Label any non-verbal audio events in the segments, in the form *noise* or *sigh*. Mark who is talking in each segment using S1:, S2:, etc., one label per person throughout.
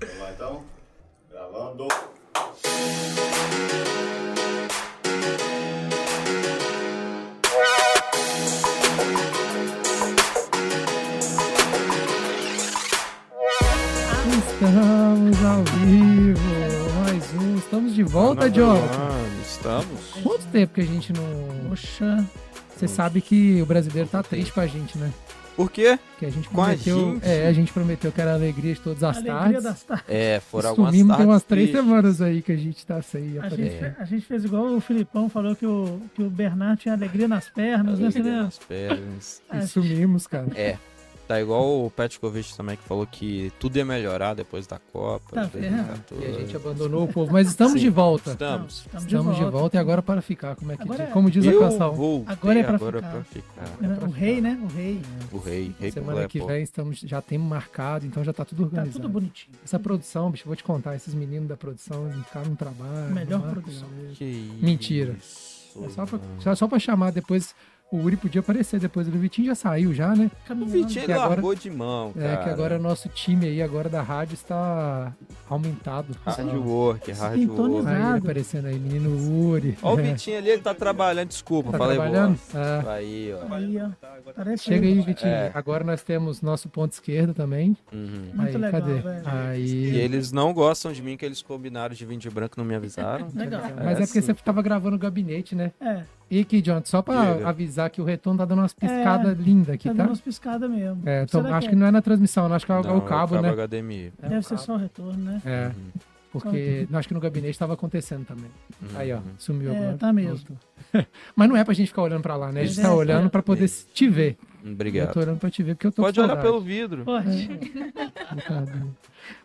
S1: Vamos lá então? Gravando.
S2: Estamos ao vivo, mais um. Estamos de volta, Jonathan.
S3: Ah, estamos.
S2: Quanto tempo que a gente não. Poxa. Você sabe que o brasileiro tá triste com a gente, né?
S3: Por quê?
S2: Que a gente
S3: Com a
S2: prometeu.
S3: gente?
S2: é, a gente prometeu que era a alegria de todas as
S4: Alegria
S2: tardes.
S4: das tardes.
S3: É, foram algumas
S2: Sumimos tem umas
S3: tardes
S2: três
S3: tristes.
S2: semanas aí que a gente tá sem
S4: A
S2: aparecer.
S4: gente, fe- a gente fez igual o Filipão falou que o, que o Bernard tinha alegria nas
S3: *laughs*
S4: pernas, né? Você
S3: Alegria
S4: lembra?
S3: nas pernas.
S4: é-
S2: E sumimos, cara.
S3: É. Tá igual o Petkovic também que falou que tudo ia melhorar depois da Copa.
S4: Tá
S3: de
S4: vendo?
S3: 2014.
S2: E a gente é abandonou o povo. Mas estamos
S3: Sim.
S2: de volta.
S3: Estamos.
S4: Estamos de
S2: Estamos
S4: volta.
S2: de volta e agora para ficar. Como é que
S4: Agora
S2: diz?
S4: é-
S2: Como diz a
S3: Eu
S2: canção?
S3: vou
S4: Agora é pra
S3: agora
S4: ficar.
S3: pra ficar.
S4: O rei, né? O rei.
S2: É.
S3: O rei, rei
S2: Semana que
S3: Blepo.
S2: vem estamos, já temos marcado, então já tá tudo
S4: Tá
S2: organizado.
S4: tudo bonitinho.
S2: Essa produção, bicho, eu vou te contar, esses meninos da produção eles ficaram no trabalho.
S4: Melhor
S2: não é?
S4: produção.
S3: Que isso.
S2: Mentira. É só, pra, só, só pra chamar depois. O Uri podia aparecer depois. O Vitinho já saiu já, né?
S3: O
S4: Caminhando.
S3: Vitinho
S2: E agora-
S3: largou de mão,
S2: É
S3: cara.
S2: que agora nosso time aí, agora da rádio, está aumentado. Tá
S3: Hard work, hard
S4: Sintonizado.
S3: work.
S2: Aí ele aparecendo aí, menino Uri.
S3: Ó o Vitinho ali, ele tá trabalhando, desculpa,
S2: tá
S3: falei
S2: trabalhando? Ah,
S3: boa. Aí, ó.
S4: Aí, ó. Parece
S2: chega aí, Vitinho.
S3: É.
S2: Agora nós temos nosso ponto esquerdo também.
S3: Uhum.
S4: Muito
S2: aí,
S4: legal,
S2: cadê? Ah,
S3: E
S4: velho.
S2: Aí.
S3: eles não gostam de mim, que eles combinaram de vir de branco, não
S2: *laughs*
S3: me avisaram.
S4: Legal.
S2: Mas é, porque
S3: sim.
S2: você tava gravando o gabinete, né?
S4: É,
S2: E aqui, Jonathan, só pra
S3: Diga.
S2: avisar que o retorno tá dando umas piscadas lindas aqui,
S4: tá
S2: tá?
S4: dando umas piscadas mesmo.
S2: É, tô-
S4: Será
S2: acho que não é na transmissão, não, acho que é o-
S3: Não, Uhum.
S2: o cabo, né?
S3: HDMI.
S2: É o
S4: Deve ser
S2: cabo.
S4: só o retorno, né?
S2: É. Porque não, acho que no gabinete tava acontecendo também.
S3: Uhum.
S2: Aí, ó, sumiu
S4: É,
S2: agora.
S4: tá mesmo.
S2: voltou. Mas não é pra gente ficar olhando pra lá, né? A gente
S4: Pois
S2: tá
S4: é,
S2: olhando
S4: é.
S2: pra poder te ver. Eu tô
S3: Obrigado.
S2: olhando pra te ver, porque eu tô
S3: Pode
S2: com
S3: olhar
S2: saudade.
S3: pelo vidro.
S2: É,
S4: Pode.
S2: Coitadinho.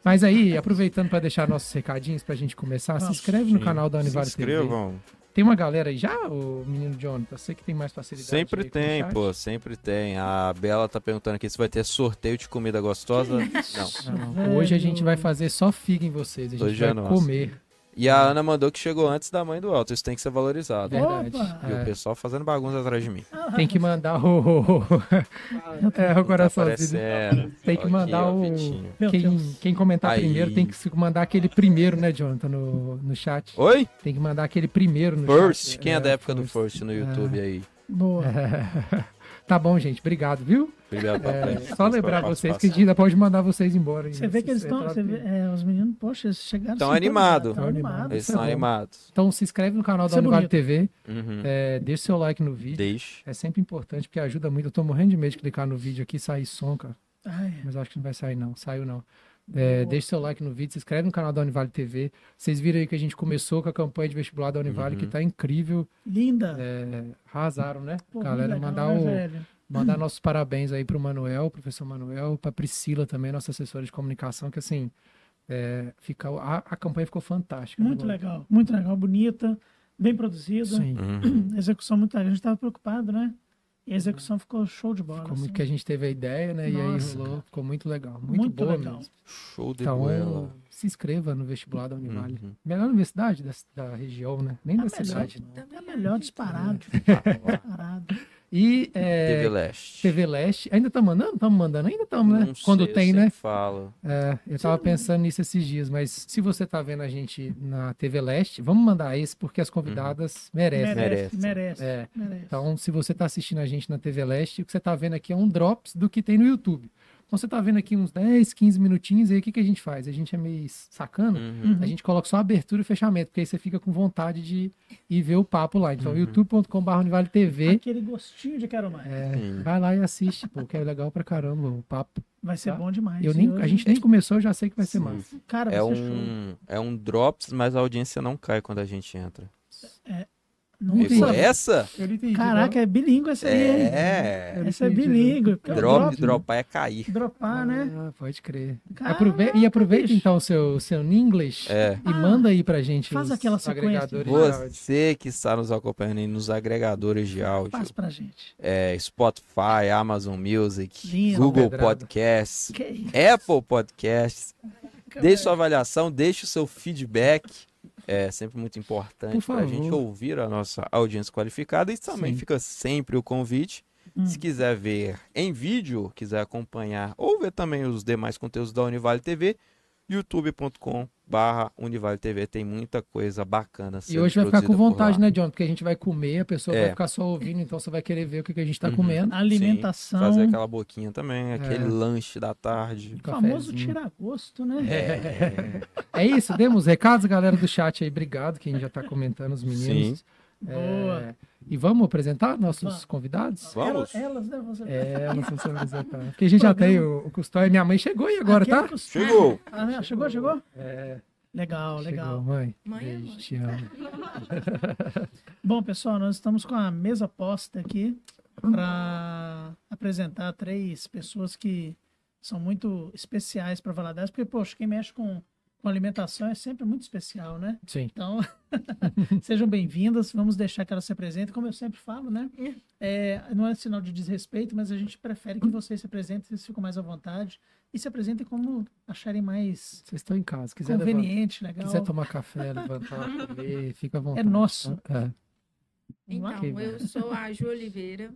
S2: Mas aí, aproveitando pra deixar nossos recadinhos pra gente começar, se
S4: Vamos.
S2: inscreve no canal da
S3: Se
S2: Anivale TV.
S3: inscrevam.
S2: Tem uma galera aí já, o menino Jonathan? Você que tem mais facilidade. aí
S3: Sempre
S2: com o
S3: tem,
S2: chat?
S3: pô, sempre tem. A Bela tá perguntando aqui se vai ter sorteio de comida gostosa. Não.
S2: Não,
S4: *laughs* É,
S2: não. tá Hoje a gente vai fazer só figa em vocês. A gente
S3: Hoje é
S2: vai
S3: nosso.
S2: comer.
S3: E a Ana mandou que chegou antes da mãe do Elton. Isso tem que ser valorizado.
S2: Verdade.
S4: Opa!
S3: E o
S2: É.
S3: pessoal fazendo bagunça atrás de mim.
S4: Ah,
S2: Tem que mandar o. *laughs* é, o coraçãozinho.
S3: Tá Aparecendo.
S2: Tem que
S3: Aqui,
S2: mandar
S3: ó,
S2: o-
S3: Vitinho.
S4: Meu
S2: Quem,
S4: Deus.
S2: quem comentar
S3: Aí.
S2: primeiro tem que se- mandar aquele primeiro, né, Jonathan, no, no chat.
S3: Oi?
S2: Tem que mandar aquele primeiro no
S3: First.
S2: chat.
S3: Quem é da época do
S2: né? first.
S3: First no YouTube aí?
S4: Boa.
S2: *laughs* É. Tá bom, gente. Obrigado, viu?
S3: Obrigado pra
S2: É,
S3: frente.
S2: só lembrar
S3: Pela
S2: vocês que a
S3: participação.
S2: gente ainda pode mandar vocês embora. né?
S4: Você vê que eles estão. você vê- é, Os meninos, poxa, eles chegaram.
S3: Tão
S4: sintonizados,
S3: animado.
S4: Tão animados.
S3: Eles são
S2: Tá bom.
S3: animados.
S2: Então se inscreve no canal da
S4: Isso é
S2: Univale
S4: bonito.
S2: TV.
S3: Uhum.
S2: É, deixa seu like no vídeo.
S3: Deixe.
S2: É sempre importante, porque ajuda muito. Eu tô morrendo de medo de clicar no vídeo aqui e sair som, cara.
S4: Ai, é.
S2: Mas acho que não vai sair, não. Saiu, não.
S4: Tá
S2: É, deixa seu like no vídeo, se inscreve no canal da Univale TV. Vocês viram aí que a gente começou com a campanha de vestibular da Univale,
S4: Uhum.
S2: que tá incrível.
S4: linda.
S2: É, arrasaram, né?
S4: Pô,
S2: Galera,
S4: legal,
S2: mandar,
S4: né,
S2: o-
S4: velho?
S2: mandar nossos parabéns aí pro Manuel, professor Manuel, pra Priscila também, nossa assessora de comunicação, que assim, é, fica, a, a campanha ficou fantástica. né,
S4: Muito né?
S2: Manuel?
S4: legal, muito legal, bonita, bem produzida.
S2: Sim.
S3: Uhum.
S4: Execução muito legal. A gente estava preocupado, né? E a execução ficou show de bola.
S2: Ficou muito
S4: assim.
S2: que a gente teve a ideia, né?
S4: Nossa,
S2: e aí rolou, ficou muito legal. Muito,
S4: Muito
S2: boa
S4: legal.
S2: mesmo.
S3: Show de
S2: Então,
S3: bola.
S2: se inscreva no vestibular da Univale.
S3: Uhum.
S2: Melhor universidade da, da região, né? Nem
S4: A
S2: da
S4: Tá melhor.
S2: cidade, não.
S4: É melhor disparado,
S3: É.
S4: disparado.
S2: E é,
S3: TV
S2: TV,
S3: Leste.
S2: Leste. Ainda tá mandando? Estamos mandando, ainda estamos, né?
S3: Não sei,
S2: Quando
S3: eu
S2: tem,
S3: sempre
S2: né?
S3: Falo.
S2: É, eu tava pensando nisso esses dias, mas se você tá vendo a gente na TV Leste, vamos mandar esse, porque as
S3: Uhum.
S2: convidadas merecem.
S3: *laughs* Merece.
S4: Merece, merece.
S2: É.
S4: merece.
S2: Então, se você tá assistindo a gente na TV Leste, o que você tá vendo aqui é um drops do que tem no YouTube. Então você tá vendo aqui uns 10, 15 minutinhos, aí o que, que a gente faz? A gente é meio sacana,
S3: Uhum.
S2: a gente coloca só abertura e fechamento, porque aí você fica com vontade de ir ver o papo lá.
S3: Uhum.
S2: Então, youtube.com.br Univale TV,
S4: Aquele gostinho de quero
S2: É,
S4: mais.
S3: Sim.
S2: vai lá e assiste, pô, que é legal pra caramba o papo.
S4: Vai ser
S2: Tá.
S4: bom demais.
S2: Eu
S4: E
S2: nem,
S4: hoje,
S2: a gente nem começou, eu já sei que vai ser
S3: Sim.
S2: massa.
S4: Cara, vai
S3: É
S4: ser show.
S3: um, é um drops, mas a audiência não cai quando a gente entra.
S4: Não
S2: Entendi.
S3: Pegou
S4: tem.
S3: essa?
S2: Eu não entendi.
S4: Caraca, é bilíngue essa aí, hein?
S3: É.
S4: Essa é bilíngue. porque o
S3: Drop,
S2: Drop, né?
S3: dropar é cair.
S4: Dropar, né?
S2: Ah, pode crer.
S4: Caraca,
S2: Aprove- e aproveita
S4: bicho.
S2: então o seu, seu English
S3: É.
S2: e manda aí pra gente
S4: faz
S2: os
S4: aquela sequência.
S2: agregadores de áudio.
S3: Você que está nos acompanhando aí nos agregadores de áudio,
S4: Passa pra gente.
S3: é, Spotify, Amazon Music,
S4: Lindo.
S3: Google
S2: Pedrada.
S3: Podcasts,
S4: Que isso,
S3: Apple Podcasts.
S4: velho.
S3: Deixe sua avaliação, deixe o seu feedback. É sempre muito importante
S2: Por
S3: para a
S2: favor.
S3: gente ouvir a nossa audiência qualificada e também
S2: Sim. Hum.
S3: fica sempre o convite. Se quiser ver em vídeo, quiser acompanhar ou ver também os demais conteúdos da Univale TV, youtube.com barra Univale TV. Tem muita coisa bacana
S2: E
S3: sendo
S2: hoje vai ficar com
S3: produzida por
S2: vontade,
S3: lá.
S2: né, John? Porque a gente vai comer, a pessoa
S3: É.
S2: vai ficar só ouvindo, então você vai querer ver o que, que a gente tá
S3: Uhum.
S2: comendo.
S4: Alimentação.
S3: Fazer aquela boquinha também, aquele
S2: Então. É.
S3: lanche da tarde.
S2: Um
S4: famoso
S2: cafezinho.
S4: tira-gosto, né?
S2: É isso, demos recados, galera do chat aí. Obrigado, quem já tá comentando, os meninos. É,
S4: Boa.
S2: E vamos apresentar nossos
S4: Vamos.
S2: convidados?
S3: Vamos?
S4: Elas, elas, né? Você...
S2: É, não sei se eu vou apresentar. Porque a gente já tem o, o Custódio. Minha mãe chegou aí agora,
S4: Aquele
S2: tá?
S4: cos-
S3: Chegou!
S4: Ah, né? Chegou, chegou?
S2: É,
S4: Legal, legal.
S2: chegou, mãe.
S5: Mãe é
S2: Beijo,
S5: mãe.
S2: te amo.
S4: Bom, pessoal, nós estamos com a mesa posta aqui para apresentar três pessoas que são muito especiais para Valadares, porque, poxa, quem mexe com, com alimentação é sempre muito especial, né?
S2: Sim.
S4: Então, *laughs* sejam bem-vindas, vamos deixar que elas se apresentem, como eu sempre falo, né? É, não é sinal de desrespeito, mas a gente prefere que vocês se apresentem, vocês ficam mais à vontade e se apresentem como acharem mais
S2: Vocês estão em casa. Quiser, levantar,
S4: conveniente, legal.
S2: quiser tomar café, levantar, comer, fica à vontade.
S4: nosso.
S2: tá? É.
S4: Vamos lá?
S5: Então,
S2: Ok,
S5: eu sou a Ju Oliveira.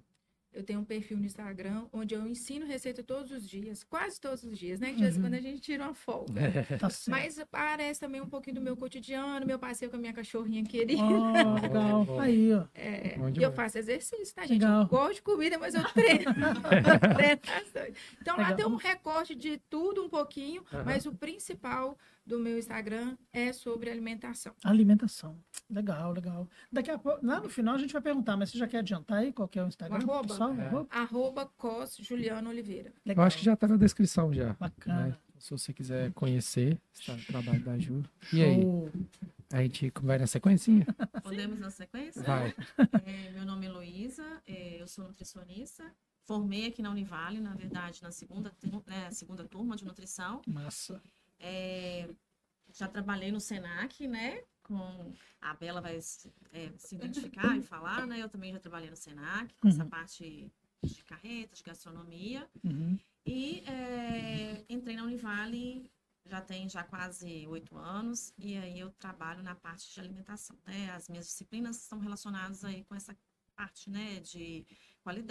S5: Eu tenho um perfil no Instagram onde eu ensino receita todos os dias, quase todos os dias, né? De vez em
S4: Uhum.
S5: quando a gente tira uma folga.
S4: Tá certo.
S5: Mas aparece também um pouquinho do meu cotidiano, meu passeio com a minha cachorrinha querida.
S4: Ó,
S2: *laughs*
S4: legal.
S2: Bom.
S4: Aí, ó.
S5: É,
S2: Bom
S5: e eu
S2: demais.
S5: faço exercício, tá, gente?
S4: Legal.
S5: Eu gosto de comida, mas eu treino. Eu treino bastante. então, lá
S4: Legal.
S5: tem um recorte de tudo um pouquinho,
S2: Aham.
S5: mas o principal do meu Instagram é sobre alimentação.
S4: Alimentação. Legal, legal. Daqui a pouco, lá no final a gente vai perguntar, mas você já quer adiantar aí qual que é o Instagram? do
S5: Um Arroba?
S4: pessoal?
S2: É.
S4: Arroba?
S5: Arroba cos Juliana Oliveira.
S2: Eu
S4: Legal.
S2: acho que já tá na descrição já.
S4: Ah.
S2: né?
S4: Bacana.
S2: Se você quiser conhecer está, o trabalho da Ju. E aí?
S4: Show.
S2: A gente vai na sequencinha?
S6: Podemos na sequência?
S2: Vai.
S6: É, meu nome é Luísa, é, eu sou nutricionista. Formei aqui na Univale, na verdade, na segunda, tu- né, segunda turma de nutrição.
S4: Massa.
S6: É, já trabalhei no SENAC, né? Com, a Bela vai se- é, se identificar e falar, né? Eu também já trabalhei no SENAC, com essa
S4: Uhum.
S6: parte de carreta, de gastronomia.
S4: Uhum.
S6: E é, entrei na Univale já tem já quase oito anos e aí eu trabalho na parte de alimentação, né? As minhas disciplinas são relacionadas aí com essa parte, né, de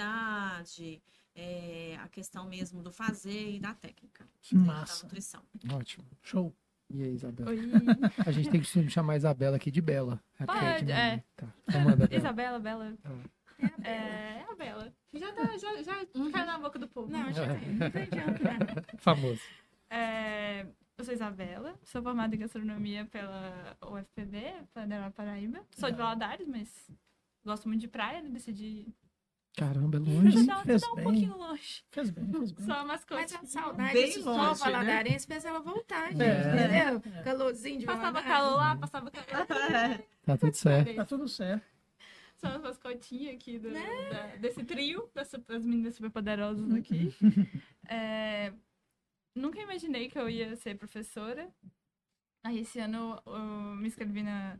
S6: qualidade, é, a questão mesmo do fazer e da técnica, né, da
S4: Massa.
S6: *laughs* nutrição.
S2: Ótimo.
S4: Show.
S2: E aí, Isabela?
S7: Oi,
S2: A gente tem que chamar a Isabela aqui de Bela. A
S7: Pode,
S2: Cat,
S7: é.
S2: né? Tá. Então manda, Bela.
S7: Isabela, Bela. É, é a Bela. Já, tá, já, já caiu na boca do povo.
S5: Não, já não tem adianta, né?
S2: Famoso.
S7: É, eu sou Isabela, sou formada em gastronomia pela UFPB, Panorama Paraíba. Sou de Valadares, mas gosto muito de praia, né? decidi
S2: Caramba, é
S7: fui
S2: longe.
S7: *laughs* dar,
S4: fez
S7: dar um
S4: bem.
S7: pouquinho longe.
S4: Fez bem, fez bem.
S7: Só a mascote.
S5: Mas a saudade
S6: Bem
S5: desse
S6: longe,
S5: sol valadarense fez ela voltar, gente,
S4: É.
S5: entendeu? Calorzinho de
S7: Passava
S5: Valadares.
S7: calor lá, passava calor
S2: Tá tudo certo.
S4: Tá
S7: lá.
S4: tudo certo.
S7: São as mascotinhas aqui do, da- desse trio, das, su- das meninas superpoderosas aqui. É, nunca imaginei que eu ia ser professora. Aí esse ano eu me inscrevi na,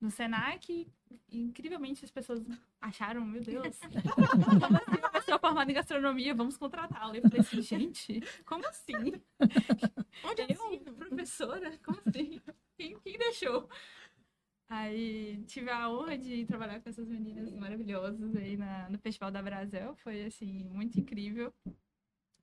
S7: no Senac e incrivelmente as pessoas acharam, meu Deus, como assim uma pessoa formada em gastronomia, vamos contratá-la. Eu falei assim, gente, como assim?
S5: Onde é né,
S7: Eu, Tá assim, né, professora, como assim? Quem, quem deixou? Aí tive a honra de trabalhar com essas meninas maravilhosas aí na- no Festival da Brasil. Foi, assim, muito incrível.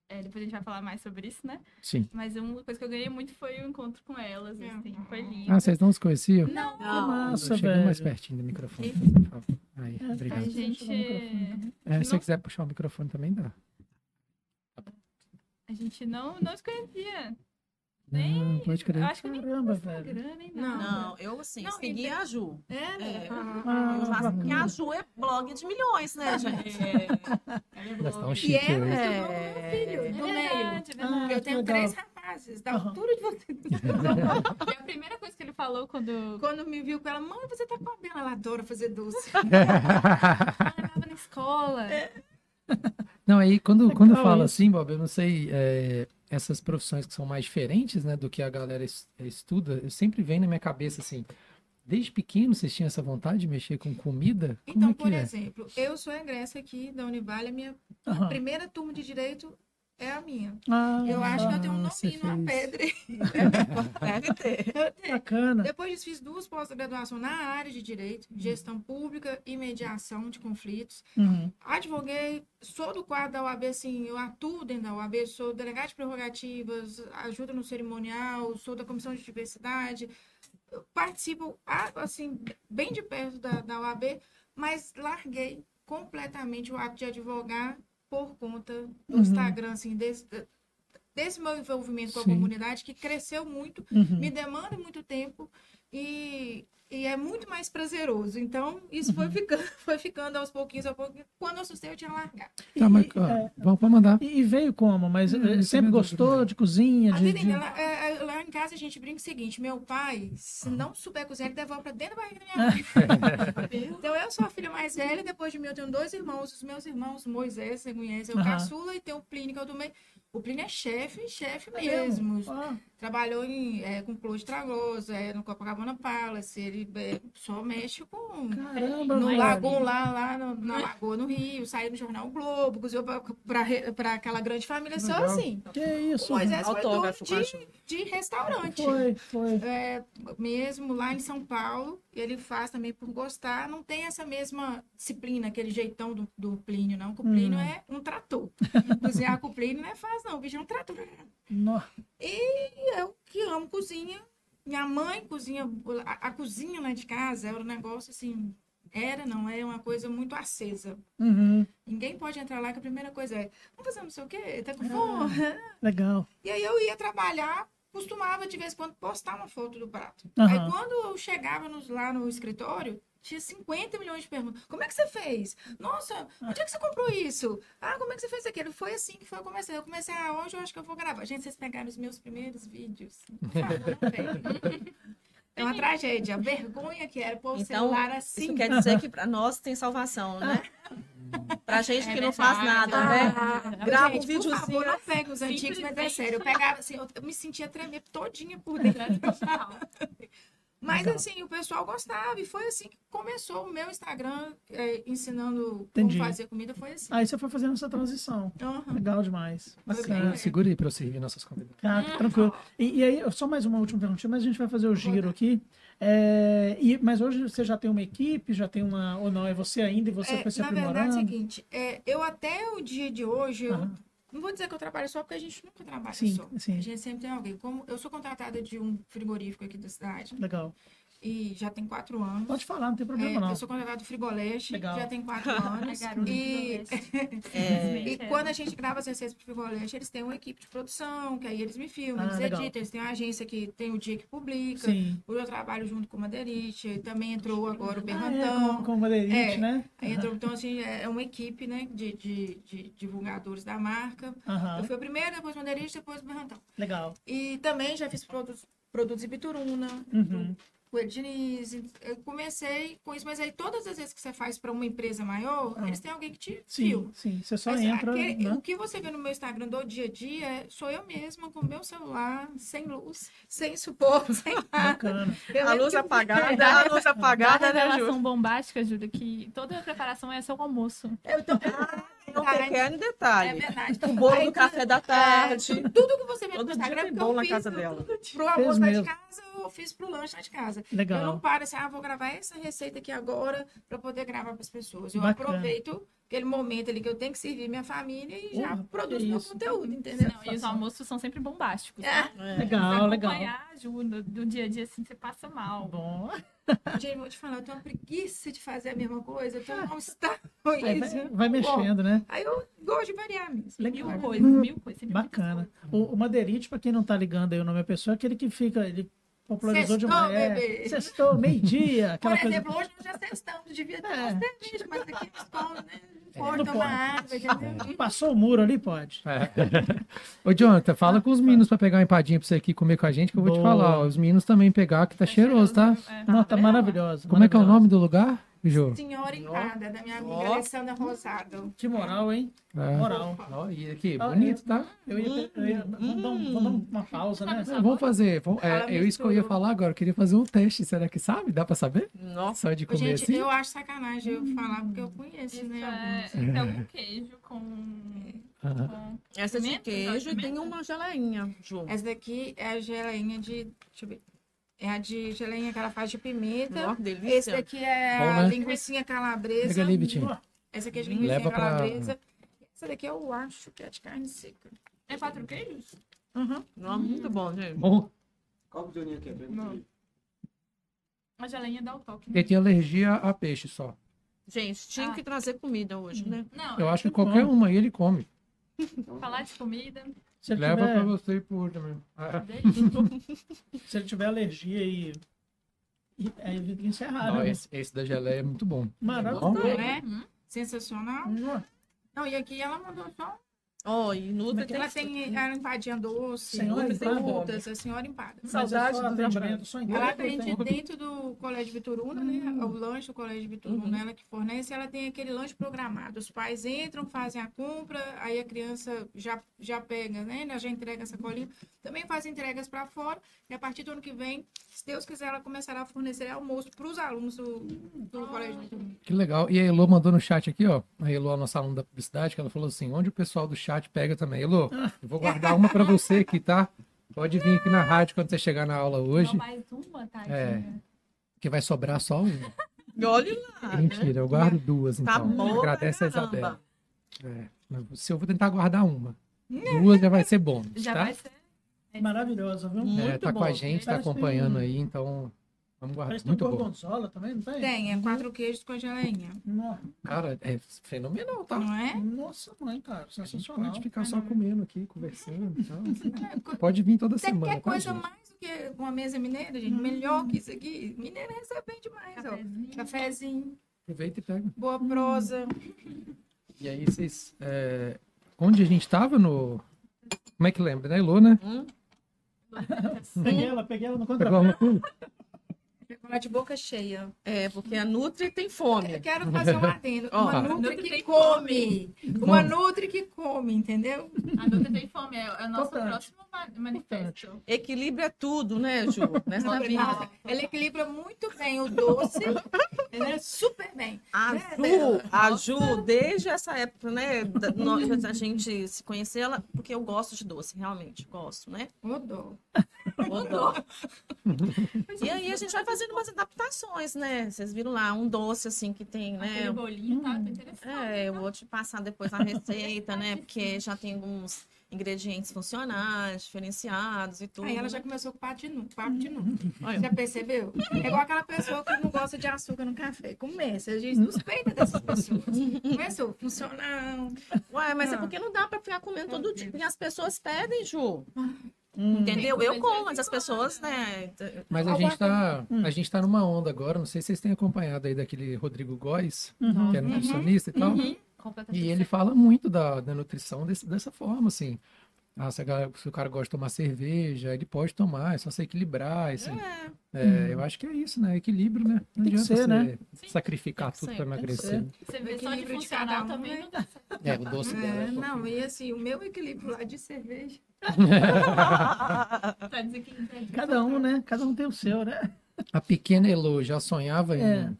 S7: É, depois a gente vai falar mais sobre isso, né?
S2: Sim.
S7: Mas uma coisa que eu ganhei muito foi o encontro com elas, assim, foi lindo.
S2: Ah, vocês não se conheciam?
S7: Não,
S5: Ah,
S4: Que massa,
S2: Chega
S4: velho.
S2: mais pertinho do microfone. por favor. Aí,
S4: É,
S7: a
S2: obrigado.
S4: Mas-
S7: gente,
S4: Deixa eu jogar o microfone né? também.
S2: É, se você
S7: não-
S2: quiser puxar o microfone também dá.
S7: a gente não, não se conhecia.
S2: Não, pode
S7: Eu
S2: crer.
S7: acho que nem
S4: Caramba, velho.
S7: Instagram, nem
S5: Não.
S7: nada.
S6: Não, eu assim,
S7: Não,
S6: segui
S7: ente-
S6: a Ju.
S7: É, né?
S6: É.
S4: Ah,
S5: um
S6: Eu já-
S4: bacana.
S6: porque a Ju é blog de milhões, *laughs* né, gente?
S7: Ela é
S2: Elas
S7: blogger.
S2: estão
S5: E
S2: chique
S5: ela
S2: hoje.
S5: é meu filho, do meio.
S7: Verdade, é verdade.
S4: Ah,
S5: Eu
S4: que
S5: tenho
S4: legal.
S5: três rapazes, da
S4: Aham.
S5: altura de você.
S7: E a primeira coisa que ele falou quando
S5: Quando me viu com ela, mãe, você tá com a Bela, ela adora fazer doce.
S7: ela tava na escola,
S4: É,
S2: Não, aí quando, quando
S4: Legal
S2: fala
S4: isso.
S2: assim, Bob, eu não sei, é, essas profissões que são mais diferentes, né, do que a galera es- é, estuda, eu sempre vem na minha cabeça assim, desde pequeno vocês tinham essa vontade de mexer com comida? Como
S5: Então,
S2: é que
S5: por
S2: é?
S5: exemplo, eu sou egressa aqui da Univale, a minha
S4: Aham.
S5: primeira turma de direito é a minha.
S4: Ah,
S5: Eu acho que eu tenho um
S2: Ah, você
S5: nominho numa
S2: fez.
S5: pedra.
S6: Deve ter.
S4: Bacana.
S5: Depois disso, fiz duas pós-graduações na área de Direito, Gestão Pública e Mediação de Conflitos.
S4: Uhum.
S5: Advoguei, sou do quadro da OAB, assim, eu atuo dentro da OAB, sou delegado de prerrogativas, ajudo no cerimonial, sou da Comissão de Diversidade, eu participo, a- assim, bem de perto da, da OAB, mas larguei completamente o ato de advogar por conta do
S4: Uhum.
S5: Instagram, assim, desse, desse meu envolvimento com a
S2: Sim.
S5: comunidade, que cresceu muito,
S4: Uhum.
S5: me demanda muito tempo e, e é muito mais prazeroso. Então, isso foi, ficando, *laughs* foi ficando aos pouquinhos, aos pouquinhos. Quando eu assustei, eu tinha largado.
S2: Tá, mas ó,
S4: é.
S2: vamos pra mandar.
S4: E, e veio como? Mas
S2: Hum,
S4: eh,
S2: isso é
S4: sempre
S2: meu
S4: gostou
S2: dúvida.
S4: de cozinha?
S5: A
S4: De,
S5: vida
S4: de-
S5: inteira, lá, é, é, lá em casa a gente brinca o seguinte: meu pai, se não souber cozinhar, ele devolve pra dentro da barriga da minha mãe. então, eu sou a filha mais velha, depois de mim eu tenho dois irmãos. Os meus irmãos, Moisés, você conhece, é o
S4: Aham.
S5: caçula, e tem o Plínio, que é o do meio. O Plínio é chefe, chefe mesmo.
S4: Ah,
S5: Trabalhou em, é, com Plus Tragoso, é, no Copacabana Palace, ele é, só mexe com
S4: caramba,
S5: No
S4: velho.
S5: Lagoon, lá, lá no- na Lagoa, no Rio, saiu no Jornal O Globo, cozinhou pra, pra, re- pra aquela grande família, só
S2: Legal.
S5: assim.
S4: Que isso?
S5: O
S6: é
S5: Moisés foi dono
S6: Autógrafo,
S5: de, de restaurante.
S4: Foi, foi.
S5: É, mesmo lá em São Paulo, ele faz também por gostar, não tem essa mesma disciplina, aquele jeitão do, do Plínio, não. Que o Plínio
S4: Hum.
S5: é um trator. *laughs* Cozinhar com o Plínio não é fácil, não. O bicho é um trator.
S4: No-
S5: E eu que amo cozinha. Minha mãe cozinha, a, a cozinha lá de casa era um negócio assim, era, não é uma coisa muito acesa.
S4: Uhum,
S5: Ninguém pode entrar lá que a primeira coisa é, vamos fazer não sei o quê, tá com fome?
S4: Legal.
S5: E aí eu ia trabalhar, costumava de vez em quando postar uma foto do prato.
S4: Aham.
S5: Aí quando eu chegava nos- lá no escritório, tinha 50 milhões de perguntas. Como é que você fez? Nossa, onde é que você comprou isso? Ah, como é que você fez aquilo? Foi assim que foi eu comecei. Eu comecei, ah, hoje eu acho que eu vou gravar. Gente, vocês pegaram os meus primeiros vídeos. Por favor, não pegam. É uma tragédia. A vergonha que era pôr o
S6: Então,
S5: celular
S6: Isso
S5: assim.
S6: quer dizer que para nós tem salvação, né? Pra gente
S7: É
S6: que não faz
S7: verdade.
S6: nada, né?
S5: Ah,
S6: Grava um
S5: gente, por
S6: videozinho.
S5: favor, não pega os antigos, mas é
S7: Simplesmente.
S5: sério. Eu pegava assim, eu me sentia tremer todinha por dentro. Mas
S4: Legal.
S5: assim, o pessoal gostava e foi assim que começou o meu Instagram eh, ensinando
S4: Entendi.
S5: como fazer comida, foi assim.
S4: Aí você foi fazendo essa transição.
S5: Aham.
S4: Legal demais. Bacana.
S2: Segura, segura aí pra eu servir nossas convidadas.
S4: Tá,
S5: Hum.
S4: tranquilo. E, e aí, só mais uma última perguntinha, mas a gente vai fazer o giro aqui. É, e, mas hoje você já tem uma equipe, já tem uma. Ou não, é você ainda e você
S5: É,
S4: foi se
S5: na verdade é o
S4: aprimorando?
S5: seguinte, eh, eu até o dia de hoje, eu
S4: Aham.
S5: não vou dizer que eu trabalho só, porque a gente nunca trabalha
S4: Sim,
S5: só.
S4: sim.
S5: A gente sempre tem alguém. Como eu sou contratada de um frigorífico aqui da cidade
S4: Legal.
S5: e já tem quatro anos.
S4: Pode falar, não tem
S5: Eh,
S4: problema não.
S5: eu sou contratada do Frigoleste,
S4: Legal.
S5: já tem
S4: *laughs*
S5: quatro anos. e
S6: É,
S5: E quando a gente grava as receitas pro Frivolante, eles têm uma equipe de produção, que aí eles me filmam,
S4: Ah,
S5: eles
S4: legal.
S5: editam, eles têm uma agência que tem o dia que publica.
S4: Sim.
S5: Eu trabalho junto com o Maderite, também entrou agora o
S4: Ah, é, com,
S5: Berrantão.
S4: com o Madeirite,
S5: É.
S4: né?
S5: Aí entrou, então, assim, é é uma equipe, né, de, de, de divulgadores da marca.
S4: Aham,
S5: Eu fui o primeiro, depois o Maderite, depois o Berrantão.
S4: Legal.
S5: E também já fiz produtos, produtos de bituruna,
S4: Uhum.
S5: com o Diniz. Eu comecei com isso, mas aí todas as vezes que você faz para uma empresa maior,
S4: Ah.
S5: eles têm alguém que te filma.
S4: Sim, sim. Você só
S5: Mas
S4: entra.
S5: aquele-
S4: né?
S5: O que você vê no meu Instagram do dia a dia é- sou eu mesma com meu celular, sem luz, sem suporte, *laughs* sem nada.
S4: Bacana.
S5: Eu
S6: a
S5: lembro
S6: luz
S5: que eu-
S6: apagada, a luz apagada,
S7: Cada
S6: né, Ju?
S7: relação bombástica, Júlia, que toda a preparação é só o almoço.
S5: Eu tô...
S6: Não
S5: Tá,
S6: um pequeno
S5: É
S6: detalhe.
S5: verdade.
S6: O bolo
S5: Aí,
S6: do café da tarde.
S5: Tudo, tudo que você vê
S6: Todo
S5: no
S6: dia
S5: Instagram é
S6: tem
S5: porque eu
S6: bolo na
S5: fiz
S6: casa
S5: pro-
S6: dela.
S5: Pro almoço lá de
S4: mesmo.
S5: casa, eu fiz pro lanche lá de casa. Eu não
S4: Legal.
S5: paro assim, ah, vou gravar essa receita aqui agora para poder gravar para as pessoas. Eu
S4: Bacana.
S5: aproveito aquele momento ali que eu tenho que servir minha família e já
S4: Porra, que
S5: produzo meu
S4: isso.
S5: conteúdo, entendeu?
S7: Não, e os almoços são sempre bombásticos.
S5: É.
S7: Tá?
S4: Legal,
S7: Você
S4: legal.
S7: acompanhar, Ju, no, do dia a dia, assim, você passa mal.
S4: Bom.
S5: Gente, vou te falar, eu tenho uma preguiça de fazer a mesma coisa, eu tenho um mal-estar *laughs*
S4: Aí
S5: com isso.
S4: vai, vai mexendo, né?
S5: Aí eu gosto de variar mesmo.
S4: Legal.
S7: Mil coisas, mil coisas. sempre muitas
S4: Bacana. Tá
S7: coisas.
S4: O, o Madeirite, pra quem não tá ligando aí o nome da pessoa, é aquele que fica. Ele popularizou
S5: Sextou,
S4: demais. É,
S5: bebê.
S4: Sextou,
S5: *laughs*
S4: meio-dia,
S5: Por
S4: aquela coisa.
S5: exemplo, hoje nós já sextamos, devia ter
S4: É.
S5: é. cerveja, mas aqui no escola, né? Não
S4: não
S5: pode tomar água, entendeu?
S4: Passou o muro ali, pode.
S2: *laughs* Ô, Jonathan, fala com os meninos pra pegar uma empadinha pra você aqui comer com a gente, que eu vou te
S4: Boa.
S2: falar. ó, os meninos também pegar, que tá, cheiroso, tá?
S7: É,
S5: Ah,
S4: Não, tá
S7: vendo?
S4: maravilhosa.
S2: Como é que é o
S4: maravilhosa.
S2: nome do lugar, Jô?
S5: Senhora entrada da minha amiga
S6: Ó.
S5: Alessandra Rosado.
S4: Que moral, hein?
S2: É.
S4: Moral.
S2: Ó, e aqui,
S4: Ah,
S2: bonito, tá?
S4: Eu
S5: Hum,
S4: ia. Eu ia vamos, dar um- vamos dar uma pausa, né?
S2: É, vamos fazer. vamos- é,
S5: Ela
S2: eu isso que eu ia
S5: misturou.
S2: falar agora, eu queria fazer um teste. Será que sabe? Dá pra saber?
S6: Nossa.
S2: Só de
S5: Ô,
S2: comer
S5: Gente,
S2: assim?
S5: eu acho sacanagem eu falar porque eu conheço,
S7: Isso
S5: né?
S7: é,
S5: alguns.
S7: isso é um queijo com
S2: Aham.
S7: com
S6: Essa é de
S7: Pimenta?
S6: queijo e
S7: Pimenta?
S6: tem uma geleinha, junto.
S5: Essa daqui é a geleinha de. Deixa eu ver. É a de geleinha que ela faz de pimenta.
S6: Ó,
S5: Esse
S6: que delícia.
S5: daqui é
S2: Bom,
S5: a
S2: né?
S5: linguiça
S2: Pega
S5: calabresa.
S2: ali, Vitinho.
S5: Essa aqui é de
S2: Leva
S5: linguiça
S2: pra-
S5: calabresa. Essa daqui eu acho que é de carne seca. Hum.
S7: É quatro queijos?
S6: Uhum. Não, muito bom, gente.
S2: Bom,
S8: Qual que o Juninho quer?
S7: Não. A geleinha dá o toque. né?
S2: ele tem alergia a peixe só.
S6: Gente, tinha
S7: Ah.
S6: que trazer comida hoje, né?
S7: Não,
S2: Eu acho que
S4: Muito
S2: qualquer
S4: bom.
S2: uma aí ele come.
S7: falar de comida.
S4: Se ele,
S2: Leva pra
S4: tiver,
S2: você e por também. Ah,
S7: delícia.
S4: se ele tiver alergia e. e aí ele fica encerrado. né?
S2: não, esse, esse da geleia é muito bom.
S4: Maravilhoso.
S5: Não é? Sensacional.
S4: Ó,
S5: Não, e aqui ela mandou só.
S6: Ó, e
S4: Como é
S6: Nutra
S4: que
S6: tem...
S5: Ela tem a empadinha doce,
S4: Senhora
S5: outras
S4: empada.
S5: frutas, a senhora empada.
S4: mas
S6: Saudade
S4: é só
S6: do
S4: atendimento, só em
S5: Ela
S4: grupo,
S5: atende
S4: tem-
S5: dentro do Colégio Vitoruna, né? O lanche do Colégio Vitoruna, ela que fornece, ela tem aquele lanche programado. Os pais entram, fazem a compra, aí a criança já, já pega, né? Ela Já entrega essa colinha. Também faz entregas para fora. E a partir do ano que vem, se Deus quiser, ela começará a fornecer almoço para os alunos do, do Colégio Vitoruna.
S2: Que legal. E a Elô mandou no chat aqui, ó. A Elô, a nossa aluna da publicidade, que ela falou assim: onde o pessoal do chat pega também. Elô, eu vou guardar uma pra você aqui, tá? Pode vir aqui na rádio quando você chegar na aula
S7: Só
S2: hoje,
S7: mais uma, tá, tadinha.
S2: que vai sobrar só uma.
S6: Olha lá, né?
S2: Mentira, eu guardo duas,
S6: Tá
S2: então.
S6: bom pra
S2: Agradece a Isabela.
S6: caramba.
S2: É, mas se eu vou tentar guardar uma. Duas já vai ser bom,
S7: Já
S2: tá?
S7: vai ser.
S4: Maravilhoso, viu?
S6: né? Hum.
S2: É,
S6: Muito
S2: tá
S6: bom.
S2: com a gente, tá
S4: Parece que
S2: acompanhando
S4: tem-
S2: aí, então vamos guardar.
S4: Parece que tem
S2: Muito bom.
S4: gorgonzola também, não tem?
S5: Tem, é quatro queijos com a geleinha,
S4: Nó-
S2: Cara, é fenomenal, tá?
S5: não é?
S4: Nossa mãe, cara,
S2: A gente
S4: sensacional.
S2: pode ficar só comendo aqui, conversando. Então, assim,
S5: É, co-
S2: pode vir toda
S5: Você
S2: semana.
S5: quer
S2: com a
S5: coisa
S2: gente.
S5: mais do que uma mesa mineira, gente? Melhor que isso aqui. Mineira recebe bem demais, ó.
S7: Cafezinho.
S5: Cafézinho,
S2: Aproveita e pega.
S5: boa prosa.
S2: E aí, vocês. é, Onde a gente tava no. Como é que lembra, né? Elô,
S5: Uhum.
S2: né?
S6: Hum?
S4: Peguei ela, peguei ela no
S2: Pegou
S4: contrapé.
S2: uma coisa?
S5: Vai falar de boca cheia.
S6: É, porque a Nutri tem
S5: Eu
S6: fome.
S5: quero fazer um adendo.
S6: Ó,
S5: Uma
S2: tá.
S5: nutri
S7: Nutri
S5: que
S7: tem
S5: come. Uma nutri que come, entendeu?
S7: A Dutra tem fome, é é o nosso
S4: Importante.
S7: próximo ma- manifesto.
S6: Equilíbrio é tudo, né, Ju? Nessa vida.
S5: Ela equilibra muito bem o doce. entendeu? super bem.
S6: A
S5: Né,
S6: Ju,
S5: Bela?
S6: a Ju, desde essa época, né, da- nós, a gente se conhecer, ela, porque eu gosto de doce, realmente, gosto, né?
S5: Rodou.
S6: Adoro. E aí a gente vai fazendo umas adaptações, né? Vocês viram lá, um doce, assim, que tem, né?
S7: Aquele bolinho tá interessante.
S2: Ah,
S6: É, eu vou te passar depois a receita, né?
S2: *laughs*
S6: Porque já tem alguns ingredientes funcionais, diferenciados e tudo.
S5: Aí ela já
S6: né?
S5: começou com papo de nu, papo de nu.
S6: Olha,
S5: Já percebeu? É igual aquela pessoa que não gosta de açúcar no café. Começa, a gente suspeita dessas pessoas. Começou, funcional.
S6: Ué, mas é
S5: Ah.
S6: porque não dá pra ficar comendo todo dia. E as pessoas pedem, Ju.
S4: Hum.
S6: Entendeu?
S7: Tem que
S6: Eu
S7: comer de
S6: como,
S7: vez
S6: mas
S7: em
S6: as pessoas,
S7: quando,
S6: né?
S2: Mas a
S5: Alguma
S2: gente, tá,
S4: coisa.
S2: a gente tá numa onda agora, não sei se vocês têm acompanhado aí daquele Rodrigo Góes,
S4: Uhum.
S2: que é nutricionista e tal.
S5: Uhum.
S6: Tá
S7: Completamente
S2: E ele fala muito da, da nutrição desse- dessa forma, assim. Ah, se, a galera- se o cara gosta de tomar cerveja, ele pode tomar, é só se equilibrar, assim.
S6: É,
S2: É, Eu acho que é isso, né? Equilíbrio, né? Não
S4: Tem que
S2: adianta
S4: ser,
S2: você
S4: né?
S7: Sim.
S2: sacrificar
S6: Tem que
S2: tudo
S6: ser,
S2: pra
S4: tem que
S2: emagrecer.
S5: O
S7: Você vê só de
S5: equilíbrio de
S7: funcional
S5: cada um,
S7: também
S5: né?
S7: não dá certo.
S2: É, o doce dela.
S5: É,
S2: é
S5: não,
S2: fofinho.
S5: e assim, o meu equilíbrio lá de cerveja.
S7: Tá desequilibrado.
S4: Cada um, né? Cada um tem o seu, né?
S2: A pequena Elo já sonhava em.
S4: É.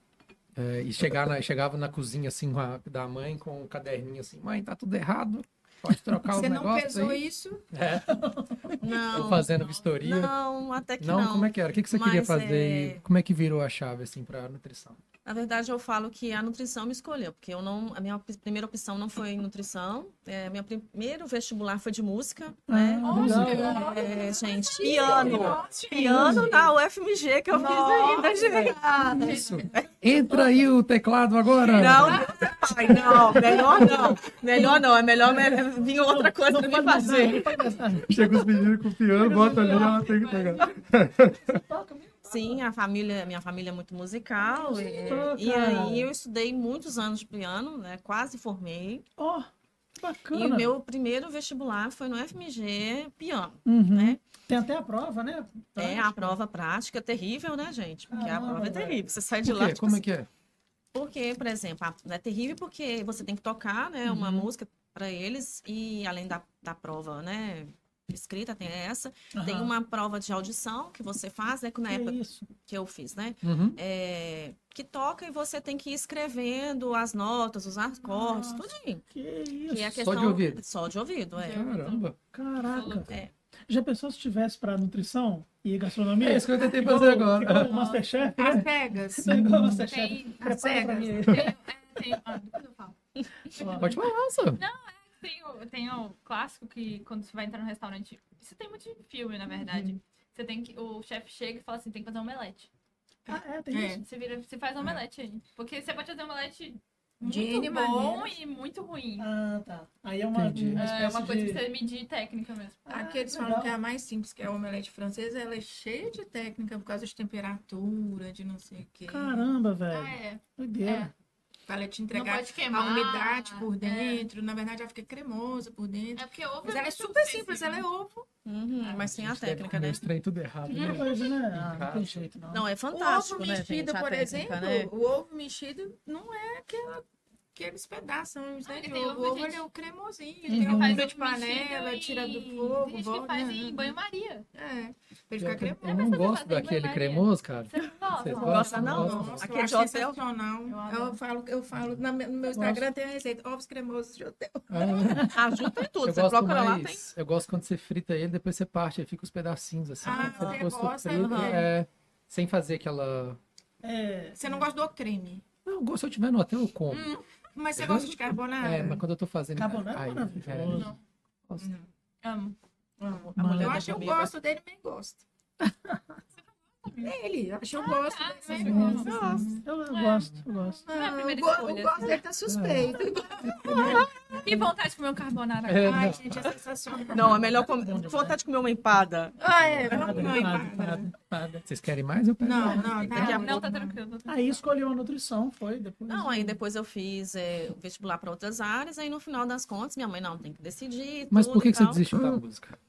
S2: é, e chegar na- chegava na cozinha, assim, com a- da mãe, com o caderninho, assim: mãe, tá tudo errado, pode trocar
S5: Você
S2: o
S5: não
S2: negócio
S5: pesou
S2: aí.
S5: isso?
S2: É, tô
S6: Então,
S2: *laughs*
S6: não.
S2: fazendo vistoria.
S6: Não, até que
S2: Não,
S6: não.
S2: como é que era? O que, que você queria
S6: Mas,
S2: fazer?
S6: é,
S2: e Como é que virou a chave, assim, pra nutrição?
S6: Na verdade, eu falo que a nutrição me escolheu, porque eu não, a minha op- primeira opção não foi em nutrição. É, meu primeiro vestibular foi de música, né?
S4: Ah, legal.
S6: É, gente, ah, piano.
S5: Nossa,
S2: né?
S6: Piano na UFMG que eu fiz ainda, gente.
S2: Isso. É Entra aí o teclado agora.
S6: Não, pai, não, melhor não. Melhor não, é melhor
S2: *laughs*
S6: me- vir outra coisa pra
S4: pode
S6: me
S4: mais
S6: fazer.
S4: nada, não pode mais nada.
S2: Chega os meninos com o piano, bota ali, ela tem que pegar.
S6: Sim, a família, minha família é muito musical. é,
S4: Toca.
S6: e aí eu estudei muitos anos de piano, né? Quase formei.
S4: Ó, que bacana.
S6: E o meu primeiro vestibular foi no FMG piano,
S4: Uhum.
S6: né?
S4: Tem até a prova, né?
S6: É a prova prática terrível, né, gente? Porque a
S4: Caramba,
S6: prova é
S4: velho.
S6: terrível. Você sai de
S2: Por
S6: lá.
S2: quê?
S6: tipo
S2: Como é
S6: assim,
S2: que é?
S6: Porque, por exemplo, a- é terrível porque você tem que tocar, né, uma música para eles e além da, da prova, né, escrita, tem essa.
S4: Aham.
S6: Tem uma prova de audição que você faz, né? Que na
S4: Que
S6: época
S4: isso?
S6: que eu fiz, né?
S2: Uhum.
S6: é, que toca e você tem que ir escrevendo as notas, os acordes,
S4: Nossa.
S6: tudinho.
S4: Que isso?
S6: Que é
S2: Só
S6: a
S2: de
S6: questão...
S2: ouvido.
S6: Só de ouvido, é.
S2: Caramba.
S4: Caraca.
S6: É.
S4: Já pensou se tivesse pra nutrição e gastronomia?
S2: É isso que eu tentei
S4: Igual-
S2: fazer agora.
S4: Igual o Masterchef,
S5: As
S4: né?
S5: pegas.
S4: Igual o Masterchef.
S7: Tem,
S5: As
S4: Prepara pra
S5: cegas.
S4: mim aí.
S7: tem, é, tem, ah, depois eu falo.
S2: *laughs* Pode falar, só.
S7: Tem o, tem o clássico que quando você vai entrar no restaurante, isso tem muito de filme, na verdade.
S5: Uhum.
S7: Você tem que, o chefe chega e fala assim, tem que fazer um omelete.
S4: Ah, é, tem
S5: É.
S4: isso.
S7: Você vira, você faz um omelete aí. Porque você pode fazer um omelete muito
S5: De N
S7: bom
S5: maneiras.
S7: e muito ruim.
S4: Ah, tá. Aí é uma,
S2: Entendi.
S4: uma
S7: é
S4: espécie
S7: uma coisa
S4: de...
S7: que você medir técnica mesmo.
S4: Ah,
S5: Aqui eles
S4: legal.
S5: falam que é a mais simples, que é a omelete francesa, ela é cheia de técnica por causa de temperatura, de não sei o quê.
S4: Caramba,
S7: Ah,
S4: velho.
S7: é.
S4: Doideira.
S5: Pra ela te
S7: Não
S5: entregar
S7: pode
S5: a
S7: queimar.
S5: umidade tipo, por
S7: é.
S5: dentro. Na verdade, ela fica cremosa por dentro.
S7: É, porque ovo
S5: Mas ela é
S7: muito né?
S5: super simples, ela é
S7: sensível.
S5: ovo.
S6: Uhum, mas tem a
S2: gente deve
S6: técnica,
S2: comer
S6: né?
S2: esse trem tudo errado, né?
S4: Uma coisa, né? Ah, não
S2: Cara.
S4: tem jeito, não.
S6: Não, é
S5: O
S6: fantástico,
S5: ovo
S6: né, gente?
S5: mexido,
S6: a
S5: por
S6: técnica,
S5: exemplo,
S6: né?
S5: o ovo mexido não é aquela, aqueles pedaços, não
S7: Ah,
S5: é
S7: ele
S5: de
S7: tem
S5: ovo. O
S7: ovo,
S5: ovo ele
S7: gente.
S5: é o cremosinho,
S4: Uhum.
S5: tem a
S7: Faz
S5: altura
S7: ovo
S5: de panela,
S7: mexido
S5: um tira do
S7: e-
S5: fogo,
S7: Tem gente que
S5: volta.
S7: faz em
S5: né?
S7: banho-maria.
S5: É, pra ele
S2: Eu,
S5: ficar
S2: eu
S5: cremoso.
S2: não
S7: Mas você
S2: gosto
S7: faz bem
S2: daquele
S7: banho-maria?
S2: cremoso,
S7: *laughs*
S2: cara.
S7: Você
S2: Vocês
S7: não gosta? não?
S2: gostam?
S6: gosta, não?
S2: Nossa,
S5: Nossa,
S6: Aquele
S5: eu
S6: de
S5: acho é
S6: hotel?
S5: sensacional.
S7: Eu
S5: Eu,
S7: adoro.
S5: falo, eu falo, na minha- no meu
S4: gosto.
S5: Instagram tem a receita, ovos cremosos de hotel.
S2: Ah,
S6: Ajuda em tudo.
S2: eu
S6: Você
S2: gosto
S6: procura lá, tem.
S2: mais. Eu gosto quando você frita ele, depois você parte, aí fica os pedacinhos assim.
S5: Ah,
S2: você
S5: você
S2: gosto
S5: gosta,
S2: frito,
S5: aham.
S2: é, sem fazer aquela.
S4: É...
S5: Você não gosta do creme,
S2: Não, eu gosto- se eu tiver no hotel, eu como.
S5: mas você gosta de carbonara?
S2: É, mas quando eu tô fazendo.
S4: Carbonara é
S2: Ai,
S4: maravilhoso.
S2: é, gosto.
S7: Amo.
S5: Amo.
S4: A mulher
S5: Eu
S4: da
S5: acho que eu
S2: é
S6: comida.
S5: gosto dele, mas gosto. Dele, É eu acho que eu gosto
S7: Ah,
S5: dele, tá, mas
S7: você
S5: gosto.
S7: gosta.
S4: Eu, eu gosto, eu gosto.
S5: Não,
S7: é a
S5: eu
S7: primeira
S5: go-
S7: escolha,
S5: eu gosto dele, tá suspeito.
S7: Que vontade de comer um carbonara
S2: É,
S7: agora.
S5: *laughs* Ai,
S2: não.
S5: gente, é sensacional.
S6: Não, é melhor comer. Vontade de comer uma empada.
S5: Ah, é,
S4: Empada,
S5: vamos comer
S4: empada,
S5: empada.
S4: empada, empada.
S2: Vocês querem mais? Eu pego.
S5: Não, não,
S6: Daqui a
S5: tá.
S7: Não, tá
S5: ótimo.
S7: tranquilo. tá
S4: Aí escolheu a nutrição, foi depois.
S6: Não, aí depois eu fiz é, vestibular para outras áreas, aí no final das contas, minha mãe não tem que decidir.
S2: Mas
S6: tudo
S2: por que,
S6: e
S2: que você
S6: tal.
S2: desistiu
S4: Hum.
S2: da música?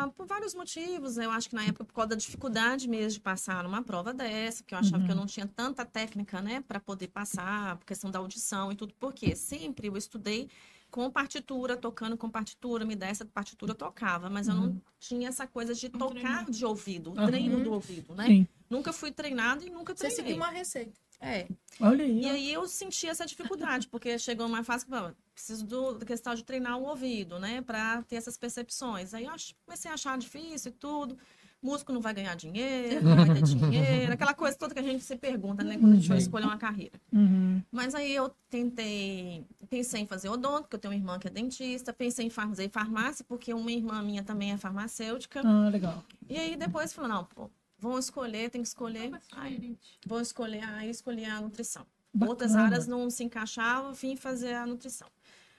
S6: Ah, por vários motivos. Eu acho que na época, por causa da dificuldade mesmo de passar numa prova dessa, porque eu achava que eu não tinha tanta técnica, né, para poder passar, por questão da audição e tudo, porque sempre eu estudei com partitura, tocando com partitura, me dessa partitura eu tocava, mas eu não tinha essa coisa de tocar
S7: treinamento.
S6: de ouvido, o
S4: Aham.
S6: treino do ouvido, né?
S4: Sim.
S6: Nunca fui treinado e nunca
S5: Você seguiu
S6: treinei.
S5: uma receita.
S6: É.
S5: Tá
S4: Olha
S6: E
S4: aí.
S6: aí eu senti essa dificuldade, porque chegou uma fase que eu preciso do, da questão de treinar o ouvido, né? Pra ter essas percepções. Aí eu ach- comecei a achar difícil e tudo. Músico não vai ganhar dinheiro, não
S5: *laughs*
S6: vai ter dinheiro, aquela coisa toda que a gente se pergunta, né? Quando a gente vai
S2: Uhum.
S6: escolher uma carreira.
S4: Uhum.
S6: Mas aí eu tentei, pensei em fazer odonto, porque eu tenho uma irmã que é dentista, pensei em fazer farmácia, porque uma irmã minha também é farmacêutica.
S4: Ah, legal.
S6: E aí depois falou, não, pô, vão escolher, tem que escolher. Aí
S7: diferente.
S6: vou escolher, aí escolhi a nutrição.
S4: Bacana.
S6: Outras áreas não se encaixavam, vim fazer a nutrição.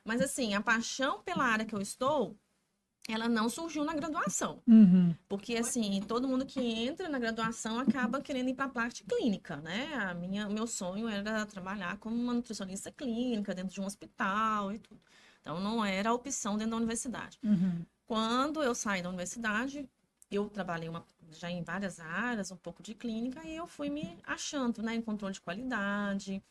S6: Mas assim, a paixão pela área que eu estou, ela não surgiu na graduação.
S4: Uhum.
S6: Porque assim, todo mundo que entra na graduação acaba querendo ir para a parte clínica, né? A minha, o meu sonho era trabalhar como uma nutricionista clínica dentro de um hospital e tudo. Então não era a opção dentro da universidade.
S4: Uhum.
S6: Quando eu saí da universidade, eu trabalhei uma- já em várias áreas, um pouco de clínica, e eu fui me achando, né, em controle de qualidade,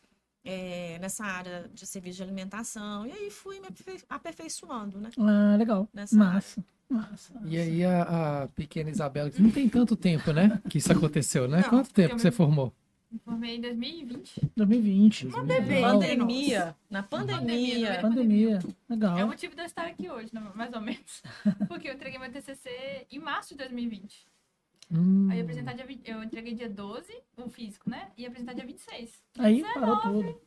S6: eh, nessa área de serviço de alimentação, e aí fui me aperfei- aperfeiçoando, né?
S4: Ah, legal.
S6: Nessa
S4: Massa. Massa.
S2: E aí a, a pequena Isabela, que não tem tanto tempo, né? Que isso aconteceu, né?
S5: Não,
S2: Quanto tempo que você formou?
S7: Me formei em 2020.
S4: 2020.
S5: Uma bebê.
S4: Legal.
S6: Pandemia, na
S7: Pandemia,
S6: pandemia,
S7: né?
S4: Pandemia.
S7: É o
S4: Legal.
S7: motivo de eu estar aqui hoje, não- mais ou menos. Porque eu entreguei meu TCC em março de 2020.
S2: Hum,
S7: Aí eu, apresentar dia, vi- eu entreguei dia 12, o físico, né? E ia apresentar dia 26.
S4: Aí parou tudo.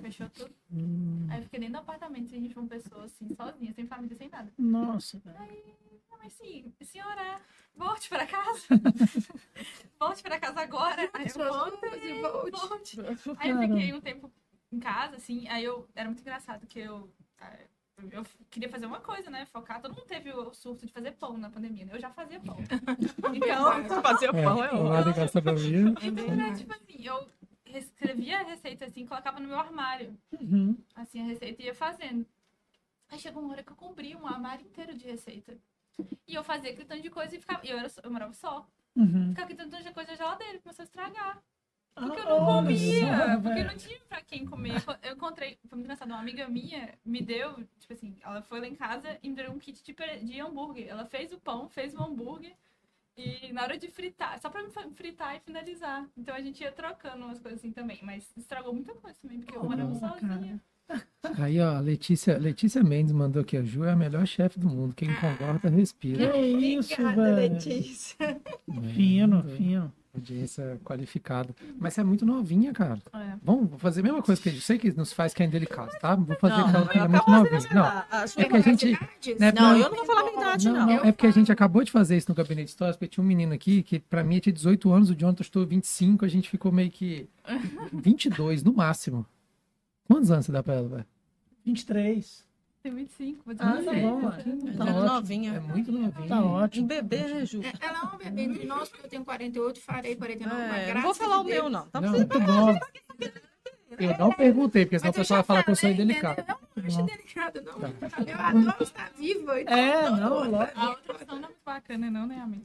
S7: Fechou tudo.
S2: hum.
S7: Aí eu fiquei dentro do apartamento, sem gente, uma pessoa, assim, sozinha, sem família, sem nada.
S4: Nossa, velho.
S7: Ah, mas sim, senhora, volte pra casa. volte pra casa agora. Aí eu
S5: Suas
S7: voltei.
S5: roupas e volte.
S7: Volte. Aí eu fiquei um tempo em casa, assim, aí eu. Era muito engraçado que eu. ah, Eu queria fazer uma coisa, né? Focar. Todo mundo teve o surto de fazer pão na pandemia, né? Eu já fazia pão. *laughs* Então,
S6: fazer
S2: É,
S6: pão é
S2: o
S6: ótimo.
S2: lado de gastronomia.
S7: então
S5: né?
S7: era tipo assim, eu escrevia a receita assim, colocava no meu armário.
S4: Uhum.
S7: Assim, a receita e ia fazendo. Aí chegou uma hora que eu cobri um armário inteiro de receita. E eu fazia aquele tanto de coisa e ficava. E eu, era, só- eu morava só.
S4: Uhum.
S7: Ficava aquele tanto de coisa na geladeira, começou a estragar. Porque eu
S4: Ah,
S7: não
S4: olha
S7: comia,
S4: só,
S7: porque
S4: velho.
S7: não tinha pra quem comer. Eu encontrei, foi muito engraçado, uma amiga minha me deu, tipo assim, ela foi lá em casa e me deu um kit de, pe- de hambúrguer. Ela fez o pão, fez o hambúrguer e na hora de fritar, só pra me fa- fritar e finalizar. Então a gente ia trocando umas coisas assim também, mas estragou muita coisa também, porque eu
S4: Ô,
S7: morava
S4: cara.
S7: sozinha.
S2: Aí, ó, Letícia, Letícia Mendes mandou aqui, a Ju é a melhor chefe do mundo. Quem concorda, respira. Né,
S4: Que é isso,
S6: Obrigada,
S4: velho.
S6: Letícia.
S4: Fino, fino.
S2: Audiência qualificada. Mas você é muito novinha, cara.
S7: É.
S2: Vamos vou fazer a mesma coisa que a gente. Sei que nos faz que é indelicado, tá? Vou fazer
S6: Não,
S2: que ela
S6: eu
S2: ela é muito
S6: acabo de
S2: novinha. Não,
S6: lembrar.
S5: né?
S6: Acho
S2: É
S6: que-
S2: que a gente-
S5: Verdades?
S2: né,
S6: Não,
S2: não.
S6: eu não vou falar a verdade,
S2: Não,
S6: não.
S2: não, é porque a gente acabou de fazer isso no Gabinete Histórico, porque tinha um menino aqui que pra mim tinha 18 anos, o Jonathan estou 25, a gente ficou meio
S5: *laughs*
S2: que 22 no máximo. Quantos anos você dá pra ela, velho?
S4: 23.
S7: Tem 25, vou
S4: Ah, tá
S7: dizer.
S4: bom, mano.
S6: Ela é
S2: né? ótimo. É
S6: novinha.
S2: muito novinho.
S7: Hum.
S4: Tá
S6: Um
S4: ótimo.
S6: bebê, né, Ju?
S5: É, Ela é um bebê entre nós, porque eu tenho 48, farei 49, uma
S6: É,
S5: graça
S6: não vou falar
S5: de
S6: o
S5: Deus.
S6: meu, não. Tá
S2: Não,
S6: precisando
S2: muito
S7: Então,
S2: bom. Eu não perguntei, porque senão o
S5: Mas eu
S2: pessoal
S5: já
S2: vai falar que eu sou
S5: falei,
S2: indelicado. Tá.
S5: entendeu? Eu Não acho delicado, não. Eu adoro estar viva. Então
S4: É,
S5: eu
S4: não,
S5: adoro.
S4: lógico.
S7: A outra opção não é muito bacana, não, né, amiga?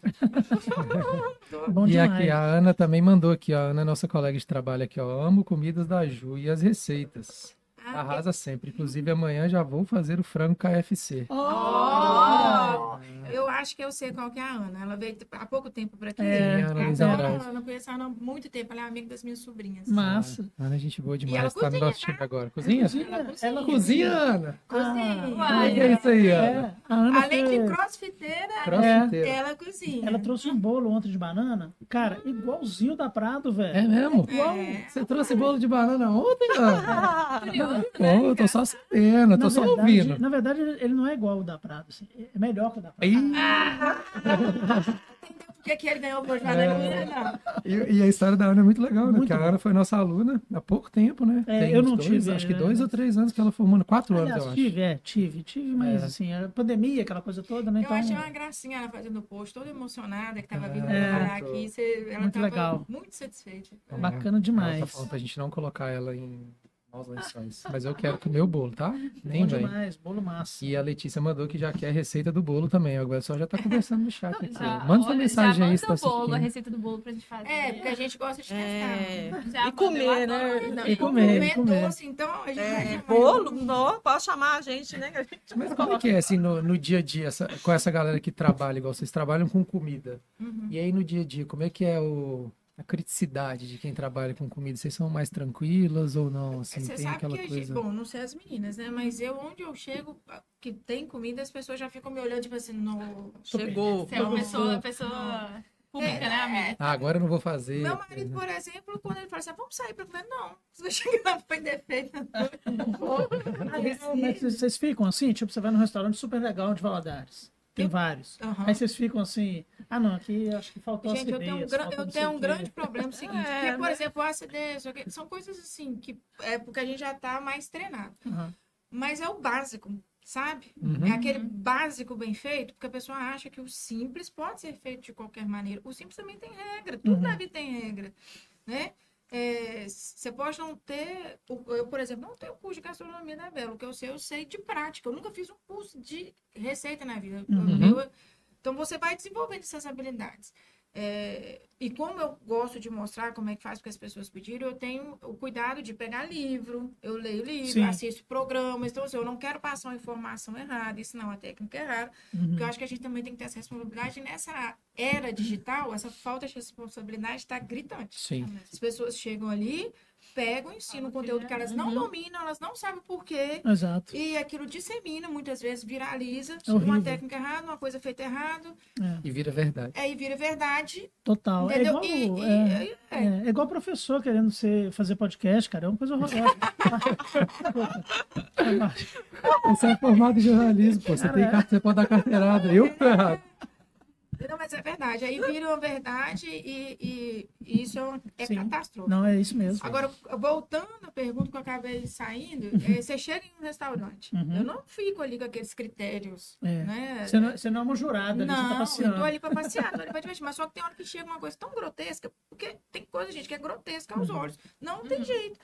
S4: Bom
S2: E
S4: demais.
S2: aqui, a Ana também mandou aqui, ó. A Ana é nossa colega de trabalho aqui, ó. Amo comidas da Ju e as receitas.
S5: Ah,
S2: Arrasa sempre. Inclusive, amanhã já vou fazer o frango KFC.
S4: Oh!
S5: Eu acho que eu sei qual que é a Ana. Ela veio há pouco tempo para aqui.
S4: É,
S5: Eu
S2: Ana Luísa
S5: adoro
S2: Moraes.
S5: ela, eu conheço a Ana há muito tempo. Ela é amiga das minhas sobrinhas.
S4: Massa.
S2: Ana, é gente boa
S5: ela
S2: demais. Tá no
S5: cozinha, né?
S2: nosso time agora. Cozinha?
S5: Ela
S4: Ela Ah,
S2: Cozinha, Ana.
S5: Cozinha.
S2: Como é que é
S7: Ai,
S2: isso aí,
S4: É,
S2: Ana?
S4: a Ana
S5: Além
S4: fez-
S5: de
S4: É.
S5: crossfiteira,
S2: Crossfiteira.
S5: ela cozinha.
S4: Ela trouxe um bolo ontem de banana. Cara, igualzinho da Prado,
S2: É
S4: velho.
S2: mesmo?
S5: É.
S2: Você trouxe bolo de banana ontem, Ana?
S7: curioso,
S2: Bom, eu tô só sabendo, eu tô
S4: né? Na
S2: só
S4: verdade-
S2: ouvindo.
S4: Na verdade, ele não é igual o da Prado. assim. É melhor que o da Prado.
S2: Ih,
S5: Entendeu por que que ele ganhou o
S4: É.
S5: Bojo Valeriana, não?
S2: E, e a história da Ana é muito legal, né?
S4: Muito
S2: Porque
S4: bom.
S2: a Ana foi nossa aluna há pouco tempo, né?
S4: É, eu
S2: uns
S4: não
S2: dois,
S4: tive,
S2: Acho que
S4: né?
S2: dois ou três anos que ela formou, né? quatro anos,
S4: Aliás,
S2: eu acho.
S4: tive, é, tive, tive, mas assim, a pandemia, aquela coisa toda, né?
S5: Eu
S4: Então,
S5: achei uma gracinha ela fazendo o post, toda emocionada, que tava vindo
S2: É.
S5: trabalhar aqui. Você- ela
S4: Muito
S5: tava
S4: legal.
S5: muito satisfeita.
S2: É, Ela
S4: bacana
S2: tá
S4: demais.
S2: falando pra gente não colocar ela em maus lençóis. Mas eu quero comer o bolo, tá? Nem
S4: Bom
S2: vem.
S4: demais, bolo massa.
S2: E a Letícia mandou que já quer a receita do bolo também. Agora só já tá conversando no chat aqui.
S7: Já,
S2: Manda
S7: olha,
S2: uma mensagem
S7: já
S2: aí,
S7: manda
S2: se tá
S7: o bolo, a
S2: assistindo.
S7: receita do bolo pra gente fazer.
S5: É, porque a gente gosta de testar.
S6: É.
S7: Já
S6: E
S7: manda,
S6: comer,
S7: eu adoro.
S6: né?
S5: Não,
S4: E comer, e comer.
S5: doce, então a gente vai
S6: É,
S5: chamar.
S6: bolo? Não, pode chamar a gente, né? que a gente-
S2: Mas como é que é, assim, no, no dia a dia, essa- com essa galera que trabalha, igual vocês trabalham com comida?
S5: Uhum.
S2: E aí, no dia a dia, como é que é o, a criticidade de quem trabalha com comida? Vocês são mais tranquilas ou não? Assim,
S5: Você
S2: tem
S5: sabe que
S2: aquela
S5: a gente-
S2: coisa...
S5: bom, não sei as meninas, né? Mas eu, onde eu chego, que tem comida, as pessoas já ficam me olhando, tipo assim, no.
S6: Chegou.
S7: Você é uma pessoa, uma pessoa pública, né, amiga?
S2: Ah, agora eu não vou fazer.
S4: é,
S2: né?
S5: Meu
S4: né.
S5: marido, por exemplo, quando ele fala assim, "Ah, vamos sair pra comer, não. Você vai *laughs* chegar lá, foi defeito.
S4: Aí, Ah, mas vocês- vocês ficam assim, tipo, você vai num restaurante super legal de Valadares. Tem vários.
S5: Aham.
S4: Aí vocês ficam assim, ah não, aqui acho que faltou
S5: Gente, eu
S4: acidez,
S5: tenho um, gran-
S4: faltou
S5: eu
S4: não
S5: tenho
S4: sei
S5: um
S4: o quê.
S5: grande problema seguinte.
S6: É,
S5: porque, por
S6: né?
S5: exemplo, acidez, ok, são coisas assim que é porque a gente já tá mais treinado.
S4: Aham.
S5: Mas é o básico, sabe?
S2: Uhum.
S5: É aquele básico bem feito, porque a pessoa acha que o simples pode ser feito de qualquer maneira. O simples também tem regra, tudo na vida tem regra, né? É, Você pode não ter, o- eu, por exemplo, não tenho curso de gastronomia da Bela, o que eu sei, eu sei de prática. Eu nunca fiz um curso de receita na vida. O
S4: Uhum.
S5: meu- então você vai desenvolvendo essas habilidades. É, e como eu gosto de mostrar como é que faz porque as pessoas pediram, eu tenho o cuidado de pegar livro, eu leio livro,
S4: Sim.
S5: assisto programas, então assim, eu não quero passar uma informação errada, ensinar uma técnica é errada,
S4: Uhum.
S5: porque eu acho que a gente também tem que ter essa responsabilidade. E Nessa era digital, essa falta de responsabilidade está gritante.
S2: Sim.
S5: As pessoas chegam ali, pegam, ensinam o conteúdo que elas
S4: Uhum.
S5: não dominam, elas não sabem por quê,
S4: Exato.
S5: e aquilo dissemina, muitas vezes viraliza,
S4: É
S5: uma
S4: horrível.
S5: técnica errada, uma coisa feita errado,
S4: É,
S2: E vira verdade.
S5: aí vira verdade,
S4: total. É
S5: Entendeu?
S4: igual,
S5: E- e-
S4: é,
S5: e-
S4: é, é igual professor querendo ser, fazer podcast, cara. É uma coisa horrorosa.
S2: Você é formado em jornalismo, pô. Você, tem
S4: Cara, é.
S2: car- você pode dar carteirada.
S5: *laughs*
S2: Eu que tô errado.
S5: É. Não, mas é verdade. Aí vira uma verdade e, e- e isso é, uma- é
S4: Sim.
S5: catástrofe.
S4: não, é isso mesmo.
S5: Agora, voltando à pergunta que eu acabei saindo, é, você chega em um restaurante.
S4: Uhum.
S5: Eu não fico ali com aqueles critérios,
S4: É.
S5: né?
S4: Você não, você não é uma jurada, ali, você tá
S5: Não, então é eu tô
S4: passeando.
S5: ali pra passear, tô ali pra divertir. Mas só que tem hora que chega uma coisa tão grotesca, porque tem coisa, gente, que é grotesca
S4: Uhum.
S5: aos olhos. Não tem jeito.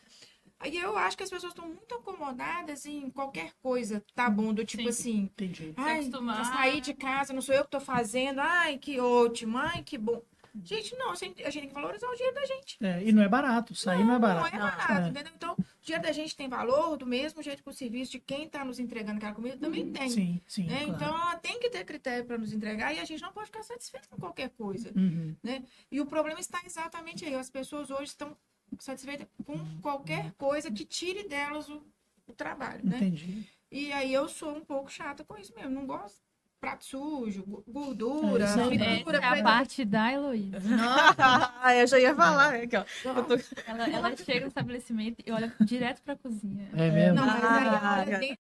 S5: Aí eu acho que as pessoas estão muito acomodadas em qualquer coisa, tá
S4: Uhum.
S5: bom? Do tipo
S7: Sim.
S5: assim,
S4: Entendi.
S5: Ai,
S7: acostumar.
S5: saí de casa, não sou eu que tô fazendo. Ai, que ótimo, ai, que bom. Gente, não, a gente a gente tem que valorizar o dinheiro da gente.
S4: É, e não é barato, sair não, é
S5: Não é
S4: barato.
S5: barato,
S4: É.
S5: entendeu? Então, o dinheiro da gente tem valor do mesmo jeito que o serviço de quem está nos entregando aquela comida também tem.
S4: Hum, Sim, sim.
S5: né?
S4: claro.
S5: Então, ela tem que ter critério para nos entregar e a gente não pode ficar satisfeito com qualquer coisa.
S4: Uhum.
S5: E o problema está exatamente aí. As pessoas hoje estão satisfeitas com qualquer coisa que tire delas o, o trabalho, né?
S4: Entendi.
S5: E aí eu sou um pouco chata com isso mesmo. Não gosto. Prato sujo, gu-
S4: É,
S5: gordura,
S4: isso aí.
S5: fritura,
S7: Essa é a
S5: preta.
S7: parte da Heloísa.
S6: *laughs* Ah, eu já ia falar. Aqui, ó.
S5: Não,
S7: Ela, ela chega no estabelecimento e olha direto pra cozinha.
S2: É mesmo?
S5: Não, mas aí
S6: Ah,
S5: ela
S6: cara.
S5: dentro,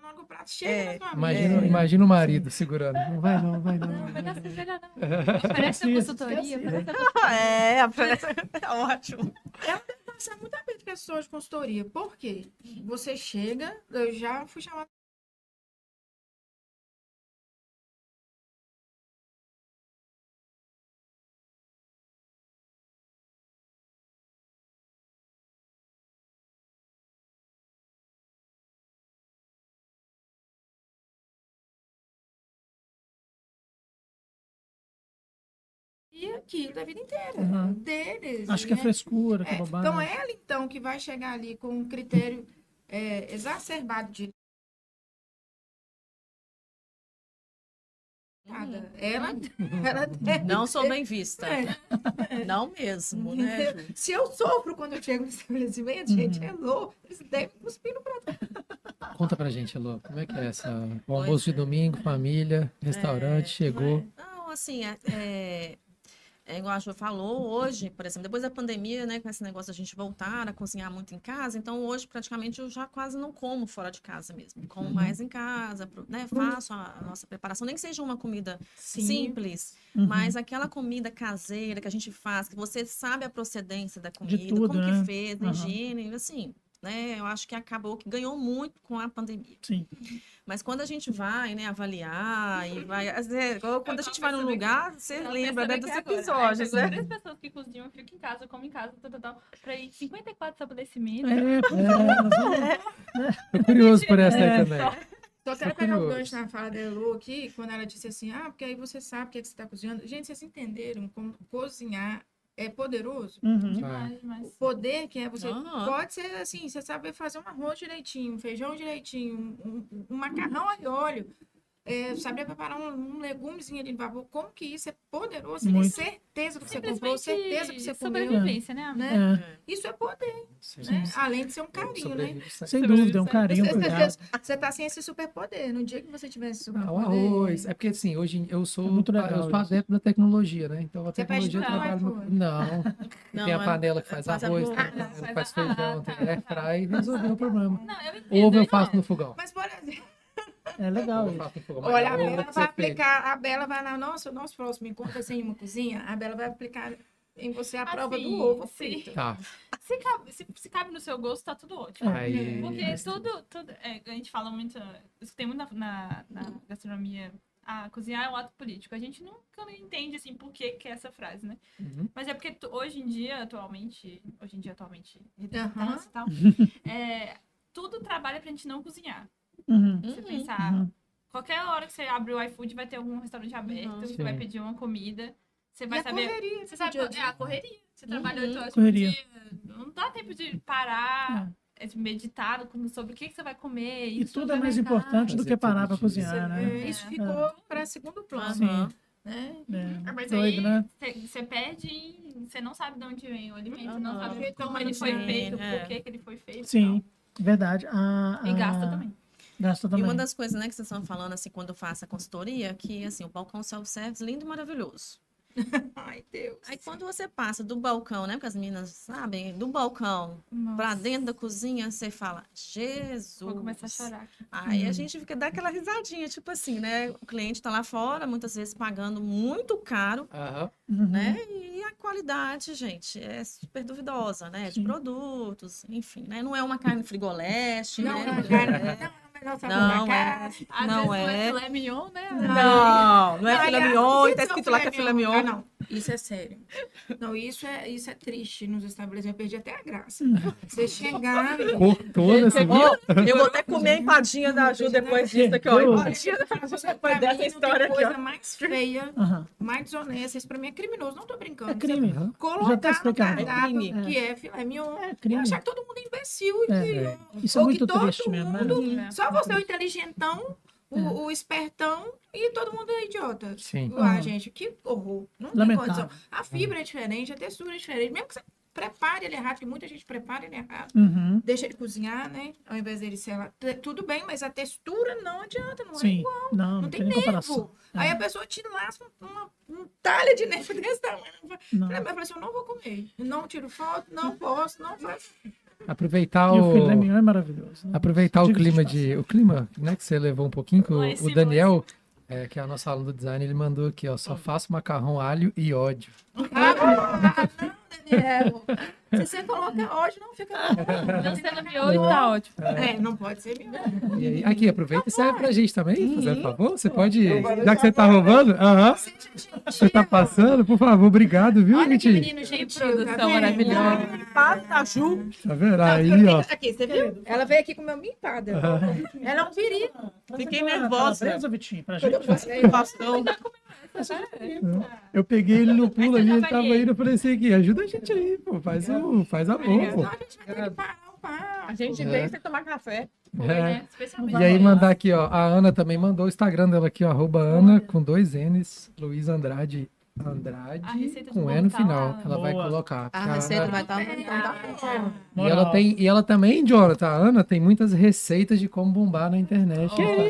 S5: na hora que o prato chega na sua mesa.
S2: Imagina,
S6: É.
S2: imagina o marido segurando. Não vai não, vai não. vai
S7: Não, mas
S2: não.
S7: não se velha, não. Parece uma
S4: Esquece,
S7: consultoria.
S4: esquece.
S7: Parece uma...
S6: *laughs* É, é ótimo.
S5: Nossa, é muita pessoa de consultoria. Por quê? Você chega, eu já fui chamada. E aquilo da vida inteira,
S4: Uhum.
S5: deles.
S4: Acho que é
S5: né?
S4: frescura, que
S5: É,
S4: é bobagem.
S5: então, ela, então, que vai chegar ali com um critério é, exacerbado de. Nada. Ela, *laughs* ela deve
S6: Não
S5: ter-
S6: sou bem vista.
S5: É.
S6: Não mesmo, né? Ju?
S5: Se eu sofro quando eu chego no estabelecimento, gente, é louco. Eles devem cuspir no prato.
S2: Conta pra gente, Elô, como é que é essa? O
S6: Pois
S2: almoço de
S6: é.
S2: domingo, família, restaurante,
S6: É,
S2: chegou.
S6: não é? Não, assim, é, é- é igual a Ju falou, hoje, por exemplo, depois da pandemia, né, com esse negócio da gente voltar a cozinhar muito em casa, então hoje praticamente eu já quase não como fora de casa mesmo.
S4: Uhum.
S6: Como mais em casa, pro- né, faço a a nossa preparação, nem que seja uma comida simples,
S4: Uhum.
S6: mas aquela comida caseira que a gente faz, que você sabe a procedência da comida,
S4: tudo,
S6: como
S4: né?
S6: que fez, a
S4: Aham.
S6: higiene, assim, né? Eu acho que acabou que ganhou muito com a pandemia.
S4: Sim.
S6: Mas quando a gente vai, né, avaliar e vai, às vezes, quando quando a gente vai num lugar, você
S7: Ela
S6: lembra, né,
S7: percebeu
S6: dos
S7: que é agora,
S6: episódios,
S7: ai, tem
S6: né?
S7: Três pessoas que cozinham, eu fico em casa, eu como em casa, tal, tal, tal, pra ir 54 estabelecimentos.
S4: É, pois é, nós vamos-
S2: Tô curioso por essa
S4: É.
S2: aí também.
S5: Só
S2: Tá
S5: quero pegar o
S2: curioso.
S5: gancho na fala da Elô aqui, quando ela disse assim, ah, porque aí você sabe o que, é que você está cozinhando. Gente, vocês entenderam como cozinhar é poderoso?
S4: Uhum.
S7: Demais,
S5: O
S7: demais.
S5: poder que é você
S6: Aham.
S5: Pode ser assim, você saber fazer um arroz direitinho, um feijão direitinho, um, um- um macarrão a óleo, é, saber preparar um, um legumezinho ali no vapor. Como que isso é poderoso? Você tem
S4: Muito.
S5: certeza que você comprou,
S7: Simplesmente
S5: certeza que você comeu.
S7: sobrevivência, né? amiga?
S5: Né?
S4: É,
S5: Isso é poder,
S2: Sim.
S5: né? Além de ser um carinho, né?
S2: Sobrevive sem-
S4: sem dúvida, é um
S7: Você-
S4: carinho, um
S5: Você,
S4: cuidado.
S5: você, tá sem esse superpoder. No dia que você tiver esse
S2: Ah, o
S5: superpoder.
S2: arroz. É porque assim, hoje em- eu sou,
S4: É muito legal
S2: eu sou
S4: isso.
S2: adepto da tecnologia, né? Então a
S5: Você pede
S2: tecnologia
S7: pra
S2: trabalha.
S5: ela,
S2: no- Não,
S6: Não,
S2: tem a
S6: é-
S2: panela que faz
S6: faz
S2: arroz, tem a
S6: arroz.
S2: panela
S7: Ah,
S2: que faz
S7: faz-
S2: feijão,
S7: ah,
S2: tem
S7: tá,
S2: air
S7: tá.
S2: fry e resolveu o problema.
S7: Não, eu entendo. né?
S2: Ovo eu
S7: não.
S2: faço no fogão.
S5: Mas, por exemplo,
S4: É legal
S2: Ovo eu
S4: isso.
S2: faço no fogão. mas
S5: olha, a
S2: ovo
S5: Bela
S2: tem que
S5: vai
S2: ser feito.
S5: aplicar, a Bela vai na nossa, nosso próximo encontro, assim, em uma cozinha, a Bela vai aplicar em você a prova
S7: Assim,
S5: do ovo
S7: sim.
S5: frito.
S2: Tá.
S7: Se cabe, se- se cabe no seu gosto, tá tudo ótimo.
S2: É. Aí.
S7: Porque tudo, tudo é, a gente fala muito, escutei muito na, na, na gastronomia, ah, cozinhar é um ato político. A gente nunca entende, assim, por que que é essa frase, né?
S2: Uhum.
S7: Mas é porque tu- hoje em dia, atualmente, hoje em dia, atualmente,
S5: Aham.
S7: e tal, é, tudo trabalha pra gente não cozinhar.
S4: Uhum.
S7: Se Você
S6: Uhum.
S7: pensar,
S4: Uhum.
S7: qualquer hora que você abre o iFood, vai ter algum restaurante aberto,
S6: Uhum.
S7: você
S2: Sim.
S7: vai pedir uma comida, você
S5: E
S7: vai
S5: a
S7: saber...
S5: correria
S7: Você
S5: do
S7: sabe,
S5: dia a
S7: qual-
S5: dia.
S7: é a correria. Você trabalha
S6: Uhum.
S7: oito horas
S4: Correria.
S7: por dia. Não dá tempo de parar, é, de meditar com- sobre o que, que você vai comer.
S4: E
S7: isso
S4: tudo é
S7: vai
S4: mais
S7: dar.
S4: importante do
S2: Fazer
S4: que parar pra
S2: tudo isso.
S4: cozinhar, né?
S5: É, Isso ficou para segundo plano,
S6: Aham.
S5: né?
S4: É.
S7: Ah, Mas
S4: Doido,
S7: aí
S4: né?
S7: você- você perde e você não sabe de onde vem o alimento, não
S6: Aham.
S7: sabe
S5: Então,
S7: como ele foi
S6: sim,
S7: feito,
S6: é.
S7: por que, que ele foi feito. e
S4: Sim, verdade. A,
S7: tal. E gasta
S4: a-
S7: também.
S4: Gasta
S6: E
S4: também.
S6: uma das coisas, né, que vocês estão falando, assim, quando eu faço a consultoria, que, assim, o balcão self-service, lindo e maravilhoso.
S5: Ai, Deus.
S6: Aí quando você passa do balcão, né, porque as meninas sabem, do balcão pra dentro da cozinha, você fala, Jesus.
S7: Vou começar a chorar. aqui.
S6: Aí a gente fica dá aquela risadinha, tipo assim, né? O cliente tá lá fora, muitas vezes pagando muito caro,
S2: Aham.
S4: Uhum.
S6: né? E a qualidade, gente, é super duvidosa, né? De
S4: Sim.
S6: produtos, enfim, né? Não é uma carne frigoleste,
S5: Não, é.
S6: né?
S5: não, cara, não é o melhor sabor
S6: Não
S5: da
S6: é.
S5: casa.
S7: Às
S6: Não
S7: vezes
S6: é.
S7: filé mignon, né?
S6: Não, não é
S5: Ai,
S6: filé
S5: ah,
S6: mignon,
S5: se
S6: tá
S5: não
S6: escrito lá que é filé mignon.
S5: Ah, não. Isso é sério. Não, isso é, isso é triste nos estabelecimentos. Eu perdi até a graça. Você chegar.
S2: Cortou
S4: né,
S2: nessa
S8: Ó, eu vou até comer a empadinha da Ju depois disso aqui, ó.
S4: Perdeu.
S8: Empadinha da Ju
S5: Pra
S8: depois
S5: mim,
S8: dessa
S5: não
S8: história
S5: tem
S8: aqui,
S5: coisa
S8: ó.
S5: mais feia,
S4: Aham.
S5: mais desonesta. Isso pra mim é criminoso. Não tô brincando.
S4: É crime.
S2: Aham.
S4: Já
S5: Colocar
S4: testou
S5: no
S4: que é
S8: crime?
S5: cardápio
S8: É.
S5: que é filé mignon.
S4: É
S5: E
S4: crime.
S5: achar todo mundo imbecil. e
S4: É,
S5: que-
S2: é.
S4: Isso é
S5: Ou que
S4: muito
S5: todo
S4: triste mesmo. né? É.
S5: mundo-
S7: É.
S5: Só você é o inteligentão, o, o espertão e todo mundo é idiota.
S2: Sim.
S5: Ah,
S4: Uhum.
S5: gente, que horror. Não tem
S4: Lamentável.
S5: condição. A fibra é diferente, a textura é diferente. Mesmo que você prepare ele errado, que muita gente prepara ele errado.
S4: Uhum.
S5: Deixa ele cozinhar, né? Ao invés dele ser lá. T- Tudo bem, mas a textura não adianta, não é
S4: Sim.
S5: igual.
S4: Não,
S5: Não
S4: não
S5: tem
S4: tem nem comparação.
S5: Pô,
S4: É.
S5: Aí a pessoa te lasca uma, um talha de neve *laughs* desse tamanho.
S4: Uhum.
S5: Eu
S4: Não.
S5: falei, mas eu falei assim, eu não vou comer. Não tiro foto, não posso, não faço.
S2: Aproveitar
S4: E o filé
S2: o,
S4: mignon é maravilhoso. né?
S2: aproveitar o
S4: Diga-se de
S2: clima de. O clima, né, que você levou um pouquinho, que o,
S7: Lá em
S2: o
S7: cima,
S2: Daniel, é, que é a nossa aula do design, ele mandou aqui, ó.
S5: Hum.
S2: Só faço macarrão, alho e ódio.
S5: Ah, não, ah, Daniel. Se você coloca ódio, não fica bom.
S7: Não sendo miolo e tá ótimo.
S5: É, não pode ser meu.
S2: E
S5: Hum,
S2: aí- aqui, aproveita e serve pra gente também, fazer favor. Você pode.
S8: eu vou
S2: Já que você tá roubando, aham. Você tá passando, por favor, obrigado, viu,
S5: Olha que
S2: gente?
S5: menino
S7: Que
S5: gentil.
S7: produção
S5: tá vendo?
S7: maravilhosa.
S5: Ah,
S8: Empada da Ju.
S2: Tá vendo?
S5: não,
S2: Aí,
S5: fiquei-
S2: ó.
S5: Aqui, você viu? Ela veio aqui com uma mimpada. Ela é um perigo.
S4: Traz
S8: Fiquei
S4: aquela
S8: nervosa.
S4: calabresa, Vitinho, pra gente.
S8: Bastão.
S5: tá.
S2: Eu peguei ele no pulo
S7: Essa eu
S2: ali,
S7: já
S2: ele tava
S7: apanhei.
S2: indo, eu falei assim, aqui, ajuda a gente aí, pô. Faz, o, faz a
S5: Senão
S2: boa,
S5: a gente vai ter que parar o
S8: A
S5: par.
S8: gente
S2: É.
S8: veio sem tomar café.
S2: pô.
S7: Foi,
S2: É.
S7: né? Especialmente.
S2: E aí mandar aqui, ó. A Ana também mandou o Instagram dela aqui, ó. Arroba Ana com dois N's, Luiz Andrade.
S7: A
S2: Andrade
S7: receita de
S2: com
S7: bolo
S2: E no
S7: tá
S2: final.
S7: lá.
S2: Ela vai
S4: Boa.
S2: colocar.
S8: A
S2: porque
S8: receita vai estar
S2: E ela, tem, e ela também, Jonathan, a Ana, tem muitas receitas de como bombar na internet.
S5: Ela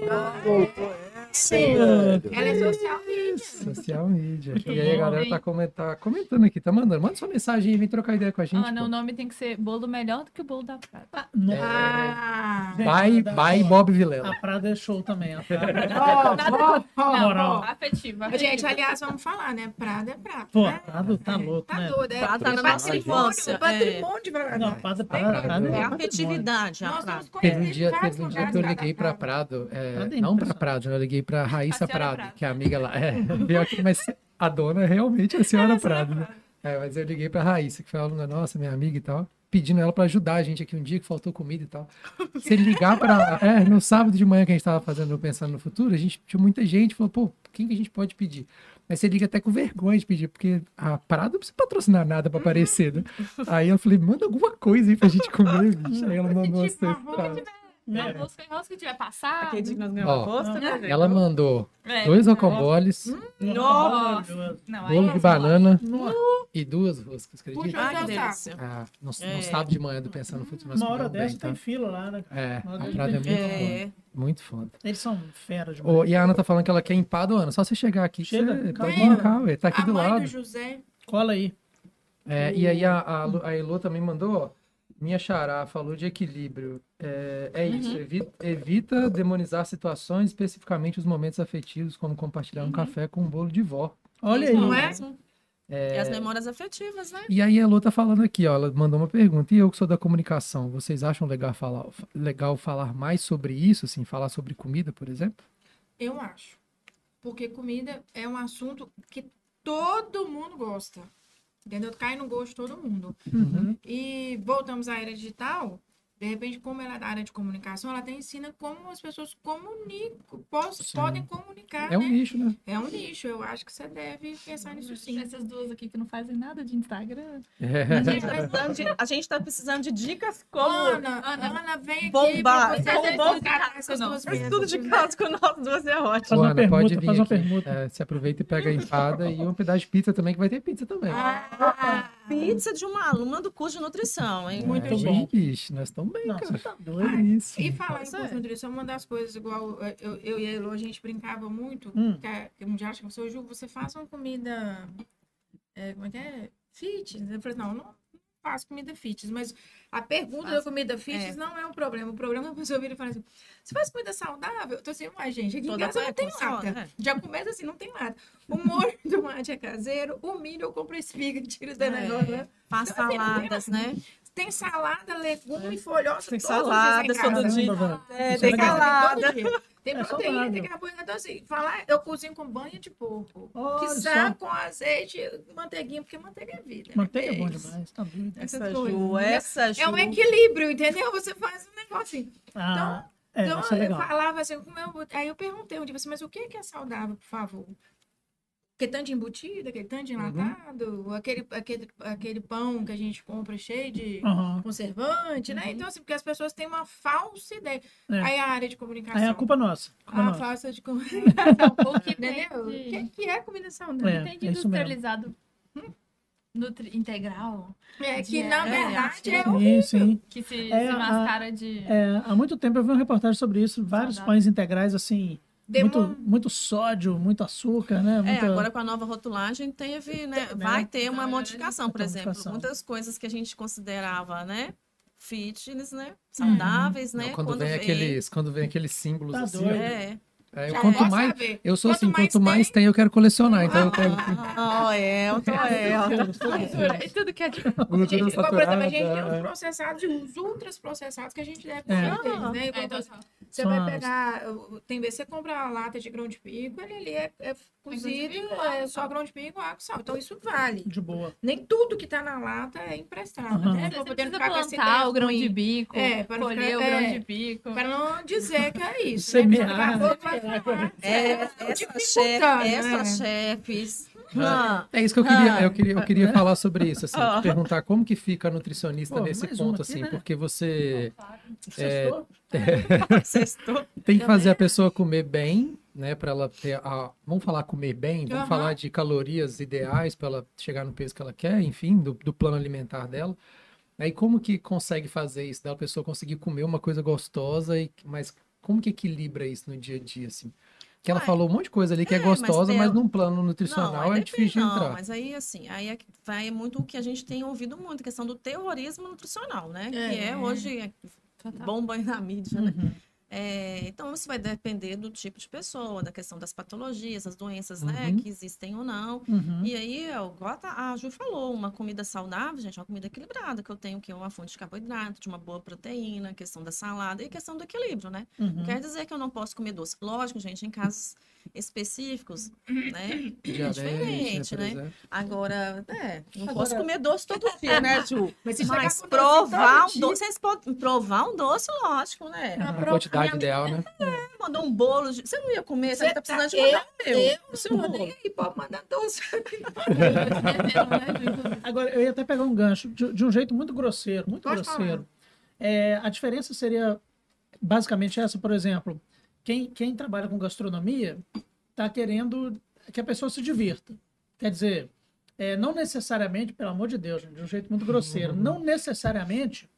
S5: é social media.
S2: Social media.
S7: Muito
S2: e aí a
S7: bom,
S2: galera
S7: hein?
S2: tá, comentar, comentando aqui, tá mandando. Manda sua mensagem aí, vem trocar ideia com a gente.
S7: Ah, não, o
S2: pô.
S7: nome tem que ser bolo melhor do que o bolo da Prata.
S4: Nossa.
S5: Ah.
S4: Gente,
S2: Bye,
S4: da
S2: bye,
S4: hora.
S2: Bob Vilela.
S4: A Prada é show também. A Prada.
S5: Ó, ó, ó.
S4: Moral.
S7: Tá Afetivo,
S5: Gente,
S7: afetivo.
S5: aliás, vamos falar, né? Prada é prata.
S4: Pô,
S5: né?
S4: a Prada tá louco,
S5: Tá
S4: né?
S5: doido, é.
S8: Prada na nossa infância,
S5: patrimônio, Um patrimônio de
S4: Não, a
S5: Valadares.
S4: Prada,
S3: Prada
S4: Prada,
S3: é
S4: Prada
S6: É
S4: é
S6: a
S4: patrimônio.
S6: afetividade, a
S5: Nós vamos
S6: frase.
S5: conhecer
S2: Teve um dia,
S5: vários
S2: teve um dia
S5: lugares
S2: que eu
S5: da-
S2: liguei
S5: da-
S2: pra
S5: da-
S2: Prado, é,
S4: Prado é
S2: não pra
S4: impressionante.
S2: Prado, eu liguei pra Raíssa
S7: A senhora
S2: Prado,
S7: Prado.
S2: que é amiga lá. É, *laughs* pior que- mas a dona realmente é a senhora Prado, né? É, mas eu liguei pra Raíssa, que foi uma aluna nossa, minha amiga e tal, pedindo ela pra ajudar a gente aqui um dia que faltou comida e *laughs* tal. Se ligar pra. É, no sábado de manhã que a gente tava fazendo o Pensando no Futuro, a gente tinha muita gente, falou, pô, quem que a gente pode pedir? Aí você liga até com vergonha de pedir, porque a Prado não precisa patrocinar nada pra aparecer, né? Aí eu falei, manda alguma coisa aí pra gente *laughs* comer, bicho. Aí ela mandou
S5: Tipo,
S2: você.
S5: arroz de
S4: né?
S5: É.
S7: A música e rosto que tiver passado.
S8: Aquele dia que nós ganhamos
S2: Ó,
S8: a costa.
S7: ela
S8: né?
S2: Ela mandou
S7: É.
S2: dois rocomboles,
S4: tá
S8: Nossa.
S4: Maravilhoso.
S7: Não, aí
S2: bolo
S7: é
S2: de
S7: só-
S2: banana
S4: Nossa,
S2: e duas roscas, acredita?
S5: Puxa,
S8: Ai, que
S5: Nossa.
S8: delícia.
S2: Ah, não,
S8: É.
S2: não sabe de manhã do Pensando no Futuro. nós
S4: Uma hora
S2: comemos bem,
S4: dessa tem
S2: tá?
S4: fila lá, né?
S2: É,
S4: Uma
S2: a
S4: hora dessa
S2: Prada é
S4: tem
S2: muito
S4: fila.
S2: foda.
S8: É.
S2: Muito foda.
S4: Eles são fera demais.
S2: Ô, e a Ana tá falando que ela quer empada, Ana. Só você chegar aqui, que
S4: Chega,
S2: você pode
S5: calma.
S2: marcar, ué. Tá aqui
S5: a
S2: do
S5: mãe
S2: lado.
S5: do José.
S4: Cola aí.
S2: É, e aí a, a, Lu- a Elô também mandou, ó, minha xará falou de equilíbrio. É, é isso, evi- evita, demonizar situações, especificamente os momentos afetivos, como compartilhar um café com um bolo de vó.
S4: Olha
S6: Isso
S4: aí.
S5: Não é?
S6: mesmo. E as memórias afetivas, né?
S2: E aí a Elô tá falando aqui, ó, ela mandou uma pergunta. E eu que sou da comunicação, vocês acham legal falar, legal falar mais sobre isso, assim, falar sobre comida, por exemplo?
S5: Eu acho. Porque comida é um assunto que todo mundo gosta. Entendeu? Cai no gosto de todo mundo.
S2: Uhum.
S5: E voltamos à era digital. De repente, como ela é da área de comunicação, ela até ensina como as pessoas comunicam, pos-
S2: Sim.
S5: podem comunicar,
S2: É um
S5: né?
S2: nicho, né?
S5: É um nicho. Eu acho que você deve pensar nisso sim.
S8: é
S7: Essas duas aqui que não fazem nada de Instagram.
S2: É.
S8: Gente, nós precisamos de- A gente tá precisando de dicas como
S5: Ana, Ana, vem aqui
S8: Bombar. É
S5: pra vocês
S8: Bombar.
S5: resgatarem essas
S7: Não,
S5: duas
S8: Esse
S5: mesas.
S8: tudo de caso com nós duas é ótimo.
S4: Faz uma
S2: Ana, pode
S4: permuta,
S2: vir
S4: faz uma
S2: aqui.
S4: permuta.
S2: É, se aproveita e pega a empada e um pedaço de pizza também, que vai ter pizza também.
S5: Ah,
S6: Pizza de uma aluna do curso de nutrição, hein?
S5: muito
S2: Aí,
S4: bom.
S2: bicho, É, nós estamos bem,
S4: Não,
S2: cara.
S4: você tá doido.
S2: Olha isso.
S5: E falar em
S6: Pois é.
S5: curso de nutrição, uma das coisas, igual eh, eu, eu e a Elo, a gente brincava muito,
S4: Hum.
S5: que a- que um dia acho que você, Ju, você faz uma comida, eh, como é que é? Fitness. Eu falei, não, eu não faço comida fitness, mas a pergunta da comida fitness não é um problema. O problema é a pessoa vir e falar assim, você faz comida saudável? Eu tô assim, mas gente, aqui em
S6: Toda
S5: casa não tem
S6: pré-conceituada,
S5: lata.
S6: né?
S5: Já começa assim, não tem lata. O molho do mate é caseiro, o milho eu compro espiga, tiro esse
S6: É.
S5: negócio, né?
S6: Faz É.
S5: Então, assim, não tem
S6: saladas, né?
S5: Tem salada, legume, folhosa,
S8: Tem
S5: todos os dias lá em
S8: salada
S5: casa. né?
S8: todo dia.
S4: Caramba, velho.
S8: É,
S4: Isso
S8: tem
S4: legal.
S8: salada.
S5: Todo dia. Tem
S4: É
S5: proteína,
S4: saudável.
S5: tem carboidrato. Então, assim, falar, eu cozinho com banha de porco.
S4: Olha
S5: Quiçá
S4: só,
S5: com azeite, manteiguinha, porque manteiga é vida. né?
S4: manteiga é bom
S5: isso.
S4: demais, tá doido.
S8: Essa
S5: essas coisas,
S8: Ju,
S5: né?
S8: essa Ju.
S5: É um equilíbrio, entendeu? Você faz um negócio assim.
S4: Ah, é,
S5: então,
S4: isso é
S5: eu
S4: legal.
S5: falava assim, como eu- aí eu perguntei um dia, assim, mas o que que é saudável, por favor? Aquele tanto de embutido, aquele tanto de
S4: Uhum.
S5: enlatado, aquele, aquele, aquele pão que a gente compra cheio de
S4: Aham.
S5: conservante, né? Então, assim, porque as pessoas têm uma falsa ideia.
S4: Uhum. É.
S5: Aí a área de comunicação.
S4: Aí é a culpa nossa. culpa
S5: a
S4: nossa.
S5: falsa Ah, de comunicação.
S7: *laughs* O que
S5: Entendeu? né? O que,
S7: vende,
S5: que é comida
S4: É.
S5: saudável?
S7: vende
S4: é isso mesmo.
S7: industrializado Hum? nutri- integral,
S5: É, que, na
S6: É,
S5: verdade, é,
S7: né?
S6: acho
S5: o
S4: Sim, sim.
S7: que se,
S4: É,
S7: se
S4: a-
S7: mascara de...
S4: É, há muito tempo eu vi uma reportagem sobre isso, vários
S7: Saudável.
S4: pães integrais, assim, muito,
S5: demônio.
S4: muito sódio, muito açúcar, né?
S6: É,
S4: Muita-
S6: agora com a nova rotulagem teve, né? Vai ter uma
S7: Vai
S6: modificação, por
S4: ter uma
S6: exemplo.
S4: modificação.
S6: Muitas coisas que a gente considerava, né? Fitness, né? Saudáveis, né?
S2: Não, quando, vem aqueles, quando vem aqueles símbolos
S4: Tá
S2: assim,
S4: doido.
S6: É.
S2: é, eu
S5: Já
S2: quanto
S5: posso
S2: mais
S5: saber.
S2: eu sou
S5: Quanto
S2: assim,
S5: mais
S2: quanto mais tem eu quero colecionar, então eu quero *laughs*
S6: Ah, é, eu tô- é, ó, tá-
S7: Cultura, e tudo que é de
S2: gordura
S5: Gente, por exemplo, a gente tem
S2: saturada,
S5: os processados e os ultras processados que a gente deve
S4: É.
S5: comer, deles, né?
S7: É,
S5: Então,
S7: então,
S5: Você
S4: São
S5: vai
S4: as-
S5: pegar, uh, tem vezes você compra uma lata de grão de pico, ele ali é, é cozido,
S7: pico,
S5: é só grão de pico, água e sal. Então isso vale.
S4: de boa.
S5: Nem tudo que tá na lata é emprestado,
S4: Aham.
S5: né?
S7: Você
S5: Pra poder
S7: precisa
S5: ficar com essa
S7: plantar
S5: ideia
S7: o grão
S5: ruim.
S7: de bico,
S5: É, para não
S7: colher
S5: ficar-
S7: o grão
S5: é.
S7: de bico.
S5: Para não dizer que é isso.
S4: Semear,
S5: Né? Porque daqui a pouco vai falar,
S6: é,
S5: né?
S6: essa chefe,
S5: Dificultando,
S6: essa
S5: né?
S6: chefes. Ah,
S2: É isso que eu queria, eu queria, eu queria falar sobre isso, assim, te perguntar como que fica a nutricionista
S4: Pô,
S2: nesse
S4: mais uma
S2: ponto,
S4: aqui,
S2: assim,
S4: né?
S2: porque você É,
S4: Sextou? *laughs*
S6: sextou.
S2: tem que fazer a pessoa comer bem, né, para ela ter a, vamos falar comer bem, vamos
S5: Aham.
S2: falar de calorias ideais para ela chegar no peso que ela quer, enfim, do, do plano alimentar dela. Aí como que consegue fazer isso? Da pessoa conseguir comer uma coisa gostosa e mas como que equilibra isso no dia a dia, assim? Que ela
S6: Ué,
S2: falou um monte de coisa ali que é,
S6: é, mas
S2: gostosa,
S6: tem
S2: mas
S6: o-
S2: num plano
S6: Não,
S2: nutricional
S6: aí
S2: é difícil de
S6: depende,
S2: entrar.
S6: Não, mas aí, assim, aí é que vai muito o que a gente tem ouvido muito, a questão do terrorismo nutricional, né? Que é
S5: É.
S6: hoje é,
S7: Total.
S6: bomba aí na mídia, né?
S4: Uhum.
S6: É, então, isso vai depender do tipo de pessoa, da questão das patologias, das doenças, né?
S2: Uhum.
S6: Que existem ou não.
S4: Uhum.
S6: E aí, é o- igual a Ta- a Ju falou, uma comida saudável, gente, é uma comida equilibrada, que eu tenho que uma fonte de carboidrato, de uma boa proteína, questão da salada e questão do equilíbrio, né?
S4: Uhum.
S6: Não quer dizer que eu não posso comer doce. Lógico, gente, em casos específicos, né? É
S2: Diabetes,
S6: diferente,
S2: por
S6: né?
S2: exemplo.
S6: Agora, é, não posso comer doce todo dia, né, Ju?
S5: Mas, se chegar
S6: Mas
S5: com doce então,
S6: provar
S5: todo
S6: um
S5: dia-
S6: doce, vocês podem provar um doce, lógico, né?
S2: A
S5: pro-
S2: quantidade
S6: minha-
S2: ideal, né?
S6: Você mandou um bolo, de- você não ia comer, você,
S5: Você
S6: tá precisando de
S5: tá-
S6: mandar o meu. é
S5: eu
S6: o seu
S5: Não, nem
S6: bolo.
S5: aí, pode mandar doce.
S7: né,
S5: *laughs*
S4: Agora, eu ia até pegar um gancho, de, de um jeito muito grosseiro, muito
S5: Pode
S4: grosseiro. É, a diferença seria basicamente essa, por exemplo, quem, quem trabalha com gastronomia está querendo que a pessoa se divirta. Quer dizer, é, não necessariamente, pelo amor de Deus, gente, de um jeito muito grosseiro, não necessariamente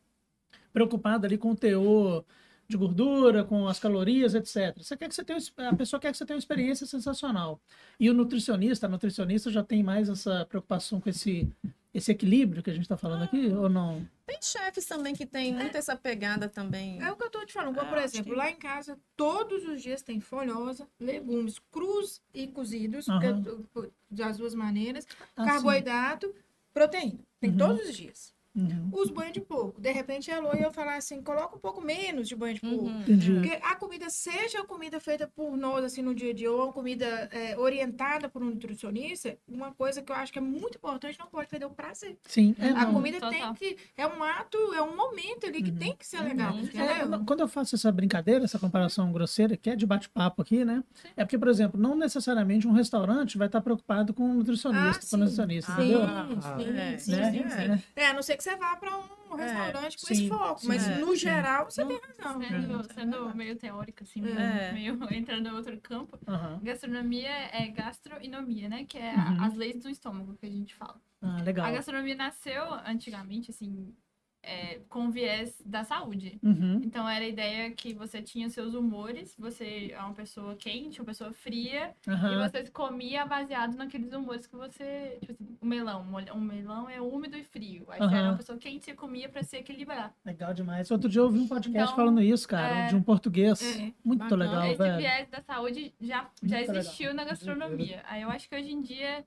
S4: preocupado ali com o teor de gordura, com as calorias, etc. Você quer que você tenha, uma- a pessoa quer que você tenha uma experiência sensacional. E o nutricionista, a nutricionista já tem mais essa preocupação com esse, esse equilíbrio que a gente está falando aqui, ou não?
S6: Tem chefes também que tem muito essa pegada também.
S5: É o que eu tô te falando. Como,
S6: Ah,
S5: por
S6: acho
S5: exemplo,
S6: que-
S5: lá em casa, todos os dias tem folhosa, legumes crus e cozidos, porque
S4: Aham.
S5: eu- eu- das duas maneiras,
S4: Ah,
S5: carboidrato, proteína. Tem
S4: Uhum.
S5: todos os dias.
S4: sim. Uhum.
S5: Os banhos de porco. De repente, a Lô ia falar assim, coloca um pouco menos de banho de porco.
S6: Uhum.
S4: Entendi.
S5: Porque a comida, seja a comida feita por nós, assim, no dia a dia, ou uma comida é, orientada por um nutricionista, uma coisa que eu acho que é muito importante, não pode perder o prazer.
S4: Sim, é,
S5: A
S4: não.
S5: comida tem
S7: Total.
S5: que... É um ato, é um momento ali que
S4: Uhum.
S5: tem que ser legal,
S6: Uhum.
S4: É,
S5: entendeu?
S4: não, quando eu faço essa brincadeira, essa comparação grosseira, que é de bate-papo aqui, né? É porque, por exemplo, não necessariamente um restaurante vai estar preocupado com um nutricionista,
S5: Ah,
S4: com um
S5: sim.
S4: nutricionista,
S6: Ah,
S4: entendeu?
S6: é.
S5: sim, sim,
S4: né?
S5: sim, sim.
S4: É.
S5: É, a não ser que você vá para um restaurante com
S4: sim,
S5: esse foco. Mas
S6: sim.
S5: no geral, você tem razão.
S7: Sendo, sendo meio teórica, assim,
S6: É.
S7: meio *laughs* entrando em outro campo,
S4: Aham.
S7: gastronomia é gastronomia, né? Que é a-
S4: Uhum.
S7: as leis do estômago que a gente fala.
S4: Ah, legal.
S7: A gastronomia nasceu antigamente, assim, é, com viés da saúde.
S4: Uhum.
S7: Então era a ideia que você tinha seus humores, você é uma pessoa quente, uma pessoa fria, e
S4: Aham.
S7: você comia baseado naqueles humores que você. Tipo assim, o melão. molha- O melão é úmido e frio. Aí você era
S4: Aham.
S7: uma pessoa quente, você comia pra se equilibrar.
S4: Legal demais. Outro dia eu ouvi um podcast
S7: Então,
S4: falando isso, cara,
S7: é-
S4: de um português.
S5: É,
S4: Muito
S6: bacana.
S4: legal,
S7: Esse
S4: velho.
S7: viés da saúde já, já
S4: Muito legal.
S7: existiu na gastronomia. Aí eu acho que hoje em dia,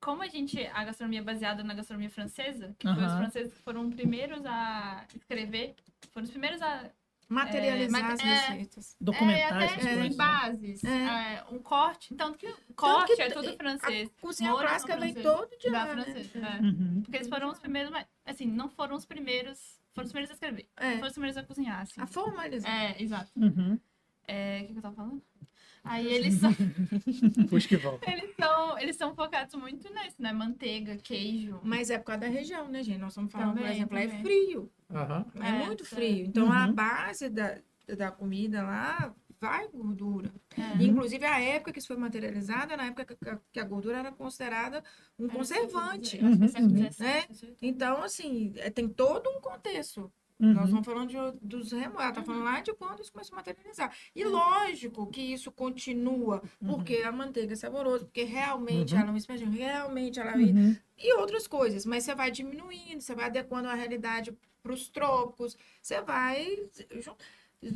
S7: como a gente. A gastronomia é baseada na gastronomia francesa, que foi os
S4: Aham.
S7: franceses que foram os primeiros a escrever, foram os primeiros a
S5: Materializar
S7: mas-
S5: as
S7: é,
S5: receitas.
S4: Documentar
S7: é,
S4: essas
S7: até em
S4: coisas. né?
S7: bases.
S5: É.
S7: é, um corte. Tanto que corte
S5: que
S7: é
S5: t-
S7: tudo francês.
S5: A cozinha
S7: Moura
S5: clássica
S7: são
S5: vem
S7: franceses.
S5: todo de
S7: da
S5: lá, né?
S7: francesa. é.
S4: Uhum.
S7: Porque eles foram os primeiros, mas assim, não foram os primeiros. Foram os primeiros a escrever.
S5: É,
S7: Foram os primeiros a cozinhar, assim.
S5: A formalizar.
S7: É, exato.
S4: Uhum.
S7: É, o que, que eu tava falando? Aí eles são,
S2: Puxa que volta.
S7: eles são, eles são focados muito nisso, né? Manteiga, queijo. né?
S5: Mas é por causa da região, né, gente? Nós estamos falando, por
S7: Também,
S5: exemplo, lá é
S7: também.
S5: frio.
S2: Aham.
S5: É,
S7: É,
S5: muito
S7: tá.
S5: frio. Então a
S4: Uhum.
S5: base da, da comida lá vai gordura.
S7: É.
S5: Inclusive, a época que isso foi materializado era na época que a, que a gordura era considerada um
S7: Era isso que eu quis
S5: conservante.
S7: dizer, acho que é século
S4: Uhum,
S7: XVII,
S5: né?
S7: XVIII.
S5: Então, assim, é- tem todo um contexto. Nós
S4: Uhum.
S5: não falando de- dos remos, ela está falando lá de quando isso começou a materializar. E
S7: Uhum.
S5: lógico que isso continua, porque
S4: Uhum.
S5: a manteiga é saborosa, porque realmente
S2: Uhum.
S5: ela é uma espécie, realmente ela é
S4: Uhum.
S5: e outras coisas, mas você vai diminuindo, você vai adequando a realidade para os trópicos, você vai, ju-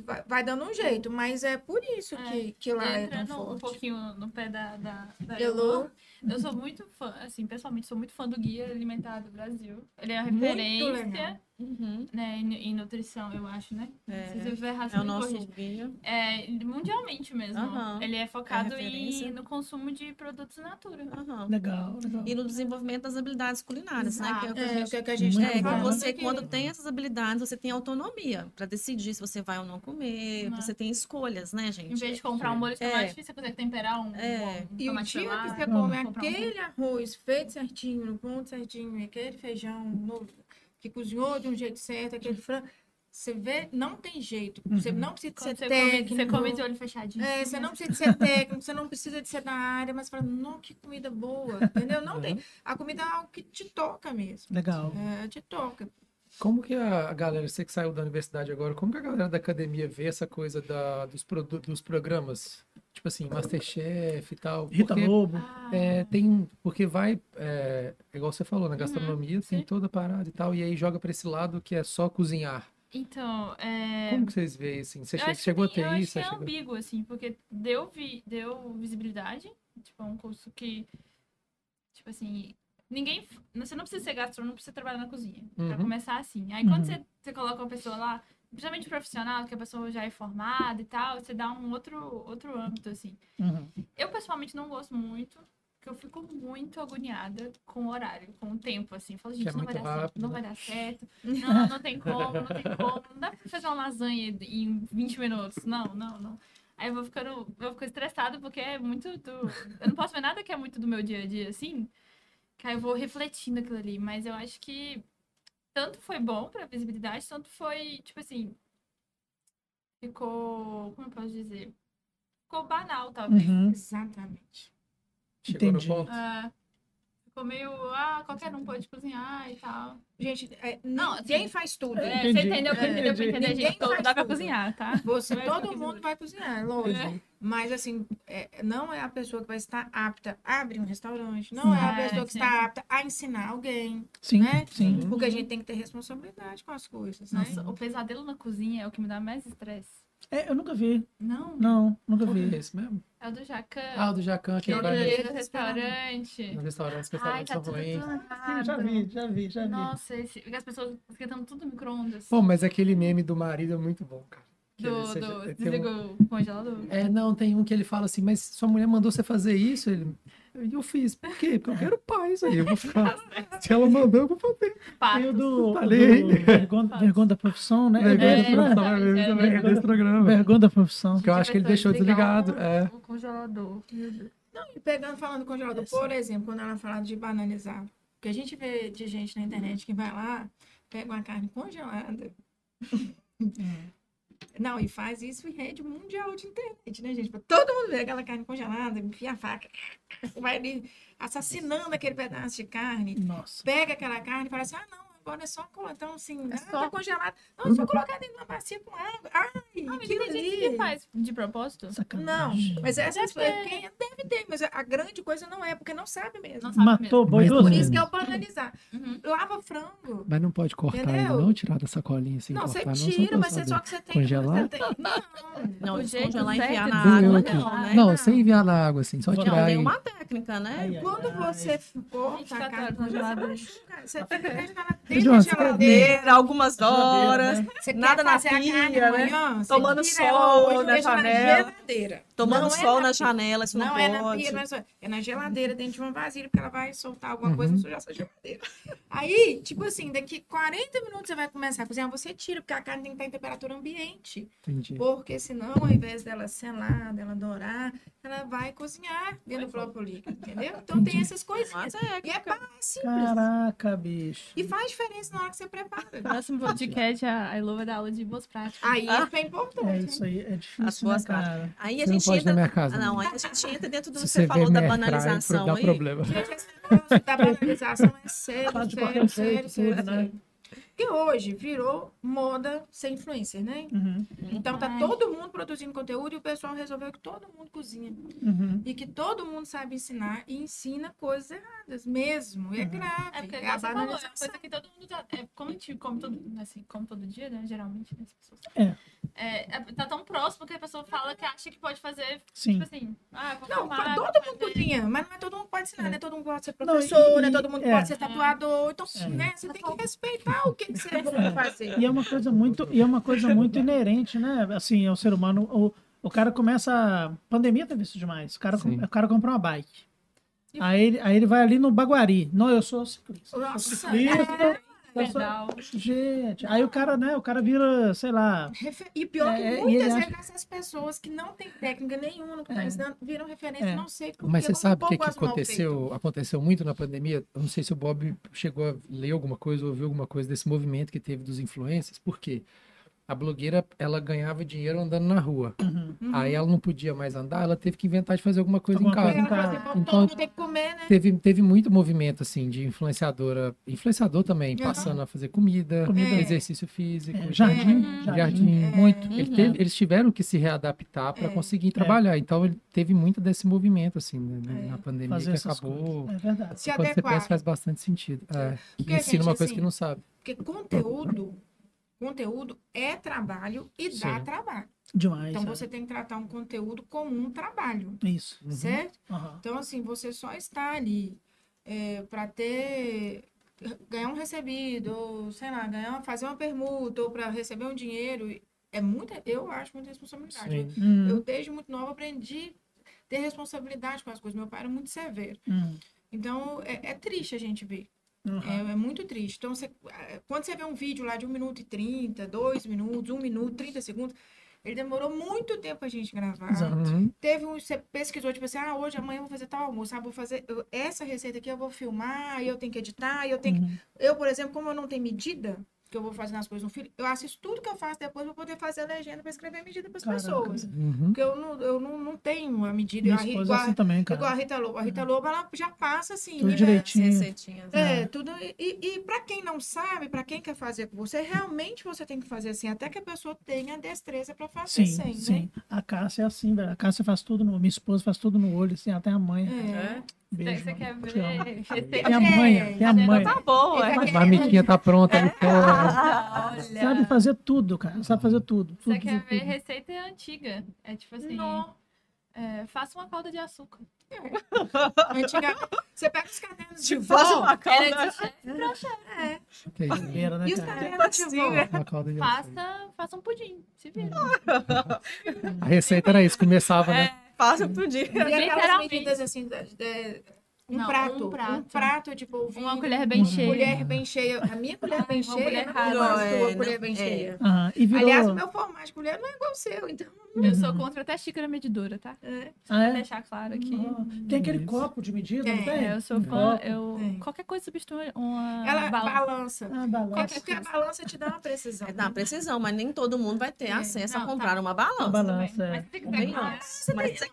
S5: vai, vai dando um jeito, mas é por isso
S7: É,
S5: que, que lá é tão
S7: Entrando um
S5: forte.
S7: pouquinho no pé da, da, da
S5: Elô.
S7: Elô, eu sou muito fã, assim, pessoalmente, sou muito fã do Guia Alimentar do Brasil. Ele é uma
S5: Muito
S7: referência
S5: legal.
S6: Uhum.
S7: né, em, em nutrição, eu acho, né? Se eu
S6: É,
S7: estiver errado,
S6: é o
S7: me
S6: nosso
S7: corrija.
S6: guia.
S7: É, mundialmente mesmo.
S6: Aham.
S7: Ele é focado
S6: referência.
S7: em, no consumo de produtos natura.
S5: Ah,
S6: Aham.
S4: Uhum. Legal, legal.
S6: E no desenvolvimento das habilidades culinárias, né? Que é o que a
S5: É, o
S6: gente
S5: que, é que a gente
S4: Muito
S5: tá
S6: É, que
S5: falando
S6: você,
S5: aqui.
S6: quando tem essas habilidades, você tem autonomia para decidir se você vai ou não comer,
S7: Né.
S6: você tem escolhas, né, gente?
S7: Em vez de comprar um molho de
S6: É.
S7: tomate, você consegue temperar um,
S6: É.
S7: um
S5: E o
S7: tomate
S5: dia que
S7: pelado.
S5: você
S4: Vamos
S5: come
S7: comprar um
S5: aquele arroz feito certinho, no ponto certinho, e aquele feijão no- que cozinhou de um jeito certo, aquele
S7: Uhum.
S5: frango, você vê, não tem jeito. Você
S4: Uhum.
S5: não precisa ser
S7: Quando você, come,
S5: técnico.
S7: você come de olho fechadinho.
S5: É, você não precisa de ser técnico, você não precisa de ser da área, mas fala, não, que comida boa, entendeu? Não tem. A comida é algo que te toca mesmo.
S4: Legal.
S5: É, te toca.
S2: Como que a a galera, você que saiu da universidade agora, como que a galera da academia vê essa coisa da, dos, produ- dos programas? Tipo assim, Masterchef e tal.
S4: Rita
S2: porque,
S4: Lobo.
S7: Ah,
S2: é, tem, porque vai, é, é igual você falou, na gastronomia tem
S7: Uhum, sim.
S2: toda a parada e tal, e aí joga pra esse lado que é só cozinhar.
S7: Então, é...
S2: Como que vocês veem, assim? Você
S7: eu
S2: che-
S7: acho que
S2: chegou a
S7: tem-
S2: ter
S7: eu acho
S2: isso?
S7: que é
S2: Você chegou-
S7: ambíguo, assim, porque deu, vi, deu visibilidade, tipo, é um curso que, tipo assim, ninguém, você não precisa ser gastrônomo, não precisa trabalhar na cozinha, pra
S2: Uhum.
S7: começar assim. Aí quando
S4: Uhum.
S7: você, você coloca uma pessoa lá, principalmente profissional, que a pessoa já é formada e tal, você dá um outro, outro âmbito, assim.
S4: Uhum.
S7: Eu, pessoalmente, não gosto muito, porque eu fico muito agoniada com o horário, com o tempo, assim. Eu falo, gente,
S2: é
S7: não vai
S2: muito
S7: dar certo,
S2: rápido,
S7: não
S2: né?
S7: vai dar certo.
S2: *laughs*
S7: Não, não tem como, não tem como. Não dá pra fazer uma lasanha em 20 minutos. Não, não, não. Aí eu vou ficando, eu vou ficando estressada, porque é muito do... Eu não posso ver nada que é muito do meu dia a dia, assim. Que aí eu vou refletindo aquilo ali. Mas eu acho que tanto foi bom pra visibilidade, tanto foi, tipo assim... Ficou... Como eu posso dizer? Ficou banal, talvez.
S4: Uhum.
S5: Exatamente.
S2: Chegou no
S4: Entendi.
S2: ponto?
S7: É. Ficou meio, ah, qualquer um pode cozinhar e tal.
S5: Gente, é,
S7: Não,
S5: ninguém faz tudo. né?
S7: É,
S4: Entendi.
S7: você entendeu? Você entendeu?
S4: Entendi.
S7: Pra entender,
S5: Ninguém
S7: gente, todo
S5: faz
S7: dá pra
S5: tudo.
S7: cozinhar, tá?
S5: Você,
S7: Não é só
S5: todo
S7: que
S5: mundo
S7: você-
S5: vai cozinhar, lógico. Mas, assim, é, não é a pessoa que vai estar apta a abrir um restaurante, não
S4: Sim.
S5: é a
S7: É,
S5: pessoa que
S7: sim.
S5: está apta a ensinar alguém,
S4: Sim,
S5: né?
S4: sim.
S5: Porque a gente tem que ter responsabilidade com as coisas, né?
S7: Nossa, o pesadelo na cozinha é o que me dá mais estresse.
S4: É, eu nunca vi.
S7: Não,
S4: Não, nunca
S2: Qual que
S4: vi.
S2: é esse mesmo?
S7: é o do Jacan.
S2: Ah, o do Jacan, que
S7: Que
S2: agora
S7: ele
S5: Jacan.
S7: é do restaurante.
S2: nos restaurantes que
S7: Ai,
S2: restaurantes
S7: tá
S2: são
S7: tudo
S2: ruins.
S4: Sim,
S7: errado.
S4: já vi, já vi, já vi.
S7: Nossa, esse... as pessoas esquentando tudo no micro-ondas.
S2: Pô, mas aquele meme do marido é muito bom, cara. Que ele-
S7: Do,
S2: você-
S7: do...
S2: tem um-
S7: Desligou o congelador.
S2: É, não, tem um que ele fala assim, mas sua mulher mandou você fazer isso? Ele, "E eu fiz, por quê? Porque eu quero paz aí, eu vou
S7: *laughs*
S2: ficar.
S7: Tá
S2: Se ela mandou, eu vou fazer.
S4: Tem o
S7: Pato.
S4: do,
S2: Falei.
S4: *laughs* do vergonha, vergonha da profissão, né?
S2: Vergonha
S7: é,
S2: da profissão,
S7: exatamente,
S2: é,
S7: é,
S2: também, é desse
S4: vergonha.
S2: programa.
S4: Vergonha da profissão.
S2: um Que eu acho que ele deixou desligado.
S7: Desligar
S2: É.
S7: O o congelador. Meu Deus.
S5: E pegando, falando do congelador, por exemplo, quando ela fala de bananizar, porque a gente vê de gente na internet que vai lá, pega uma carne congelada. Não, e faz isso em rede mundial de internet, né, gente? Pra todo mundo ver aquela carne congelada, enfia a faca, *laughs* vai ali assassinando aquele pedaço de carne,
S4: Nossa.
S5: pega aquela carne e fala assim: ah, não, agora é só colocar. Então, assim, ah,
S7: só-
S5: tá congelado. Não, é só colocar dentro de uma bacia com água. Ai,
S7: Ah, mas
S5: que
S7: tem gente
S5: delícia.
S7: que faz de propósito?
S5: Não,
S4: Sacanagem.
S5: mas é essas coisas quem deve ter, mas a grande coisa não é, porque não sabe mesmo.
S7: Não sabe
S4: Matou boi
S2: Mas
S4: duas
S5: Por
S2: sabe
S4: vezes.
S5: isso que é o banalizar.
S7: Uhum.
S5: Lava frango.
S2: Mas não pode cortar
S5: Entendeu?
S2: ele, não tirar da sacolinha assim.
S5: Não, você
S2: cortar, só
S5: tira,
S2: pra
S5: mas você
S2: saber.
S5: só que você tem.
S2: Congelar?
S5: Você tem. Não.
S6: Não,
S7: O jeito
S6: descongelar e
S7: certo
S6: enfiar
S7: de
S6: na
S2: Viu
S6: água,
S2: aqui?
S6: não, né?
S2: Não, sem enviar na água assim, só
S4: Não,
S2: tirar
S6: Não, tem
S2: aí.
S6: uma técnica, né?
S4: Ai, ai,
S5: Quando
S4: ai.
S5: você corta a
S7: 24
S5: carne
S7: horas na
S5: congelada,
S7: geladeira.
S5: Tá machuca. Você fica dentro Fica
S2: João,
S5: na
S2: você quer
S5: geladeira.
S8: Geladeira, algumas
S4: Geladeira,
S8: horas,
S4: né?
S5: Você
S8: Nada
S5: quer
S8: na
S5: fazer a carne
S8: pia, né?
S5: amanhã? Você
S8: Tomando
S5: tira ela
S8: sol
S5: hoje,
S8: na
S5: deixa
S8: janela.
S5: geladeira.
S8: tomando
S5: Não é na
S8: sol na
S5: pia.
S8: janela, isso não,
S5: Não,
S8: pode.
S5: é na pia, não é, só- é na geladeira, dentro de uma vasilha, porque ela vai soltar alguma coisa e
S2: Uhum.
S5: sujar essa geladeira. Aí, tipo assim, daqui 40 minutos você vai começar a cozinhar, você tira, porque a carne tem que estar em temperatura ambiente.
S2: Entendi.
S5: Porque senão, ao invés dela selar, dela dourar, ela vai cozinhar dentro do próprio líquido, entendeu? Então tem essas coisinhas.
S6: Mas é,
S5: E é pá, simples.
S4: Caraca, bicho.
S5: E faz diferença na hora que você prepara.
S7: Próximo podcast, a Ilô vai dar aula de boas práticas.
S5: Aí
S6: Ah.
S5: isso é importante.
S4: É isso aí, é
S6: As
S4: difícil, né,
S6: boas
S4: cara?
S6: aí a
S2: Você não
S6: gente
S2: pode ir na
S6: entra.
S2: minha casa.
S6: Ah,
S2: não.
S6: não, aí a gente entra dentro do
S2: Se
S6: que você
S2: você
S6: falou
S2: vê
S6: da
S2: minha cara, pro-
S6: banalização
S2: dá
S6: aí.
S2: problema.
S5: Gente, esse negócio da banalização é sério,
S4: Faz de
S5: sério,
S4: qualquer
S5: sério,
S4: jeito,
S5: sério,
S4: tudo, né?
S5: sério. Porque hoje virou moda ser influencer, né?
S4: Uhum,
S5: Então tá
S7: Ai.
S5: todo mundo produzindo conteúdo e o pessoal resolveu que todo mundo cozinha.
S4: uhum.
S5: E que todo mundo sabe ensinar e ensina coisas erradas mesmo. E é
S4: Uhum.
S5: grave.
S7: É porque
S5: é
S7: igual
S5: a
S7: você falou, é uma
S5: banalização.
S7: coisa que todo mundo tá. É, como a gente come todo, assim, come todo dia, né? Geralmente, né? As pessoas.
S4: É.
S7: É, é, tá tão próximo que a pessoa fala que acha que pode fazer,
S4: Sim.
S7: tipo assim, ah, vou
S5: Não, tá
S7: filmar, vou
S5: todo mundo
S7: fazer.
S5: cozinha, mas não é todo mundo que pode ensinar, né? Todo mundo pode ser
S4: Não, e-
S5: professor, né? Todo mundo
S4: é.
S5: pode ser tatuador. Então,
S4: É.
S5: né? Você tem que respeitar o que, que você é bom pra
S4: *laughs*
S5: fazer.
S4: E é uma coisa muito, e é uma coisa muito inerente, né? Assim, ao ser humano, o, o cara começa. a- Pandemia teve isso demais. O cara, com-
S2: Sim.
S4: o cara compra uma bike. Aí ele, aí ele vai ali no Baguari. Não, eu sou ciclista. Eu sou
S5: Nossa, é.
S4: ciclista. eu sou-
S7: pedal.
S4: Gente, aí o cara, né? O cara vira, sei lá.
S5: Refe- E pior
S4: É,
S5: que
S4: e
S5: muitas
S4: ele
S5: vezes essas pessoas que não têm técnica nenhuma no que estão
S4: É.
S5: ensinando viram referência,
S4: É.
S5: não sei porque.
S2: Mas você
S5: eu
S2: sabe o que,
S5: pouco
S2: que
S5: gosto do mal feito.
S2: aconteceu? Aconteceu muito na pandemia. Eu não sei se o Bob chegou a ler alguma coisa, ouviu alguma coisa desse movimento que teve dos influencers, porque a blogueira ela ganhava dinheiro andando na rua.
S4: Uhum.
S5: Uhum.
S2: Aí ela não podia mais andar, ela teve que inventar de fazer alguma coisa em
S4: Alguma
S5: Porque
S2: casa.
S4: coisa em
S5: ela
S4: casa.
S5: fala assim, "Pô,
S2: Então-
S5: todo mundo tem que comer, né?
S2: Teve, teve muito movimento assim de influenciadora, influenciador também,
S5: Aham.
S2: passando a fazer comida,
S4: Comida.
S2: exercício físico,
S4: É, jardim,
S7: É.
S5: Uhum.
S4: jardim.
S2: jardim, muito. Ele
S6: Uhum.
S2: teve- eles tiveram que se readaptar para
S5: É.
S2: conseguir trabalhar. Então ele teve muito desse movimento assim né,
S5: É.
S2: na pandemia
S4: Fazer
S2: que
S4: essas
S2: acabou.
S4: coisas. É verdade.
S5: Se
S2: Quando você pensa
S5: adequar.
S2: faz bastante sentido. É, que
S5: Porque,
S2: ensina uma
S5: gente,
S2: coisa
S5: assim,
S2: que não sabe.
S5: Porque conteúdo, conteúdo é trabalho e dá
S2: Sim.
S5: trabalho.
S4: Demais.
S5: Então
S4: sabe?
S5: você tem que tratar um conteúdo como um trabalho,
S4: Isso.
S5: certo?
S4: Aham.
S5: Então, assim, você só está ali para ter ganhar um recebido, ou, sei lá, ganhar, fazer uma permuta, ou para receber um dinheiro. É muita, eu acho muita responsabilidade.
S2: Sim.
S4: Hum,
S5: Eu, desde muito nova, aprendi a ter responsabilidade com as coisas. Meu pai era muito severo.
S4: hum,
S5: Então, é, é triste a gente ver.
S4: aham.
S5: É, é muito triste. Então, você, ah, quando você vê um vídeo lá de 1 minuto e 30, 2 minutos, 1 minuto, 30 segundos, ele demorou muito tempo a gente gravar.
S4: Exato.
S2: Uhum.
S5: Teve um, você pesquisou, tipo assim, ah, hoje, amanhã eu vou fazer tal almoço, ah, vou fazer eu- essa receita aqui, eu vou filmar, aí eu tenho que editar, aí eu tenho que...
S4: Uhum.
S5: Eu, por exemplo, como eu não tenho medida, que eu vou fazer nas coisas no filho, eu assisto tudo que eu faço depois pra poder fazer a legenda pra escrever a medida pras
S4: Caraca.
S5: pessoas.
S2: Uhum.
S5: Porque eu não, eu não, não tenho a medida.
S4: Minha
S5: eu arri-
S4: esposa é
S5: igual,
S4: assim também, cara. Uhum.
S5: igual a Rita Lobo. A Rita Lobo, ela já passa assim,
S4: Tudo
S5: né?
S4: direitinho. né?
S6: receitinhas.
S5: É, tudo. E, e para quem não sabe, para quem quer fazer com você, realmente você tem que fazer assim, até que a pessoa tenha destreza para
S4: Sim,
S5: fazer sem, né?
S4: sim. A Cássia é assim, velho. A Cássia faz tudo no. Minha esposa faz tudo no olho, assim, até a mãe.
S5: É.
S4: Beijo.
S7: Você
S4: mano.
S7: quer
S4: Te amo.
S7: ver?
S4: Tem a mãe, tem a mãe.
S7: Tá boa.
S5: Ele É, tá
S2: A marmitinha tá pronta no
S5: *laughs*
S2: forno.
S4: Sabe fazer tudo, cara. Sabe fazer tudo. tudo,
S7: Você quer
S4: tudo,
S7: ver
S4: tudo.
S7: receita antiga? É tipo assim,
S5: Não.
S7: é, faça uma calda de açúcar.
S5: Antigamente, você pega os cadernos de
S8: Tipo,
S5: vó.
S7: assim,
S8: faz
S7: né,
S8: uma
S7: Era
S8: calda.
S7: de chefe,
S5: É,
S2: Que isso,
S4: Primeira, né,
S5: e os
S4: cara?
S7: Tipo
S5: cadernos de
S7: assim,
S5: vó.
S7: né?
S8: Patinha.
S2: uma calda de açúcar.
S7: faça, faça um pudim, se vira.
S2: A receita era isso, começava, né?
S8: Passa pro dia.
S5: E aquelas
S7: Literalmente.
S5: medidas assim, da- de- um,
S7: Não, um
S5: prato, um prato,
S7: prato.
S5: de polvilho.
S7: Uma colher bem cheia.
S5: Mulher bem cheia. A minha colher é bem
S7: uma
S5: cheia
S7: colher
S5: não
S7: rasa.
S5: é igual a
S8: Não,
S5: sua
S8: é,
S5: colher
S8: não-
S5: bem
S8: é.
S5: cheia.
S4: Aham, E virou...
S5: Aliás, o meu formato de colher não é igual ao seu, então.
S7: Eu sou contra até xícara medidora, tá?
S5: É.
S4: Ah,
S7: Pra
S4: é?
S7: deixar claro aqui.
S4: Ah, Tem aquele
S2: Isso.
S4: copo de medida, não
S5: É,
S4: tem?
S7: Hum, É, eu sou fã, eu...
S5: Tem.
S7: Qualquer coisa substitui uma
S5: Ela
S7: balança.
S5: balança.
S4: Ah, balança.
S5: Porque a balança te dá uma precisão.
S6: É da precisão, mas nem todo mundo vai ter
S5: É,
S6: acesso
S7: não,
S6: a comprar uma balança.
S4: Uma balança, é.
S7: Mas tem que
S6: Bem,
S7: ter
S6: não.
S7: claro.
S6: Mas se você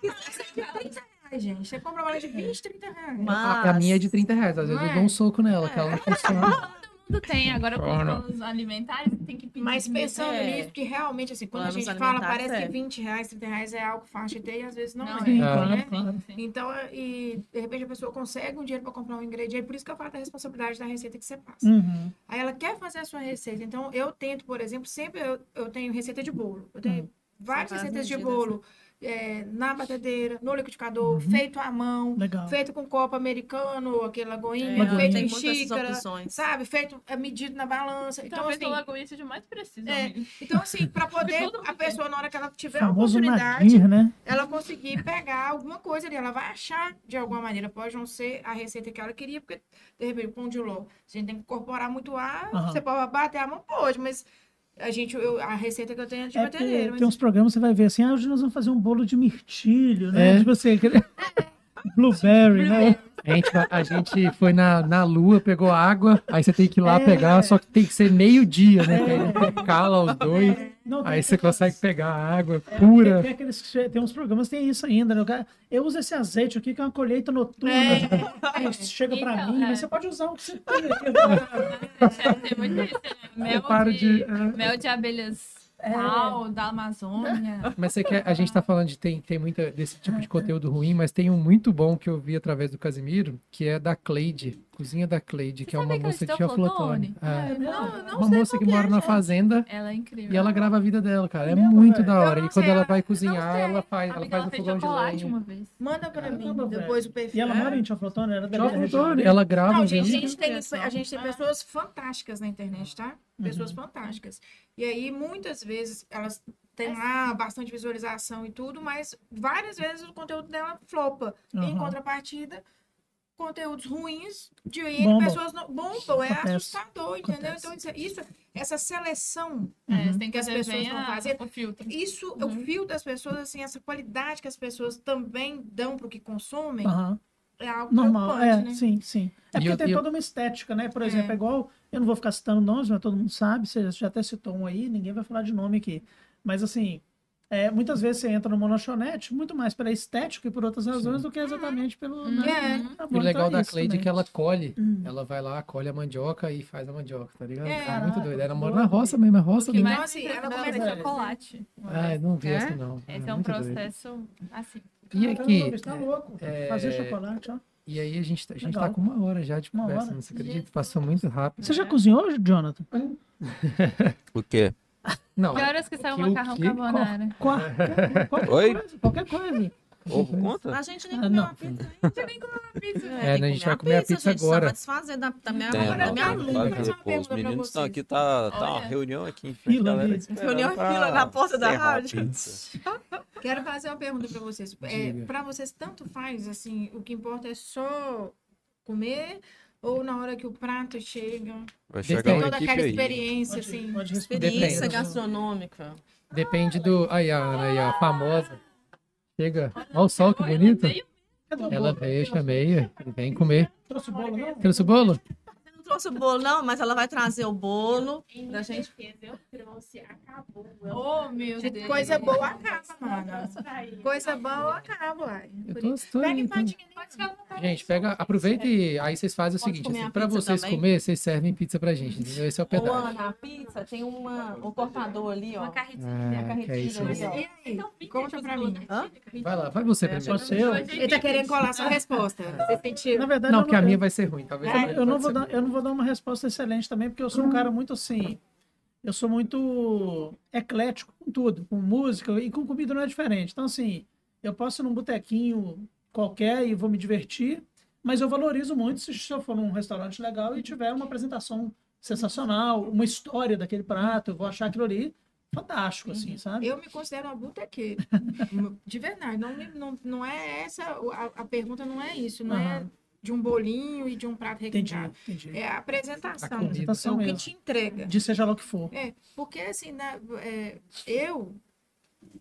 S6: quiser.
S5: Ai, gente, você compra uma loja de 20, 30 reais.
S2: A, a minha é de 30 reais. Às vezes
S5: Não
S2: eu
S5: é?
S2: dou um soco nela, que ela não funciona.
S7: Todo mundo tem, agora
S2: Funciona.
S7: os alimentares tem que pedir.
S5: Mas pensando
S6: É.
S5: nisso, que realmente, assim, quando
S6: Planos
S5: a gente fala,
S6: alimentares,
S5: parece
S6: é.
S5: que 20 reais, 30 reais é algo fácil de ter e às vezes não, é.
S7: Não, é.
S4: Sim,
S2: Ah.
S4: claro,
S5: né?
S4: claro.
S5: Então, e de repente a pessoa consegue um dinheiro para comprar um ingrediente, por isso que eu falo da responsabilidade da receita que você passa.
S4: Uhum.
S5: Aí ela quer fazer a sua receita, então eu tento, por exemplo, sempre eu, eu tenho receita de bolo, eu tenho várias
S6: Hum. São
S5: receitas
S6: várias
S5: de
S6: medidas, né? Uhum.
S5: bolo é, na batedeira, no liquidificador, feito à mão,
S4: Legal.
S5: feito com copo americano, aquele lagoinha,
S4: É,
S5: feito
S4: tem
S5: em
S6: muitas
S5: xícara,
S6: opções.
S5: sabe? Feito é, medido na balança. Então,
S7: Talvez
S5: assim,
S7: o lagoinha seja o mais preciso,
S5: É.
S7: *laughs* amigo.
S5: então, assim,
S6: *laughs*
S5: para poder
S7: Todo mundo
S5: a pessoa, na hora que ela tiver a
S4: Famoso
S5: oportunidade,
S4: Nadir, né?
S5: ela conseguir pegar alguma coisa ali. Ela vai achar de alguma maneira. Pode não ser a receita que ela queria, porque, de repente, pão de ló. A gente tem que incorporar muito ar.
S4: Aham.
S5: Você pode bater a mão? Pode, mas a, gente, eu- a receita que eu tenho é de
S4: É porque
S5: batedeira. mas-
S4: tem uns programas que você vai ver assim, ah, hoje nós vamos fazer um bolo de mirtilho, né?
S2: É.
S4: Tipo assim,
S5: *laughs*
S4: aquele-
S5: é.
S4: *laughs* blueberry, né?
S2: A gente, va- a gente foi na, na lua, pegou água, aí você tem que ir lá
S4: É.
S2: pegar, só que tem que ser meio-dia, né? Que aí cala os dois,
S4: Não, tem
S2: aí você
S4: aquelas-
S2: consegue pegar a água
S4: Tem,
S2: pura.
S4: É, tem aqueles que che- tem uns programas que tem isso ainda, né? O cara, Eu uso esse azeite aqui que é uma colheita noturna.
S5: É,
S4: Aí Chega pra
S7: É. Então,
S4: mim,
S7: é.
S4: mas você pode usar o que você tem
S7: *laughs*
S4: aqui. né?
S7: Deve ter É, muito isso,
S2: *laughs*
S7: né? Mel
S2: paro
S7: de,
S2: de- é.
S7: mel de abelhas pau, da Amazônia.
S2: Mas você quer, a gente tá falando de tem, tem muita desse tipo de conteúdo ruim, mas tem um muito bom que eu vi através do Casimiro, que é da Cleide, Cozinha da Cleide, que é uma
S7: Sabia
S2: moça de
S7: eu
S2: Teoflotone. *laughs* É.
S7: É, não, não
S2: Uma
S7: sei
S2: moça
S7: qual
S2: que mora
S7: é,
S2: na
S7: gente.
S2: fazenda
S7: Ela é incrível.
S2: e ela grava a vida dela, cara. É
S4: Mesmo,
S2: muito
S4: velho?
S2: da hora.
S5: Eu não
S2: E quando
S5: sei,
S2: ela
S5: ela-
S2: vai
S7: Não
S2: cozinhar,
S7: sei.
S2: ela faz,
S7: Amiga,
S2: ela faz
S7: ela
S2: o
S7: fez
S2: fogão de
S7: chocolate
S2: lenha.
S7: uma vez.
S5: Manda pra mim
S4: Caramba, velho.
S5: depois o perfil.
S4: E ela
S5: É.
S4: mora em Tchoflotone, era da minha região.
S2: Teoflotone, Ela grava
S5: Não,
S2: um
S5: gente, a
S2: vídeo.
S5: gente tem,
S6: criação.
S5: a gente tem pessoas fantásticas na internet, tá?
S4: Uhum.
S5: Pessoas fantásticas. E aí, muitas vezes, elas têm lá bastante visualização e tudo, mas várias vezes o conteúdo dela flopa. Em
S4: Aham.
S5: contrapartida, conteúdos ruins de aí
S4: Bomba.
S5: pessoas não, bombam, é
S4: Acontece.
S5: assustador, entendeu?
S4: Acontece.
S5: Então, isso, isso- essa seleção,
S7: É, você tem
S5: Que as
S7: fazer
S5: pessoas
S7: bem
S5: vão
S7: a-
S5: fazer.
S7: o filtro.
S5: isso,
S7: Uhum.
S5: o fio das pessoas, assim, essa qualidade que as pessoas também dão pro que consomem,
S4: Aham.
S5: é algo
S4: Normal, é,
S5: preocupante, né?
S4: sim, sim. É
S2: E
S4: porque
S2: eu-
S4: tem
S2: eu-
S4: toda uma estética, né? Por exemplo, é. igual, eu não vou ficar citando nomes, mas todo mundo sabe, você já até citou um aí, ninguém vai falar de nome aqui. Mas assim, é, muitas vezes você entra numa lanchonete muito mais pela estética e por outras razões do que exatamente pelo...
S7: Uhum.
S4: né?
S5: É.
S4: Tá
S2: E
S4: bom,
S2: o legal
S4: então é
S2: da
S4: isso
S2: Cleide é
S4: também.
S2: que ela colhe.
S4: Hum.
S2: Ela vai lá, colhe a mandioca e faz a mandioca, tá ligado?
S5: É,
S2: É, muito
S4: caraca,
S2: doido. Ela
S4: que
S2: mora na
S4: louco.
S2: roça mesmo, é roça
S7: Porque
S2: mesmo.
S7: mais
S5: assim,
S7: me
S5: ela
S7: impressiona
S5: começa-
S7: é chocolate.
S2: Ai, não vi
S6: É?
S2: essa não.
S7: Esse é um
S2: Ah, muito doido.
S7: processo assim.
S2: E
S4: Caramba,
S2: aqui, é,
S4: bicho, Tá louco. Fazer chocolate, ó.
S2: e aí a gente, tá- a gente tá
S4: Legal.
S2: com uma hora já de
S4: Uma
S2: conversa,
S4: hora?
S2: não se acredita,
S7: Jesus.
S2: passou muito rápido.
S4: Você já cozinhou, Jonathan?
S3: O quê?
S2: Não,
S7: Que horas que saiu o
S2: que- o
S7: macarrão
S2: que-
S7: carbonara?
S4: Qua- Qualquer
S3: Oi?
S4: coisa, qualquer coisa.
S3: Ovo conta?
S6: A gente nem
S4: Ah,
S6: comeu
S4: não.
S6: uma pizza.
S2: É, né, a gente vai comer a pizza
S6: gente,
S2: agora.
S6: Só satisfazer da, da minha,
S3: Tem,
S6: da
S3: Né, É, não,
S6: minha
S3: tem,
S6: aluna.
S3: claro
S5: mas
S3: que-
S5: uma
S3: pô, os
S5: pergunta pra
S3: meninos estão
S5: vocês.
S3: aqui, tá, tá uma
S7: Olha.
S3: reunião aqui em frente,
S4: Fila
S3: galera.
S4: ali.
S3: esperando
S6: Reunião em
S3: pra
S6: fila na porta da
S3: encerrar a
S6: rádio.
S3: pizza.
S5: Quero fazer uma pergunta para vocês. É,
S2: Diga.
S5: para vocês, tanto faz, assim, o que importa é só comer ou na hora que o prato chega?
S3: Vai
S2: Tem
S3: chegar
S5: Tem
S2: uma
S3: uma
S5: toda
S3: Então, equipe
S5: aquela
S3: aí.
S5: experiência, assim.
S6: Experiência
S2: Depende.
S6: gastronômica.
S2: depende do... Aí, ó, aí, ó, a famosa. Chega, olha o sol, que bonito.
S4: um
S2: Ela veio, chamei, vem comer.
S4: Trouxe bolo, não?
S2: Trouxe o bolo?
S6: Você não trouxe o bolo, não, mas ela vai trazer o bolo.
S7: Da gente.
S5: Oh, meu Deus. Coisa boa acaba, mano. Coisa boa acaba, uai.
S2: Eu
S5: Por
S2: tô,
S5: isso.
S2: tô,
S5: Pega
S2: tô-
S5: empadinha ali.
S2: Gente, pega, aproveita e aí vocês fazem o seguinte,
S6: comer
S2: assim,
S6: a
S2: pra
S6: pizza
S2: vocês
S6: também?
S2: comer, vocês servem pizza pra gente, entendeu? Esse é o
S6: Ô,
S2: pedaço.
S6: Ana, a pizza tem uma, um cortador ali, ó.
S7: Uma carretinha. Então,
S2: Ah, que é isso.
S5: E
S2: aí.
S5: aí? Conta pra mim.
S7: né?
S2: Vai lá, vai você primeiro.
S4: Posso eu?
S5: Ele tá querendo colar sua resposta. Você sentiu?
S4: Na verdade,
S2: Não,
S4: eu
S2: porque a minha vai ser ruim, talvez. a
S4: eu-
S2: minha
S4: É, eu não
S2: pode
S4: vou
S2: ser
S4: dar, eu não vou dar uma resposta excelente também, porque eu
S5: Uhum.
S4: sou um cara muito assim. Eu sou muito eclético com tudo, com música e com comida não é diferente. Então, assim, eu posso ir num botequinho qualquer e vou me divertir, mas eu valorizo muito se, se eu for num restaurante legal e tiver uma apresentação sensacional, uma história daquele prato, eu vou achar aquilo ali fantástico, assim, sabe?
S5: Eu me considero uma botequeira. De verdade. Não, me- não, não é essa. A, a pergunta não é isso. Não é
S4: Aham.
S5: de um bolinho e de um prato
S4: Entendi,
S5: requintado.
S4: entendi.
S5: É a apresentação.
S2: A comida.
S5: É o
S4: Apresentação
S5: que
S4: mesmo.
S5: te entrega.
S4: De seja lá o que for.
S5: É, porque assim, né, é, eu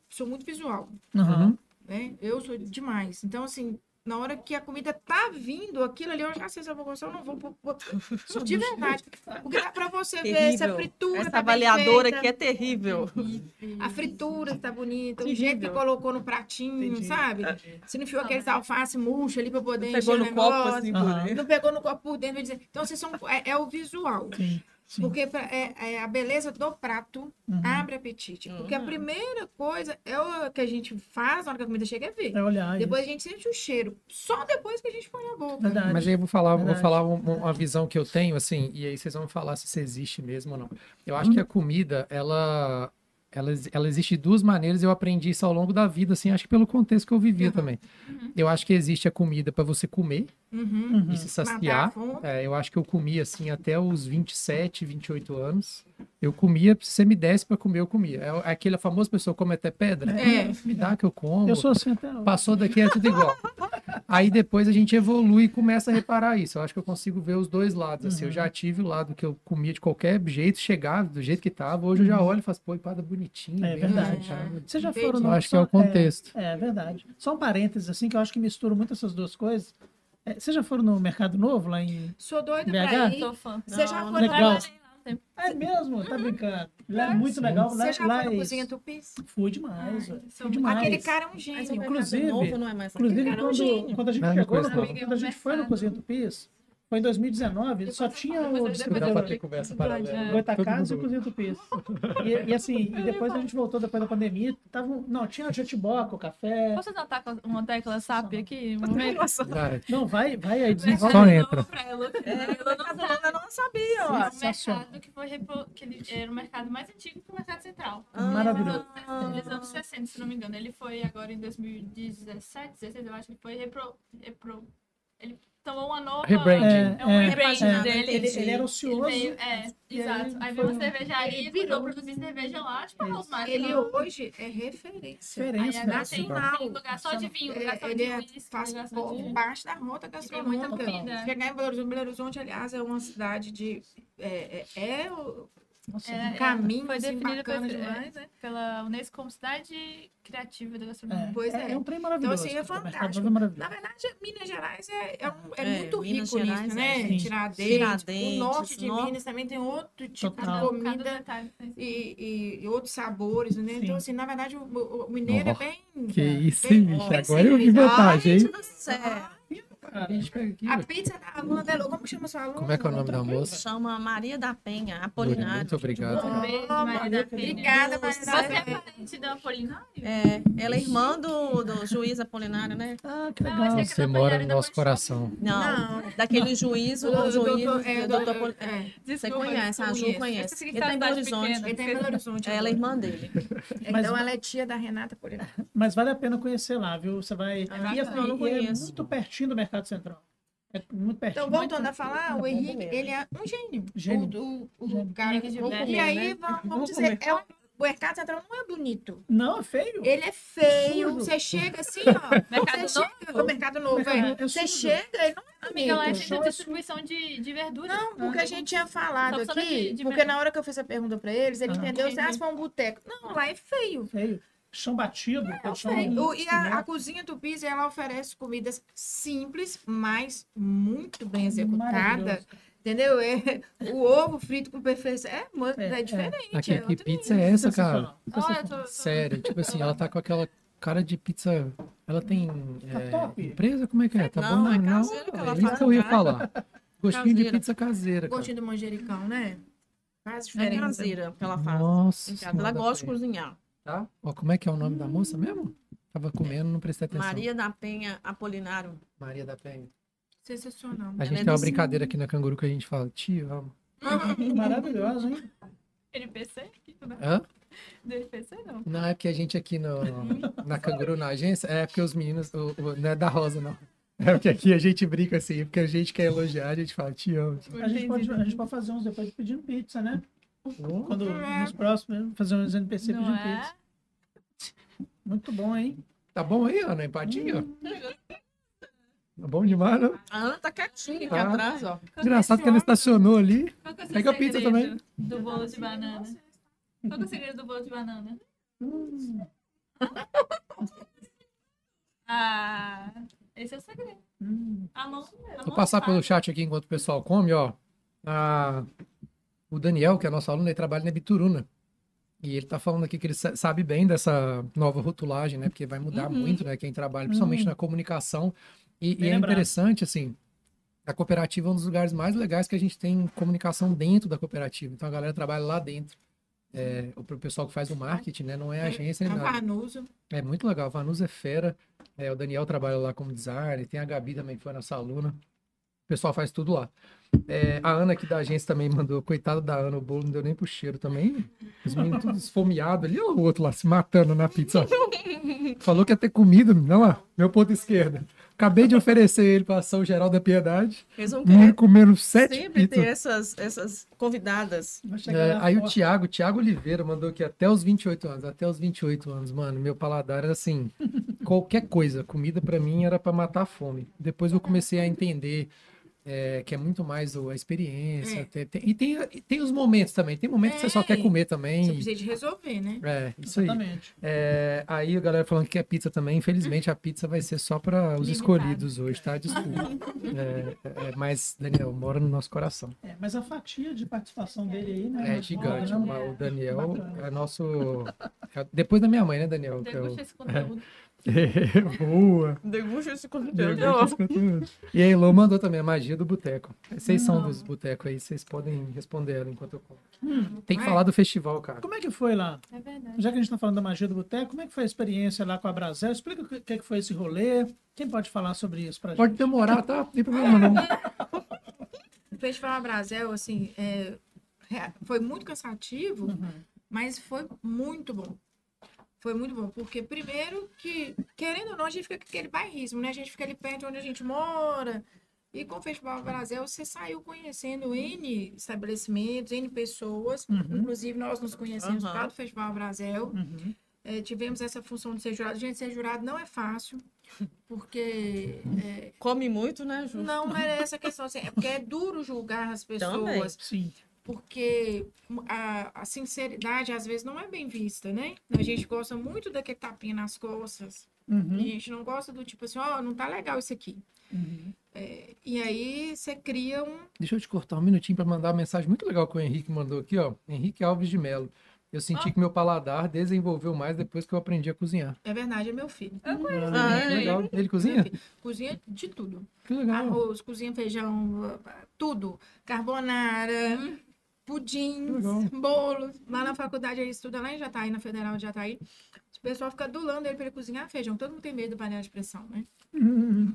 S5: sou muito visual,
S4: Aham.
S5: né? Eu sou demais. Então, assim, na hora que a comida tá vindo, aquilo ali, eu já sei se eu vou gostar ou não vou. vou-
S6: *laughs*
S5: vou- De verdade. Porque dá pra você ver se a
S6: Terrível.
S5: fritura
S6: Essa
S5: tá bem
S6: avaliadora
S5: feita,
S6: aqui é terrível.
S5: A fritura tá bonita, o jeito que
S6: Terrível. Ah.
S5: colocou no pratinho,
S4: Entendi,
S5: sabe? Se não enfiou aqueles alface murcho ali pra poder encher
S6: Pegou
S5: o
S6: no copo,
S5: negócio.
S6: assim,
S4: Aham.
S6: por
S5: Não Então, pegou no copo por dentro. eu ia dizer. Então, vocês são, é- é o visual.
S4: Sim, sim.
S5: Porque pra- é, é a beleza do prato
S4: Uhum.
S5: abre apetite. Porque a
S6: Uhum.
S5: primeira coisa é o que a gente faz na hora que a comida chega é ver.
S4: É olhar.
S5: depois
S4: isso.
S5: a gente sente o cheiro. Só depois que a gente põe na boca.
S4: Verdade.
S2: Mas aí eu vou falar, eu vou
S4: é, Verdade.
S2: falar um- um- uma visão que eu tenho, assim, e aí vocês vão falar se isso existe mesmo ou não. Eu acho que a comida, ela, ela, ex- ela existe de duas maneiras, eu aprendi isso ao longo da vida, assim, acho que pelo contexto que eu vivia
S5: Uhum.
S2: também.
S7: Uhum.
S2: Eu acho que existe a comida para você comer
S4: Hum.
S5: Uhum.
S2: e se
S5: Matar a
S2: saciar.
S4: Uhum.
S5: fome.
S2: É, eu acho que eu comia assim até os 27, 28 anos. Eu comia, se você me desse para comer, eu comia. É aquela famosa pessoa come até pedra.
S5: É.
S2: Me dá que eu como.
S4: Eu sou assim até hoje.
S2: Passou daqui é tudo igual. Aí depois a gente evolui e começa a reparar isso. Eu acho que eu consigo ver os dois lados. Assim, eu já tive o lado que eu comia de qualquer jeito, chegava do jeito que tava. Hoje eu já olho e faço, pô, empada bonitinha.
S4: É
S2: bem
S4: verdade.
S2: ajeitada.
S4: Vocês já
S5: Entendi.
S4: foram
S2: Eu
S4: no-
S2: acho que é o
S4: só-
S2: contexto.
S4: É, é verdade. Só um parênteses, assim, que eu acho que misturo muito essas duas coisas. É, vocês já foram no Mercado Novo, lá em...
S5: Sou doida pra
S4: BH?
S5: ir.
S7: Sou fã.
S5: Você já
S6: Não,
S5: foi
S4: legal.
S5: lá,
S4: É mesmo?
S5: Uhum.
S4: Tá brincando? Lá é muito legal. Lá,
S5: você já
S4: lá
S5: foi
S4: é
S5: na cozinha
S4: isso.
S5: Tupis?
S4: Fui demais,
S7: Ai,
S4: ué.
S7: sou
S4: Fui
S7: muito-
S4: demais.
S5: Aquele cara é um
S6: Mas
S5: gênio.
S6: o
S5: né?
S4: inclusive- hum,
S6: mercado novo não é mais aquele
S4: Inclusive,
S6: cara, é um
S4: quando,
S6: gênio.
S4: quando a gente
S2: Não, não
S4: chegou,
S2: conheço,
S4: quando,
S7: não.
S4: quando a gente foi no Cozinha do Pis, foi em 2019, só tinha o
S2: Dá
S7: Depois eu- depois
S2: pra
S7: eu-
S4: distribuidor
S2: ter conversa paralela.
S4: Goitacazes e
S2: Todo
S4: o
S2: mundo-
S4: Cozinha do Pis. E, e assim, e depois a gente voltou, depois da pandemia, tava, um- não, tinha jetiboca, café...
S7: Posso anotar com- uma tecla SAP aqui? Um momento?
S2: Cara,
S4: Não, vai, vai aí,
S2: Só
S4: desenvolve.
S7: Mercado
S2: entra.
S7: Novo pra Elo, que Elo não sabe.
S8: Ela não sabia, ó.
S7: um mercado que foi repo- que ele era o mercado mais antigo que o mercado central.
S4: Maravilhoso.
S7: Dos anos 60, se não me engano. Ele foi agora em 2017, 16, eu acho que ele foi repro... repro- Ele tomou uma nova...
S2: Rebranding.
S7: É um
S4: É,
S7: rebranding
S4: é,
S7: dele.
S4: ele, ele era
S7: Ele
S4: ocioso.
S7: veio, é,
S4: E aí
S7: exato.
S4: foi
S7: Aí veio uma
S4: um-
S7: cervejaria
S5: Ele
S7: e virou
S5: virou.
S7: produzir cerveja lá, tipo,
S4: Isso.
S7: os mais
S5: Ele
S7: famosos.
S5: hoje é referência.
S7: Aí
S4: Diferença, né?
S7: agora tem,
S5: nacional.
S7: tem lugar só de vinho, lugar só
S5: É,
S7: de
S5: ele é,
S7: whisky,
S5: faz
S7: lugar só
S5: po-
S7: de-
S5: parte da rota
S7: E tem muita
S5: gastronômica.
S7: comida.
S5: Chegar em Belo Horizonte, Belo Horizonte, aliás, é uma cidade de. É, é, é o-
S4: Nossa,
S7: É,
S5: um caminho
S7: foi
S5: assim,
S7: definida é.
S5: bacana
S7: pela-
S5: demais, né?
S7: pela Unesco como cidade criativa da gastronomia.
S4: É,
S5: Pois
S4: é,
S5: é.
S4: é um trem maravilhoso.
S5: Então, assim, é
S4: O Mercado
S5: fantástico.
S4: Novo é maravilhoso.
S5: Na verdade, Minas Gerais é, é, um- é
S6: É,
S5: muito
S6: Minas
S5: rico
S6: Gerais
S5: nisso,
S6: é,
S5: né?
S4: sim.
S5: Tiradentes,
S6: Tiradentes,
S5: O norte de
S6: nó-
S5: Minas também tem outro tipo
S7: tá
S4: Total.
S5: de comida e, e- e outros sabores, né?
S4: Sim.
S5: Então, assim, na verdade, o, o- o mineiro é
S2: Ó,
S5: bem.
S2: Que isso,
S5: bem- assim.
S2: hein, bicho?
S5: bem
S2: Agora eu vi
S5: civilizado.
S2: vantagem, hein?
S6: Gente do céu.
S2: A gente pega aqui.
S5: A
S2: ó.
S5: pizza da aluna da Elô, como que chama sua aluna?
S2: Como é que é o nome da moça?
S6: Chama Maria da Penha,
S2: Lorena,
S6: Apolinário.
S2: Muito obrigado.
S5: Ah,
S7: Beijo,
S5: Maria
S7: Maria da Penha.
S5: Obrigada, Maria da
S7: Você é
S5: Penha.
S7: parente da Apolinário?
S6: É, ela é irmã do, do juiz Apolinário, né?
S4: Ah, que
S7: Não,
S4: legal.
S7: achei
S2: Você mora no nosso coração.
S6: Não,
S5: Não.
S6: daquele juiz, o
S5: Do- do- do- é,
S6: juiz, do-
S5: do-
S6: né? doutor Apoli-
S5: é.
S6: Você
S7: Desculpa,
S6: conhece, a Ju
S5: conheço.
S6: conhece.
S7: Esse que
S6: Ele
S7: tá
S6: tá em
S7: duas
S6: Belo Horizonte.
S7: pequenas.
S5: Ele tá em Belo Horizonte.
S6: Ela é
S5: agora.
S6: irmã dele.
S5: Então, ela é tia da Renata Polina.
S4: Mas vale a pena conhecer lá, viu? Você vai.
S6: Ah,
S4: e, assim,
S6: eu não
S4: e é
S6: conheço.
S4: muito pertinho do Mercado Central. É muito pertinho.
S5: Então, voltando a falar, o
S6: Vamos
S5: Henrique,
S6: comer.
S5: ele é um gênio.
S4: Gênio.
S5: O, o, o
S4: Gênio.
S5: cara
S7: Henrique de
S5: vamos
S7: Berlim,
S5: E aí,
S6: né?
S5: vamos,
S6: Vamos
S5: dizer,
S6: comer.
S5: é um, o mercado central não é bonito.
S4: Não, é feio.
S5: Ele é feio,
S4: Sujo.
S5: você chega assim, ó.
S7: Mercado
S5: você chega, o mercado novo,
S4: Mercado
S5: é.
S4: Novo é
S5: Você
S4: sujo.
S5: chega, ele não é
S7: Amiga, ela é
S5: bonito.
S7: cheia de distribuição de, Ah, de verdura.
S5: Não, porque a gente tinha falado
S7: Tá
S5: aqui,
S7: precisando de- de
S5: porque
S7: mercado.
S5: na hora que eu fiz a pergunta pra eles, ele
S4: Ah.
S5: entendeu, você
S7: Entendi.
S5: ah, se for um boteco. Não, lá é feio.
S4: feio. Chão batido. É, chão
S5: Feio. O- e a, a
S4: cimento.
S5: cozinha do Pis, ela oferece comidas simples, mas muito bem executada.
S4: Maravilhoso.
S5: Entendeu? É, *laughs* o ovo frito com perfeição. É, mano,
S4: É,
S5: é,
S4: é.
S5: diferente.
S2: Aqui,
S5: é
S2: que
S5: outro
S2: pizza é essa, cara?
S4: Sensacional.
S7: Olha, eu tô- tô-
S2: Sério, tipo assim, ela tá com aquela cara de pizza. Ela tem
S4: Tá
S2: é,
S4: top.
S2: empresa? Como é que é? Tá
S6: Não,
S2: bom?
S6: é caseiro que ela
S2: é isso
S6: faz,
S2: que eu ia
S6: cara.
S2: falar. Gostinho de
S6: Caseira.
S2: pizza caseira. Cara.
S5: Gostinho do manjericão, né? Faz
S6: É
S5: diferença.
S6: caseira que ela faz.
S2: Nossa.
S6: em casa.
S2: Senhora
S6: Ela
S2: da
S6: gosta de
S2: Penha.
S6: cozinhar.
S2: Tá? Ó, como é que é o nome da moça mesmo? Tava comendo, não prestei atenção.
S6: Maria da Penha Apolinário.
S2: Maria da Penha.
S5: Sensacional.
S2: A gente tá
S6: é
S2: tem uma
S6: do-
S2: brincadeira aqui na Canguru que a gente fala, tio, vamos.
S4: Maravilhoso, hein?
S7: NPC?
S2: Hã?
S7: Do NPC, não.
S2: Não, é porque a gente aqui
S6: *laughs*
S2: no, na Canguru, na agência, é porque os meninos, o- o- não é da Rosa, não. É porque aqui a gente brinca assim, porque a gente quer elogiar, a gente fala, te amo. te
S4: A gente, pode,
S7: Entendi.
S4: a gente pode fazer uns depois pedindo pizza, né?
S2: amo."
S4: Quando nos próximos, fazer uns NPC
S7: Não
S4: pedindo
S7: é?
S4: pizza. Muito bom, hein?
S2: Tá bom aí, Ana, empatinho? Hum. Tá bom demais, né?
S6: A Ana tá quietinha aqui
S2: Tá.
S6: atrás, ó.
S2: Engraçado que ela estacionou ali.
S7: Qual que é o seu
S2: Pega a pizza
S7: segredo Do bolo de banana. Qual que é o segredo do bolo de banana? Ah, esse é o segredo.
S4: Hum,
S7: A mão, a
S2: Vou
S7: mão
S2: passar
S4: Tá
S2: pelo
S7: faz.
S2: chat aqui enquanto o pessoal come, ó. A- O Daniel, que é nosso aluno, ele trabalha na Bituruna. E ele tá falando aqui que ele sa- sabe bem dessa nova rotulagem, né? Porque vai mudar
S6: Uhum.
S2: muito, né? Quem trabalha, principalmente
S4: Uhum.
S2: na comunicação. E,
S4: Bem
S2: e é
S4: lembrado.
S2: interessante, assim, a cooperativa é um dos lugares mais legais que a gente tem comunicação dentro da cooperativa. Então a galera trabalha lá dentro. É, o pro pessoal que faz o
S4: Tá.
S2: marketing, né? Não é agência
S5: É
S2: nem
S5: um
S2: nada.
S5: panuso.
S2: É muito legal. A Vanusa é fera. É, o Daniel trabalha lá como designer. Tem a Gabi também, que foi nossa aluna. O pessoal faz tudo lá. É, a Ana aqui da agência também mandou. Coitado da Ana, o bolo não deu nem pro cheiro também. Os meninos tudo esfomeados ali. Olha o outro lá se matando na pizza. Falou que ia ter comida, não lá. Meu ponto esquerda. Acabei de oferecer ele pra São Geral da Piedade.
S8: Eles vão
S2: Menino
S8: querer
S2: comendo sete
S8: sempre ter
S2: pizzas.
S8: essas, essas convidadas.
S4: Vai chegar
S2: É,
S4: lá
S2: aí o
S4: forte.
S2: Thiago, Thiago Oliveira mandou aqui até os 28 anos. Até os 28 anos, mano. Meu paladar era assim. qualquer coisa. Comida pra mim era pra matar a fome. Depois eu comecei a entender é, que é muito mais o- a experiência.
S5: É.
S2: tem- tem- e, tem, e tem os momentos também. Tem momentos que você só quer
S5: É.
S2: comer
S5: Você
S2: também.
S5: precisa de resolver, né?
S2: É, isso aí.
S4: Exatamente.
S2: É, aí a galera falando que é pizza também. Infelizmente, a pizza vai ser só para os
S7: Limitado.
S2: escolhidos hoje, tá? Desculpa. É, é, mas, Daniel, mora no nosso coração.
S4: É, mas a fatia de participação dele aí, né?
S2: É gigante.
S4: Olha,
S2: O Daniel
S4: Bacana.
S2: é nosso. é depois da minha mãe, né, Daniel? Que é o- *laughs* É,
S7: Degusta esse conteúdo.
S2: Boa!
S8: Degusta esse conteúdo.
S2: Deus, E a Elô mandou também a magia do boteco. Vocês são dos botecos aí, vocês podem responder ela enquanto eu como. Tem que falar do festival, cara.
S4: Como é que foi lá?
S7: É verdade.
S4: Já que a gente tá falando da magia do boteco, como é que foi a experiência lá com a Brasel? Explica o que, é que foi esse rolê. Quem pode falar sobre isso pra
S2: Pode
S4: gente?
S2: demorar, tá? Não tem problema não.
S5: Uhum. O Festival Brasil, assim, é, rea- foi muito cansativo, mas foi muito bom. Foi muito bom, porque primeiro que, querendo ou não, a gente fica com aquele bairrismo, né? A gente fica ali perto de onde a gente mora. E com o Festival Brasil, você saiu conhecendo N estabelecimentos, N pessoas.
S4: Uhum.
S5: Inclusive, nós nos conhecemos
S8: Aham.
S5: por causa do Festival Brasil.
S4: Uhum.
S5: É, tivemos essa função de ser jurado. Gente, ser jurado não é fácil, porque
S8: Come muito, né, Ju?
S5: não é essa questão. Assim, é porque é duro julgar as
S8: Também.
S5: pessoas,
S4: Sim.
S5: porque a, a sinceridade às vezes não é bem vista, né? A gente gosta muito daquele tapinha nas costas. A
S4: Uhum.
S5: gente não gosta do tipo assim, ó, não tá legal isso aqui. É,
S4: Uhum.
S5: E aí você cria um.
S2: Deixa eu te cortar um minutinho para mandar uma mensagem muito legal que o Henrique mandou aqui, ó. Henrique Alves de Melo. Eu senti que meu paladar desenvolveu mais depois que eu aprendi a cozinhar.
S5: É verdade, é meu filho.
S8: Ah,
S2: Que
S8: é?
S2: legal. Ele cozinha?
S5: Meu filho. Cozinha de tudo.
S2: Que legal.
S5: Arroz, cozinha feijão, ah, tudo. Carbonara, pudins,
S2: Legal.
S5: bolos. Lá na faculdade ele estuda lá em Jataí, na Federal de Jataí. O pessoal fica adulando ele para ele cozinhar feijão. Todo mundo tem medo da panela de pressão, né?
S4: Uhum.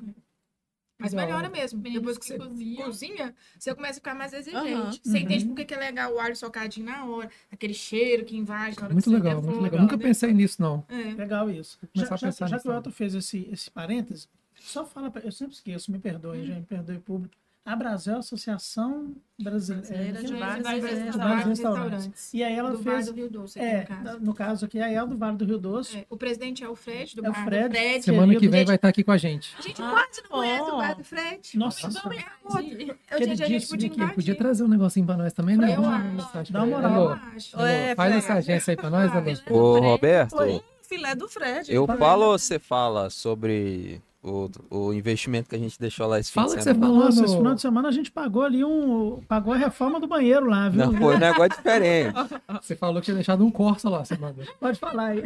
S5: Mas
S2: Legal.
S5: melhora mesmo. Depois
S7: Meninos
S5: que você
S7: que cozinham.
S5: cozinha, você começa a ficar mais exigente.
S8: Aham.
S5: Você entende por que que é legal o alho socadinho na hora, aquele cheiro que invade na hora
S2: Muito
S5: que você
S2: legal, muito
S5: refoga,
S2: legal. Nunca
S5: né?
S2: pensei nisso, não.
S5: É.
S4: Legal isso. Já,
S2: começar a
S4: já-
S2: pensar
S4: já
S2: nisso
S4: que o
S2: também.
S4: Elton fez esse, esse parênteses, só fala pra, Eu sempre esqueço, me perdoe, gente, me perdoe público. A Brasil Associação é, Brasileira,
S8: Brasileira de
S4: Bares
S8: Bares
S4: e
S8: e
S4: Restaurantes.
S5: Bares e Restaurantes.
S4: E aí ela
S5: do Bar
S4: fez.
S5: do Rio Doce, aqui
S4: é,
S5: no caso.
S4: da- no caso aqui, aí ela do Vale do Rio Doce.
S5: É, O presidente é o Fred, do
S4: É o
S5: Bar
S4: Fred.
S5: do Fred.
S2: Semana que
S4: querido.
S2: vem vai estar aqui com a gente.
S5: A gente
S8: Ah,
S5: quase não conhece o Bar
S8: bom.
S5: do Fred.
S4: Nossa,
S5: Vamos ganhar outro.
S7: Sim.
S5: Eu,
S4: Aquele
S5: gente, a
S4: dia
S5: gente podia
S2: Aqui,
S5: invadir.
S2: podia trazer um negocinho pra nós também, né?
S5: Eu
S2: Vamos,
S5: acho.
S2: acho
S4: Dá uma
S2: que-
S4: moral.
S5: Eu
S2: Alô,
S5: acho.
S8: Oi. É,
S2: faz
S8: Fred.
S2: essa agência aí pra nós,
S5: Ah,
S2: Alô.
S3: Ô, Roberto,
S8: Um filé do Fred.
S3: eu falo ou você fala sobre o, o investimento que a gente deixou lá esse fim
S2: Fala
S3: de
S2: que você
S3: semana?
S2: falou
S4: Nossa, esse final
S2: no...
S4: de semana a gente pagou ali um. Pagou a reforma do banheiro lá, viu?
S3: Não, foi um negócio diferente.
S2: Você falou que tinha deixado um Corsa lá, você mandou.
S4: Pode falar aí.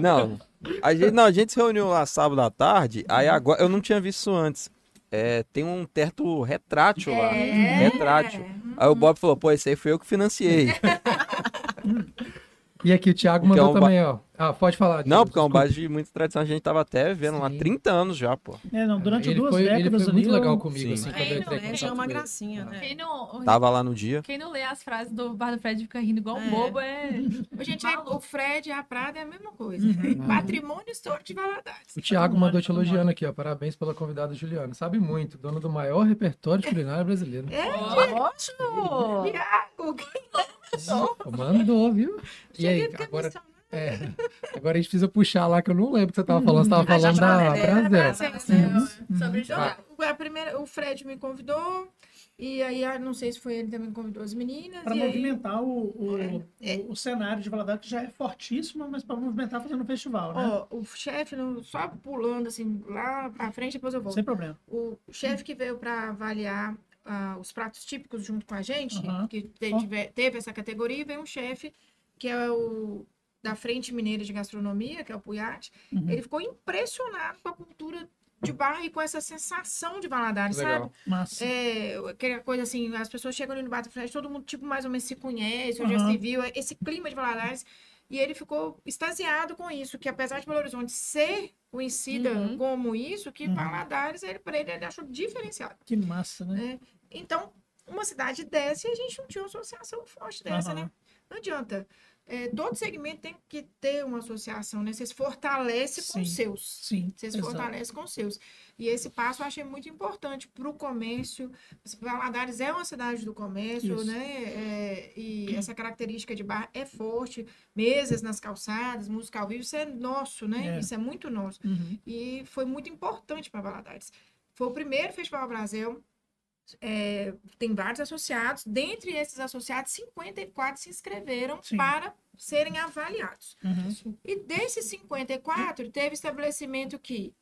S3: Não, a gente, não, a gente se reuniu lá sábado à tarde, aí
S6: Uhum.
S3: agora, eu não tinha visto isso antes. É, tem um teto retrátil lá,
S5: É.
S6: É.
S2: É
S3: retrátil. Aí o Bob falou, pô, esse aí fui eu que financiei.
S2: E aqui o Thiago
S3: Porque é
S2: mandou
S3: um ba-
S2: também, ó. Ah, pode falar.
S3: Não,
S2: Thiago,
S3: porque é um
S2: desculpa.
S3: bar de muita tradição, a gente tava até vendo lá,
S2: Sim.
S3: 30 anos já, pô.
S4: É, não, durante
S2: ele
S4: duas
S2: foi,
S4: décadas
S2: Ele foi
S4: ali.
S2: muito
S4: eu-
S2: legal comigo,
S3: Sim.
S2: assim, quando eu
S6: Ele
S2: entrei em
S6: é, ele é
S2: contato
S6: uma
S2: com ele.
S6: gracinha, né?
S7: Quem não,
S2: Tá.
S3: Tava lá no dia.
S7: quem não lê as frases do Bar do Fred e fica rindo igual um
S8: É.
S7: bobo é.
S5: Ô, gente, aí o Fred e a Prada é a mesma coisa.
S2: Uhum.
S5: Patrimônio histórico de Valadares.
S2: O Thiago
S4: Todo
S2: mandou
S4: mundo,
S2: te
S4: todo mundo.
S2: elogiando aqui, ó. Parabéns pela convidada Juliana. Sabe muito, dona do maior repertório de culinária brasileiro.
S5: É,
S8: Ótimo!
S5: Tiago,
S2: Mandou, viu? E aí, agora, é, agora a gente precisa puxar lá, que eu não lembro o que você tava falando. Você tava
S5: Ah, já
S2: falando da
S5: falei, né?
S2: Brasil.
S5: Sobre
S2: Tá.
S5: o- a primeira, o Fred me convidou, e aí ah, não sei se foi ele também que convidou as meninas.
S4: Para
S5: e aí- é.
S4: movimentar o, o, o- o cenário de Valadares, que já é fortíssimo, mas para movimentar fazendo um festival, né?
S5: Ó, o chefe, não- só pulando assim, lá pra frente, depois eu volto.
S4: Sem problema.
S5: O chefe que veio para avaliar ah, os pratos típicos junto com a gente,
S4: Aham.
S5: que te-
S4: Ó.
S5: tiver- teve essa categoria, e veio um chefe que é o da Frente Mineira de Gastronomia, que é o Puyat.
S4: Uhum.
S5: Ele ficou impressionado com a cultura de bar e com essa sensação de Valadares, sabe?
S2: Legal.
S4: Mas
S5: É, aquela coisa assim, as pessoas chegam ali no bar do Fred, todo mundo tipo mais ou menos se conhece, ou já
S4: Aham.
S5: se viu, é esse clima de Valadares. E ele ficou extasiado com isso, que apesar de Belo Horizonte ser conhecida
S8: Uhum.
S5: como isso, que
S4: Uhum.
S5: Valadares, ele, pra ele, ele achou diferenciado.
S4: que massa, né?
S5: Então, uma cidade dessa e a gente não tinha uma associação forte dessa,
S4: Aham.
S5: né? Não adianta. É, todo segmento tem que ter uma associação, né? Vocês fortalecem com os
S4: Sim.
S5: seus.
S4: Sim.
S5: Vocês
S4: exato.
S5: fortalecem com os seus. E esse passo eu achei muito importante para o comércio. Valadares é uma cidade do comércio,
S4: Isso.
S5: né? É, e essa característica de bar é forte. Mesas nas calçadas, música ao vivo, isso é nosso, né?
S4: É.
S5: Isso é muito nosso.
S4: Uhum.
S5: E foi muito importante para Valadares. Foi o primeiro Festival Brasil. é, tem vários associados. Dentre esses associados, 54 se inscreveram
S4: Sim.
S5: para serem avaliados.
S4: Uhum.
S5: E desses 54, teve estabelecimento que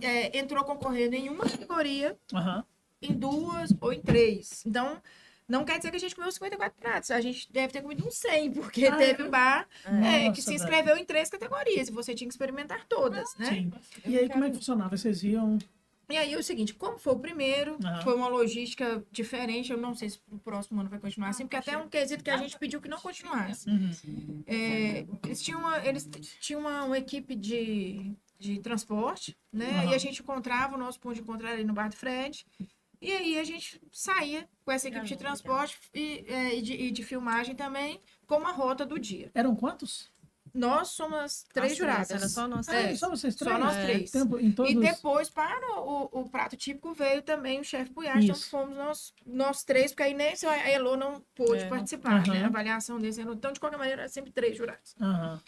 S5: é, entrou concorrendo em uma categoria,
S4: Aham.
S5: em duas ou em três. Então, não quer dizer que a gente comeu 54 pratos. A gente deve ter comido uns 100, porque
S4: Ah,
S5: teve um bar é,
S4: Nossa,
S5: que se
S4: velho.
S5: inscreveu em três categorias e você tinha que experimentar todas, né?
S4: Sim. E aí, como é que funcionava? Vocês iam.
S5: E aí, o seguinte, como foi o primeiro,
S4: Aham.
S5: foi uma logística diferente, eu não sei se o próximo ano vai continuar assim, porque até é um quesito que a gente pediu que não continuasse.
S4: Uhum.
S5: É, eles tinham, uma, eles t- tinham uma, uma equipe de, de transporte, né?
S4: Aham.
S5: E a gente encontrava, o nosso ponto de encontro era ali no Bar do Fred. E aí a gente saía com essa equipe de transporte e, é, e de, e de filmagem também, com uma rota do dia.
S4: Eram quantos?
S5: Nós somos três
S6: Nossa,
S5: juradas.
S6: Era só nós
S4: Ah,
S5: É,
S6: três.
S4: é só vocês
S5: só
S4: três?
S5: nós
S4: É.
S5: três.
S4: Tempo, em todos...
S5: E depois, para o, o prato típico, veio também o chefe Puyar, então
S4: Isso.
S5: fomos nós, nós três, porque aí nem só a Elô não pôde
S6: É.
S5: participar, né?
S4: Aham.
S5: A avaliação desse ano. Então, de qualquer maneira, era sempre três jurados.
S4: Aham.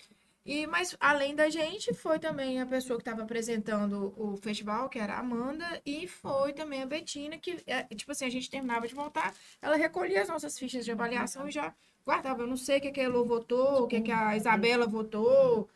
S5: E, mas, além da gente, foi também a pessoa que estava apresentando o festival, que era a Amanda, e foi também a Betina, que, é, tipo assim, a gente terminava de montar, ela recolhia as nossas fichas de avaliação e já guardava. Eu não sei o que, que a Elô votou, o que, que a Isabela votou,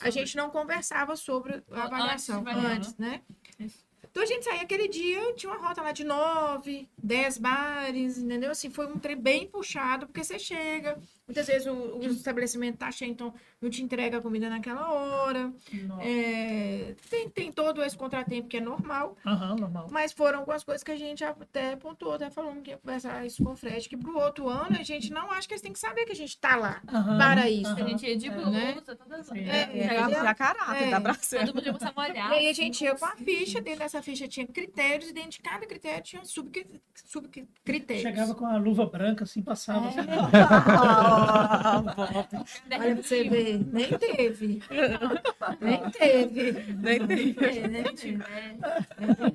S7: A gente não
S5: Né?
S7: conversava
S5: a
S7: sobre
S5: gente não conversava sobre a
S7: Antes de
S5: avaliação
S7: avaliar,
S5: antes, né?
S7: Isso.
S5: Então a gente saía aquele dia, tinha uma rota lá de nove, dez bares, entendeu? Assim, foi um trem bem puxado, porque você chega, muitas vezes o, o estabelecimento tá cheio, então não te entrega a comida naquela hora.
S4: Nossa.
S5: É, tem, tem todo esse contratempo que é normal.
S4: Aham, normal.
S5: Mas foram algumas coisas que a gente até pontuou, até falando que ia conversar isso com o Fred, que pro outro ano a gente não acha que eles têm que saber que a gente tá lá.
S4: Aham,
S5: Para isso,
S7: A
S4: aham.
S7: gente ia de blusa,
S5: né?
S7: todas
S4: Sim.
S7: é,
S5: É,
S8: É,
S5: entendeu?
S8: a caráter
S5: É.
S8: da Bracel.
S7: *laughs* Todo mundo ia começar a molhar. assim,
S5: E aí a gente ia com a ficha, dentro dessa ficha tinha critérios, e dentro de cada critério tinha subcri- subcritérios.
S4: Chegava com a luva branca, assim, passava.
S5: É.
S4: assim.
S8: Ah, bom.
S5: Olha pra você ver, nem *laughs* teve. nem teve.
S8: Nem tem.
S5: *laughs* É, nem teve.
S7: né?
S5: Nem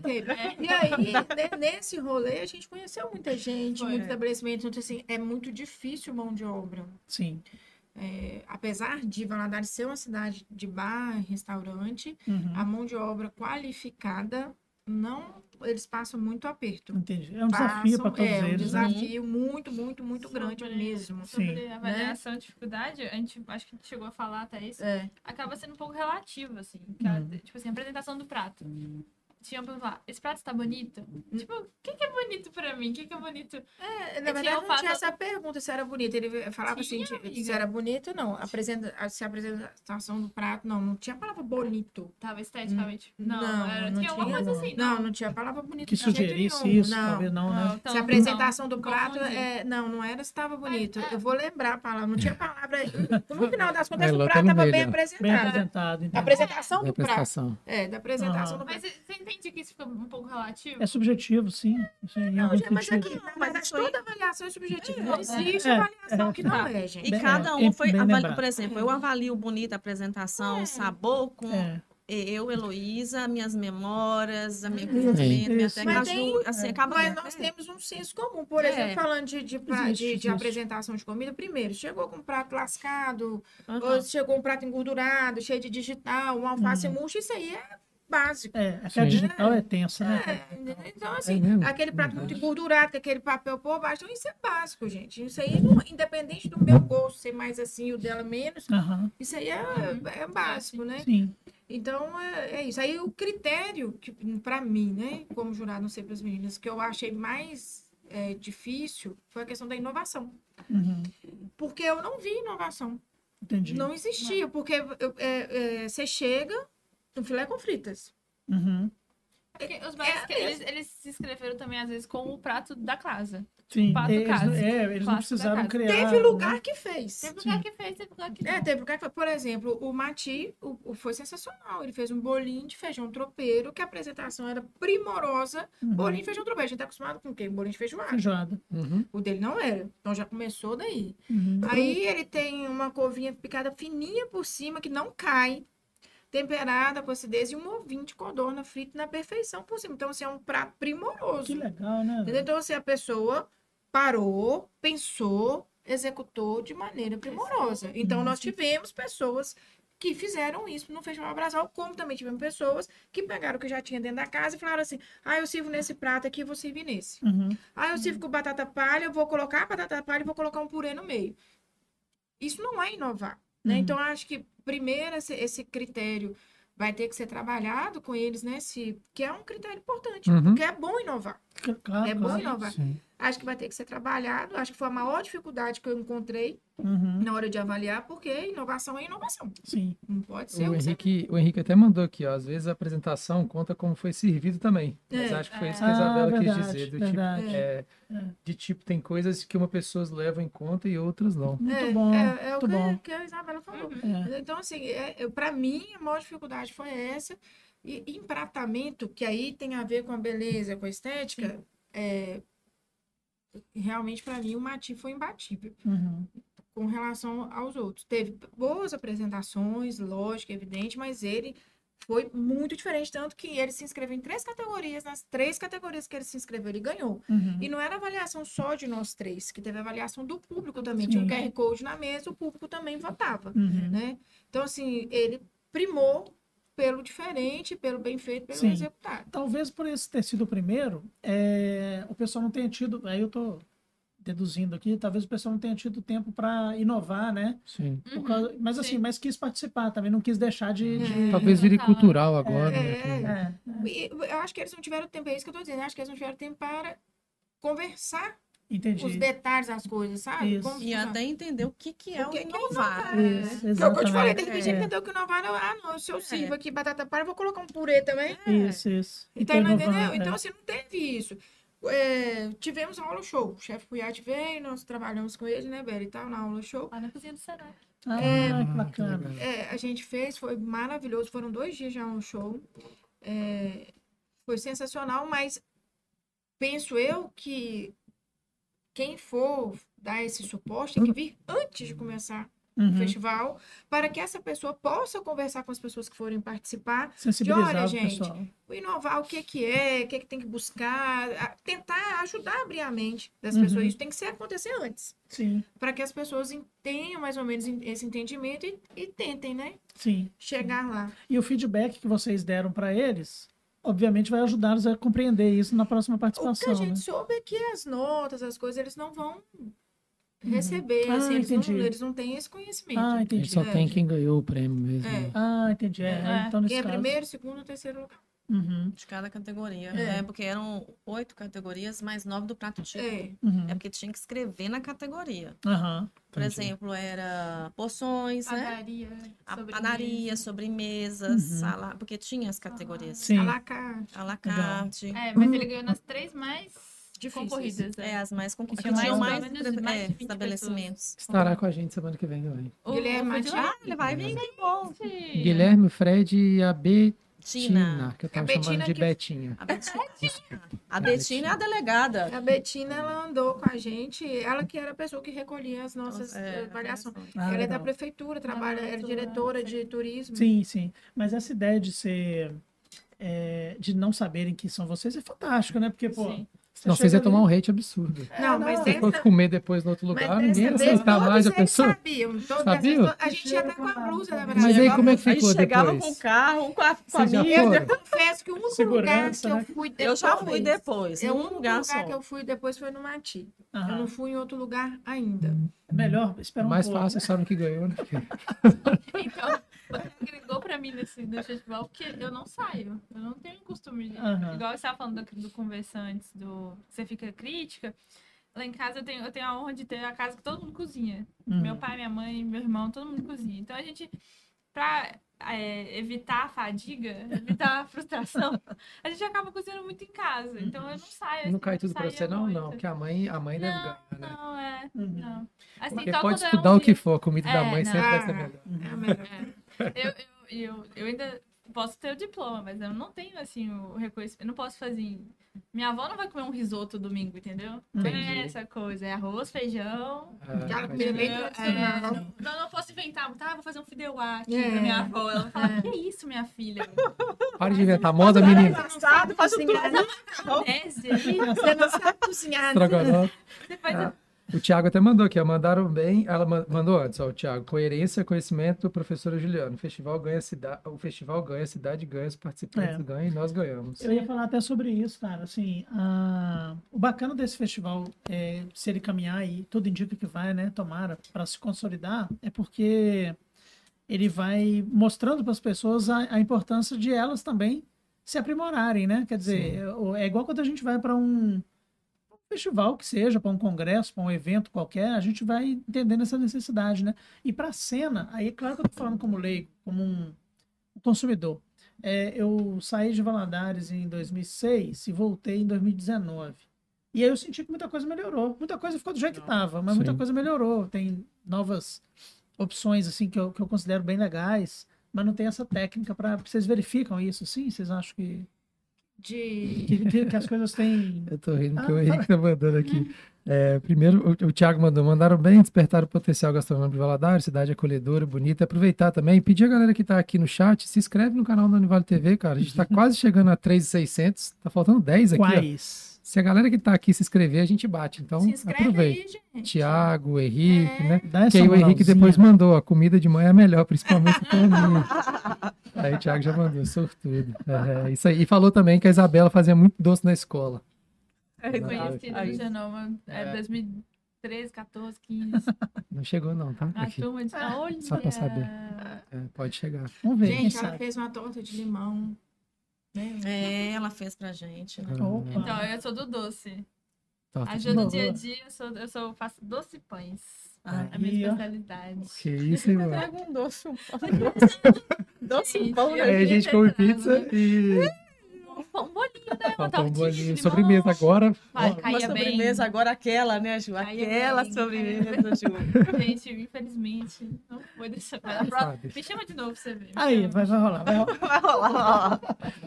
S5: teve. E aí, né, nesse rolê, a gente conheceu muita gente,
S7: Foi,
S5: muitos
S7: é.
S5: estabelecimentos. Então, assim, é muito difícil mão de obra.
S4: Sim.
S5: É, apesar de Valadares ser uma cidade de bar, restaurante,
S4: Uhum.
S5: a mão de obra qualificada, não, eles passam muito aperto.
S4: Entendi. É um desafio para
S5: passam,
S4: todos
S5: Ah, é, um
S4: eles. né?
S5: desafio muito, muito, muito grande
S7: Sobre-
S5: mesmo. né?
S7: Sobre
S4: Sim.
S7: avaliação de dificuldade, a gente acho que chegou a falar até isso.
S5: É. Uhum.
S7: acaba sendo um pouco relativo, assim. que a- tipo assim, a apresentação do prato. Tinha pra falar, esse prato está bonito? Tipo, o que, que é bonito pra mim? O que, que é bonito?
S5: Na
S7: tinha
S5: verdade,
S7: um
S5: não tinha
S7: fato-
S5: essa pergunta se era bonito. Ele falava
S7: Tinha,
S5: assim, de- se
S7: amiga.
S5: era bonito, não. Apresenta, a- se a apresentação do prato, não. Não tinha a palavra bonito.
S7: Tava esteticamente.
S5: Não,
S7: Não, era,
S5: Hum, não
S7: tinha alguma
S5: tinha,
S7: coisa
S4: não.
S7: assim.
S5: Não, não tinha a palavra bonito.
S4: Que
S5: de jeito
S4: sugerisse
S5: nenhum.
S4: isso,
S5: não.
S4: talvez não, né?
S7: então,
S5: se a
S7: não.
S5: apresentação do prato,
S7: Confundi.
S5: é, não, não era se estava bonito.
S7: é.
S5: Eu vou lembrar a palavra. Não tinha a *laughs* palavra. No final das contas,
S2: Ela
S5: o
S2: tá
S5: prato
S2: no
S5: estava
S2: meio dela.
S5: bem
S4: Bem
S5: apresentado.
S4: apresentado.
S5: A
S4: entendi.
S5: apresentação
S2: Da
S5: do um prato.
S2: prestação.
S5: É, da apresentação
S4: Ah.
S5: do prato.
S7: Mas você entende que isso ficou um pouco relativo?
S4: É subjetivo, sim. Isso aí é
S5: Não, gente,
S4: muito
S5: mas
S4: subjetivo.
S5: aqui,
S8: Não,
S5: mas
S8: mas isso aí-
S5: toda avaliação é subjetiva. Não existe
S4: é,
S5: avaliação
S4: é.
S5: que não é, gente.
S8: E
S4: Bem-
S8: cada
S4: é,
S8: um foi.
S4: bem
S8: avali-
S4: lembrado.
S8: Por exemplo, eu avalio bonita a apresentação, o sabor com
S4: É.
S8: eu, Heloísa, minhas memórias, a minha conhecimento, minha
S4: Isso.
S8: técnica.
S5: Mas tem- um,
S8: ajuda, assim, acaba
S5: Mas
S8: dando,
S5: nós
S8: né?
S5: temos um senso comum. Por
S8: É.
S5: exemplo, falando de, de, pra-
S4: Existe,
S5: de- de
S4: existe.
S5: apresentação de comida, primeiro, chegou com um prato lascado,
S8: Aham.
S5: ou chegou um prato engordurado, cheio de digital, uma alface
S4: Uhum.
S5: murcha, isso aí é básico.
S4: É, aquela
S2: Sim.
S4: digital é Uhum. tensa, né?
S5: É, entendeu? então,
S2: É
S5: assim,
S2: mesmo?
S5: aquele prato muito engordurado, com aquele papel por baixo, então isso é básico, gente. Isso aí, não- independente do meu gosto ser mais assim, o dela menos,
S4: Aham,
S5: isso aí é, é básico, né?
S4: sim.
S5: Então, é, é isso. Aí o critério, que para mim, né, como jurado, não sei para as meninas, que eu achei mais é, difícil foi a questão da inovação.
S4: Uhum,
S5: Porque eu não vi inovação.
S4: entendi.
S5: Não existia. Porque eu- é, é, você chega no filé com um fritas.
S4: Uhum,
S7: Porque os baianos, que- eles, eles se inscreveram também, às vezes, com o prato da casa.
S4: Sim,
S7: Pato
S4: eles,
S7: Casa.
S4: é, eles não
S7: Pato da
S4: precisaram
S7: Casa.
S4: criar.
S8: Teve lugar que fez.
S7: Teve lugar que fez, teve lugar que não.
S5: É, teve lugar que foi- por exemplo, o Mati o, o- foi sensacional. Ele fez um bolinho de feijão tropeiro, que a apresentação era primorosa.
S4: Uhum.
S5: Bolinho de feijão tropeiro. A gente tá acostumado com o quê? Bolinho de feijoada.
S4: Feijoada.
S2: Uhum.
S5: O dele não era. Então já começou daí.
S4: Uhum.
S5: Aí ele tem uma couvinha picada fininha por cima, que não cai. Temperada com acidez e um ovinho de codorna frito na perfeição por cima. Então, assim, é um prato primoroso.
S4: Que legal, né?
S5: Entendeu? Então, assim, a pessoa parou, pensou, executou de maneira primorosa. Então, nós tivemos pessoas que fizeram isso no Festival Brasal, como também tivemos pessoas que pegaram o que já tinha dentro da casa e falaram assim, ah, eu sirvo nesse prato aqui, eu vou servir nesse.
S4: Uhum.
S5: Ah, eu sirvo com batata palha, eu vou colocar a batata palha e vou colocar um purê no meio. Isso não é inovar, né?
S4: Uhum.
S5: Então, eu acho que primeiro esse, esse critério vai ter que ser trabalhado com eles, né? Se, que é um critério importante,
S2: Uhum.
S5: porque é bom inovar.
S4: Cl- Claro,
S5: É bom
S4: claro.
S5: inovar.
S4: Sim.
S5: Acho que vai ter que ser trabalhado. Acho que foi a maior dificuldade que eu encontrei
S4: Uhum,
S5: na hora de avaliar, porque inovação é inovação.
S4: Sim.
S5: Não pode ser
S2: O
S5: o que você-
S4: é
S2: Henrique, o Henrique até mandou aqui, ó. Às vezes a apresentação conta como foi servido também. Mas
S5: É.
S2: acho que foi isso que a
S4: Ah,
S2: Isabela quis
S4: verdade,
S2: dizer. Do tipo,
S4: verdade.
S2: é,
S4: É.
S2: de tipo, tem coisas que uma pessoa leva em conta e outras não.
S4: Muito
S5: é,
S4: bom,
S5: É, é o
S4: muito bom.
S5: que, que a Isabela falou.
S4: É.
S5: Então, assim, para mim, a maior dificuldade foi essa. E e empratamento, que aí tem a ver com a beleza, com a estética, é, realmente, para mim, o Mati foi imbatível
S4: Uhum.
S5: com relação aos outros. Teve boas apresentações, lógico, evidente, mas ele foi muito diferente, tanto que ele se inscreveu em três categorias, nas três categorias que ele se inscreveu, ele ganhou.
S4: Uhum.
S5: E não era avaliação só de nós três, que teve avaliação do público também. Tinha um
S4: Sim.
S5: QR Code na mesa, o público também votava,
S4: Uhum.
S5: né? Então, assim, ele primou pelo diferente, pelo bem feito, pelo
S4: Sim.
S5: executado.
S4: Talvez por esse ter sido o primeiro, é, o pessoal não tenha tido. Aí eu tô deduzindo aqui, talvez o pessoal não tenha tido tempo para inovar, né?
S2: Sim.
S5: Uhum.
S4: Por causa- mas assim,
S7: sim.
S4: mas quis participar também, não quis deixar de. de-
S2: Tipo, Talvez vire
S7: Total.
S2: cultural agora,
S5: É,
S2: né?
S4: É,
S5: E eu acho que eles não tiveram tempo, é isso que eu tô dizendo. Eu acho que eles não tiveram tempo para conversar os
S4: entendi.
S5: detalhes das coisas, sabe?
S4: Isso.
S5: Como-
S6: E até entender um o que, que é
S5: O
S6: o,
S5: que que é inovar?
S6: inovar.
S4: Isso,
S5: Que é o que eu te falei, de
S4: exatamente.
S5: repente
S4: É.
S5: ele entendeu que inovar, ah, não, se eu sirvo
S6: É.
S5: aqui batata para, eu vou colocar um purê também.
S4: É. Isso, isso. E
S5: Então,
S4: tô
S5: não
S4: inovando,
S5: entendeu?
S4: é.
S5: Então, assim, não teve isso. É, tivemos a aula show. O chefe Puyat veio, nós trabalhamos com ele, né, Bela, e tal, na aula show.
S7: Lá na cozinha do Senac.
S4: Ah, que
S2: Ah, que
S4: bacana.
S2: legal.
S5: É, a gente fez, foi maravilhoso. Foram dois dias já um show. É, foi sensacional, mas penso eu que quem for dar esse suporte tem que vir antes de começar o
S4: Uhum.
S5: festival, para que essa pessoa possa conversar com as pessoas que forem participar
S4: Sensibilizar
S5: De olha,
S4: o
S5: gente,
S4: pessoal.
S5: o inovar o que que é, o que que tem que buscar, a- tentar ajudar a abrir a mente das
S4: Uhum.
S5: pessoas. Isso tem que ser acontecer antes,
S4: Sim,
S5: para que as pessoas en- tenham mais ou menos en- esse entendimento e, e tentem, né,
S4: sim.
S5: chegar lá.
S4: E o feedback que vocês deram para eles, obviamente, vai ajudá-los a compreender isso na próxima
S5: O que a
S4: participação.
S5: gente
S4: né?
S5: soube é que as notas, as coisas, eles não vão receber,
S4: Ah,
S5: assim, eles não,
S4: entendi.
S5: eles não têm esse conhecimento.
S4: Ah,
S2: Ele
S4: entendi.
S2: só
S5: É,
S2: tem
S5: gente.
S2: quem ganhou o prêmio mesmo.
S5: É.
S2: né?
S4: Ah, entendi. É,
S7: É.
S4: Então, nesse
S5: Quem é
S4: caso.
S5: primeiro, segundo, terceiro lugar.
S4: Uhum,
S6: De cada categoria.
S5: É.
S6: né? porque eram oito categorias, mais nove do prato típico. É.
S5: É.
S4: uhum.
S6: porque tinha que escrever na categoria.
S4: Aham.
S6: Por
S2: Entendi.
S6: exemplo, era porções,
S5: é?
S6: né?
S7: Padaria,
S6: A
S7: sobremesa.
S6: padaria, sobremesas,
S4: Uhum.
S6: salada. Porque tinha as categorias.
S4: Sim.
S5: É, A la carte.
S7: Ah.
S6: A la carte.
S7: É, mas ele ganhou nas três mais
S5: Difíceis.
S7: concorridas.
S6: É, as mais
S7: Que
S6: concorridas.
S7: tinha
S6: Tinham
S4: mais,
S6: mais,
S7: pelo menos,
S6: estra-
S7: mais de
S6: é,
S7: 20 pessoas.
S6: estabelecimentos.
S2: Estará com a gente semana que vem também.
S7: O-
S5: Guilherme
S7: o Fudilá,
S5: Machado.
S6: Ah, ele
S2: É.
S6: vai vir. Que bom.
S5: É.
S7: gente.
S2: Guilherme, o Fred e a Betina,
S6: Tina.
S2: que eu tava
S5: A Betina
S2: chamando de
S5: que-
S2: Betinha.
S6: A Betina. A Betina é a delegada.
S5: A Betina, ela andou com a gente, ela que era a pessoa que recolhia as nossas
S6: É,
S5: eh, avaliações.
S4: Ah,
S5: ela é da
S4: legal.
S5: prefeitura, trabalha, é
S7: prefeitura,
S5: diretora
S7: sim.
S5: de turismo.
S4: Sim, sim. Mas essa ideia de ser. é, de não saberem que são vocês é fantástica, né? Porque, pô.
S7: Sim.
S2: Não, vocês iam
S4: chega
S2: tomar
S4: ali-
S2: um hate absurdo.
S5: Não, mas
S4: não.
S5: dessa,
S2: Se fosse comer depois no outro
S5: mas
S2: lugar,
S5: dessa
S2: ninguém ia
S5: vez é
S2: aceitar
S5: todos
S2: mais a
S5: eles
S2: pessoa.
S5: sabiam. Todas
S2: Sabiam?
S5: As, a gente ia
S4: Chega
S5: estar com a
S4: contado,
S5: blusa, né, na
S4: contado.
S5: verdade.
S2: Mas aí
S5: Igual-
S2: como é que
S6: Aí
S2: ficou
S6: chegava com o
S2: depois?
S6: carro, com a, com a
S2: Vocês já
S8: é
S6: amiga.
S2: foram?
S5: Confesso que o único lugar
S4: Segurança,
S5: que eu
S4: né?
S5: fui depois...
S6: Eu já fui depois,
S5: É
S6: em
S5: o
S6: um
S5: único
S6: lugar
S5: lugar Ah.
S6: só.
S5: que eu fui depois foi no Mati. Eu
S2: um
S4: Aham.
S5: não fui em outro lugar ainda.
S4: É melhor esperar um
S2: Mais
S4: pouco.
S2: fácil, sabem que ganhou, né?
S7: Então, *laughs* agregou pra mim nesse no festival, porque eu não saio. Eu não tenho costume de.
S2: Ah.
S4: Aham.
S7: Igual você estava falando do, do conversantes, do. Você fica crítica. Lá em casa eu tenho, eu tenho a honra de ter a casa que todo mundo cozinha.
S2: Hum.
S4: Uhum.
S7: Meu pai, minha mãe, meu irmão, todo mundo cozinha. Então a gente pra é, evitar a fadiga, *laughs* evitar a frustração, a gente acaba cozinhando muito em casa. Então eu não saio. assim,
S2: Hum. Não cai tudo pra
S7: saía
S2: você, não?
S7: muito.
S2: Não, porque a mãe, a mãe deve
S7: Não,
S2: ganhar, né?
S7: Não, é.
S4: Uhum.
S7: Não. Assim,
S2: Porque
S7: só
S2: pode
S7: quando é um
S2: estudar o que
S7: dia-
S2: for, a comida da
S7: É,
S2: mãe sempre vai ser melhor.
S5: É
S4: *laughs*
S5: melhor.
S7: Eu, eu, eu, eu ainda posso ter o diploma, mas eu não tenho, assim, o reconhecimento. Eu não posso fazer. em- Minha avó não vai comer um risoto domingo, entendeu? Não
S2: Entendi.
S7: é essa coisa. É arroz, feijão.
S2: Ah,
S5: Aquela
S2: faz
S5: comida bem
S2: sentido.
S7: É,
S5: tradicional.
S7: não, não, não posso inventar. muito, Ah, vou fazer um fideuá aqui
S5: É.
S7: pra minha avó. Ela fala, que isso, minha filha?
S2: Para de inventar moda, menina.
S8: Engraçado, faz um tudo.
S5: Cozinhar, *laughs* não-
S7: Maionese ali,
S2: Então,
S5: Você não sabe cozinhar. né?
S2: Estrogonofe.
S7: Você faz a-
S2: É. O Thiago até mandou aqui, ó. Mandaram bem. Ela ma- mandou antes, ó, o Thiago. Coerência, conhecimento, professora Juliana. O festival ganha a cidade. O festival ganha, a cidade ganha, os participantes
S4: É.
S2: ganham e nós ganhamos.
S4: Eu ia falar até sobre isso, cara. Assim, a- o bacana desse festival, é, se ele caminhar e tudo indica que vai, né, tomara, para se consolidar, é porque ele vai mostrando para as pessoas a, a importância de elas também se aprimorarem, né? Quer dizer, é, o- é igual quando a gente vai para um festival que seja, para um congresso, para um evento qualquer, a gente vai entendendo essa necessidade, né? E para a cena, aí é claro que eu tô falando como leigo, como um consumidor. É, eu saí de Valadares em 2006 e voltei em 2019. E aí eu senti que muita coisa melhorou. Muita coisa ficou do jeito que estava, mas muita
S2: Sim.
S4: coisa melhorou. Tem novas opções assim que eu, que eu considero bem legais, mas não tem essa técnica para vocês verificam isso, sim? Vocês acham que
S5: De.
S4: que, que- que as coisas têm
S2: Eu tô rindo porque
S4: Ah,
S2: o
S4: fala.
S2: Henrique tá mandando aqui. É, primeiro, o, o Thiago mandou, mandaram bem, despertar o potencial gastronômico de Valadares, cidade acolhedora, bonita. Aproveitar também, pedir a galera que tá aqui no chat, se inscreve no canal da Univale TV, cara. A gente
S4: *laughs*
S2: tá quase chegando a 3,600, tá faltando 10 aqui, ó.
S4: quais?
S2: Se a galera que tá aqui se inscrever, a gente bate. Então,
S5: Se inscreve
S2: aproveita.
S5: aí, gente.
S2: Tiago, Henrique,
S5: É.
S2: né?
S4: Dá
S2: Que
S4: essa
S2: aí o Henrique
S4: moralzinha.
S2: depois mandou, a comida de mãe é a melhor, principalmente pra
S4: *laughs*
S2: mim. Aí o Thiago já mandou, sortudo. É, isso aí. E falou também que a Isabela fazia muito doce na escola.
S7: conhecida
S4: né?
S8: Aí.
S7: do Genoma. É,
S2: É.
S7: 2013, 14, 15.
S2: Não chegou não, tá?
S4: Ah, então
S7: A
S2: Aqui.
S7: Ah, turma de... Olha!
S2: Só pra saber. É, pode chegar.
S4: Vamos ver, quem
S5: Gente, ela
S4: sabe. Tá
S5: fez uma torta de limão.
S6: É, ela fez pra gente. Né?
S4: Opa.
S7: Então, eu sou do doce.
S2: Tá, tá
S7: A Jô do
S4: Boa.
S7: dia a dia, eu, sou, eu sou, faço doce e pães. É a minha
S4: Aí, ó.
S7: *laughs* especialidade.
S2: Que isso, hein, mano?
S4: Tá
S8: Traga um doce, um pão. doce, um pão,
S7: Gente,
S8: né?
S2: Aí a gente come
S7: Trago.
S2: pizza
S4: né?
S2: e
S4: tá
S7: Um bolinho, né? Uma
S2: faltou um
S7: tortinha de
S2: bolinho.
S7: limão.
S2: Sobremesa agora.
S7: Vai,
S4: Uma
S7: caía
S8: Uma sobremesa
S7: bem.
S8: agora, aquela, né, Ju?
S7: Caía
S8: Aquela
S7: bem,
S8: sobremesa, Ju.
S7: Gente, infelizmente, não vou deixar. Mas a próxima-
S2: Sabe?
S7: Me chama de novo pra você ver. Me
S4: Aí,
S7: chama.
S4: vai, vai rolar. Vai rolar.
S8: Vai rolar.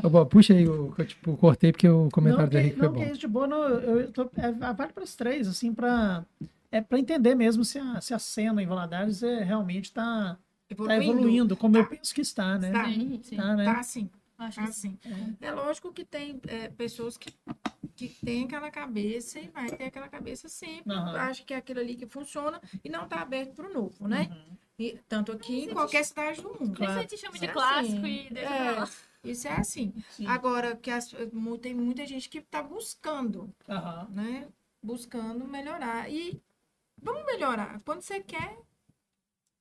S2: Ô, Bob, puxa aí, o que eu tipo, cortei porque o
S4: Não
S2: comentário do
S4: que,
S2: Henrique foi
S4: não que
S2: bom.
S4: isso de boa, não, eu eu tô, é, vale para os três, assim, para é para entender mesmo se a, se a cena em Valadares é, realmente está tá evoluindo, como eu
S5: Tá.
S4: penso que está, né?
S5: Tá.
S7: Sim, sim.
S4: Tá, né?
S5: Tá assim.
S7: Acho
S6: Uhum.
S5: Ah,
S7: que sim.
S5: sim. É lógico que tem é, pessoas que, que têm aquela cabeça e vai ter aquela cabeça sempre.
S4: Aham.
S5: Acha que é aquilo ali que funciona e não está aberto para o novo, né?
S6: Uhum.
S5: E, tanto aqui em qualquer cidade do mundo.
S7: Por isso a gente chama de clássico e deixa pra lá.
S5: É, isso é assim.
S4: Sim.
S5: Agora, que as- mu- tem muita gente que está buscando,
S4: Aham.
S5: né? Buscando melhorar. E vamos melhorar. Quando você quer,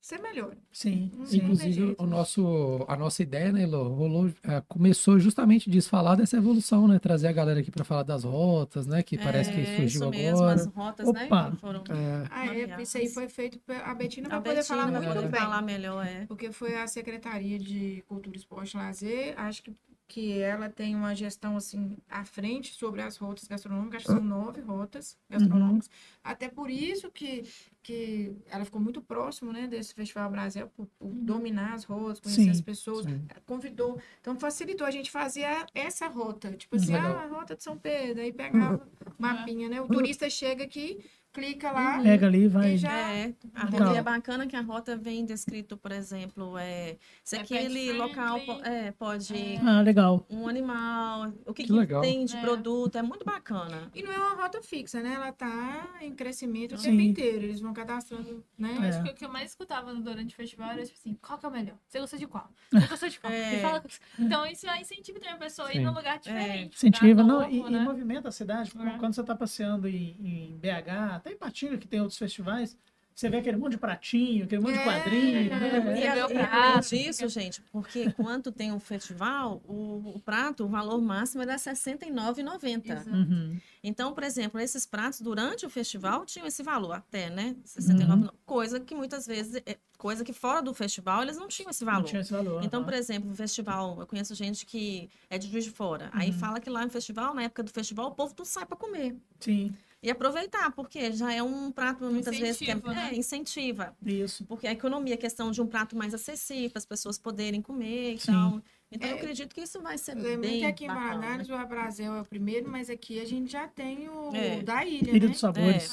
S5: você melhora.
S4: Sim,
S5: Hum.
S4: sim.
S5: Inclusive,
S2: Uhum. Inclusive,
S5: jeito.
S2: o nosso, a nossa ideia, né, Elô, rolou, eh, começou justamente disso, falar dessa evolução, né? Trazer a galera aqui para falar das rotas, né? Que parece que
S6: É,
S2: surgiu
S6: isso mesmo,
S2: agora.
S6: as rotas, né?
S4: Opa.
S6: que Foram...
S2: É,
S5: Ah, é, isso aí foi feito. pe- A Betina
S6: A
S5: vai poder falar
S6: Betina
S5: muito
S6: pode
S5: bem.
S6: falar melhor, é.
S5: Porque foi a Secretaria de Cultura, Esporte e Lazer, acho que, que ela tem uma gestão assim à frente sobre as rotas gastronômicas, acho que são nove
S2: Uhum.
S5: rotas gastronômicas. Até por isso que, que ela ficou muito próximo né, desse Festival Brasil, por, por dominar as rotas, conhecer
S4: Sim,
S5: as pessoas,
S2: Uhum. sim.
S5: convidou. Então facilitou a gente fazer a- essa rota, tipo assim,
S2: Legal. Uhum.
S5: ah, a rota de São Pedro, aí pegava o
S7: É.
S5: mapinha, né? O turista chega aqui, clica lá.
S4: Pega ali, vai.
S5: e já
S6: É, a
S4: Legal.
S6: rota e é bacana que a rota vem descrito, por exemplo, é, se
S7: É
S6: aquele
S7: pet
S6: local po-
S7: friendly.
S6: é, pode
S4: Ah, legal.
S6: um animal, o que,
S2: Que
S6: que
S2: legal.
S6: tem de
S7: É.
S6: produto, é muito bacana.
S5: E não é uma rota fixa, né? Ela tá em crescimento o
S4: Sim.
S5: tempo inteiro. Eles vão cadastrando,
S7: Eu
S5: né?
S4: É.
S7: acho que o que eu mais escutava durante o festival era tipo assim, qual que é o melhor? Você gostou de qual? Você gostou de qual?
S6: É.
S7: Me fala... Então isso é incentivo também a pessoa a ir
S2: Sim.
S7: num lugar diferente. pra
S4: Incentiva, não,
S7: novo,
S4: e, e
S7: né?
S4: movimenta a cidade.
S7: É.
S4: Quando você está passeando em, em BH, até em Patinga, que tem outros festivais, Você vê aquele monte de pratinho, aquele monte de
S5: É.
S4: quadrinho. né?
S7: Você
S6: E,
S7: vê
S6: a-
S7: o
S6: e além
S7: prato,
S6: disso, gente, porque quando tem um festival, o, o prato, o valor máximo é era R$ 69,90.
S5: Exato.
S4: Uhum.
S6: Então, por exemplo, esses pratos durante o festival tinham esse valor até, né? 69, coisa que muitas vezes, é, coisa que fora do festival eles não tinham esse
S4: Não
S6: valor.
S4: tinha esse valor.
S6: Então,
S4: aham.
S6: por exemplo, no festival, eu conheço gente que é de Juiz de Fora. Aí
S4: Uhum.
S6: fala que lá no festival, na época do festival, o povo tudo sai para comer
S4: Sim,
S6: e aproveitar, porque já é um prato muitas vezes que é,
S7: Incentiva, né?
S6: é, incentiva,
S4: isso.
S6: porque a economia é questão de um prato mais acessível, para as pessoas poderem comer e
S4: Sim.
S6: tal. Então, eu
S5: É,
S6: acredito que isso vai ser
S5: Lembra
S6: bem
S5: que aqui em
S6: bacana.
S5: Valadares o Abrazel é o primeiro, mas aqui a gente já tem o
S6: É.
S5: da ilha,
S4: Ilha
S5: né?
S4: dos Sabores.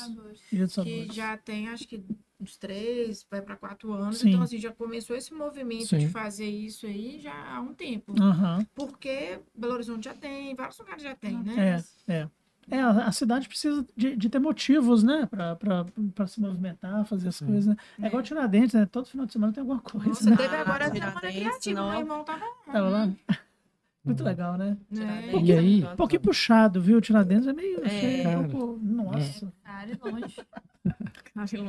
S7: É.
S4: Ilha dos Sabores.
S5: que já tem acho que uns três, vai para quatro anos.
S4: Sim.
S5: Então, assim, já começou esse movimento
S2: Sim.
S5: de fazer isso aí já há um tempo.
S4: Aham.
S5: Porque Belo Horizonte já tem, vários lugares já tem, né?
S4: É, é. É, a a cidade precisa de, de ter motivos, né? Pra, pra, pra se movimentar, fazer as
S2: Sim.
S4: coisas, né? É
S5: É.
S4: igual Tiradentes, né? Todo final de semana tem alguma coisa.
S5: Nossa,
S4: né?
S5: teve
S6: Ah,
S5: agora a
S6: Tiradentes,
S5: Semana Criativa,
S6: não.
S5: meu irmão tava lá.
S4: Tava lá? Muito
S2: Uhum.
S4: legal, né?
S5: Né?
S6: Tiradentes
S2: E
S6: é
S2: aí?
S6: um canto.
S4: Um pouquinho puxado, viu? Tiradentes é meio...
S6: É.
S4: cheio, um
S2: Cara.
S4: pouco- Nossa.
S7: Cara, longe.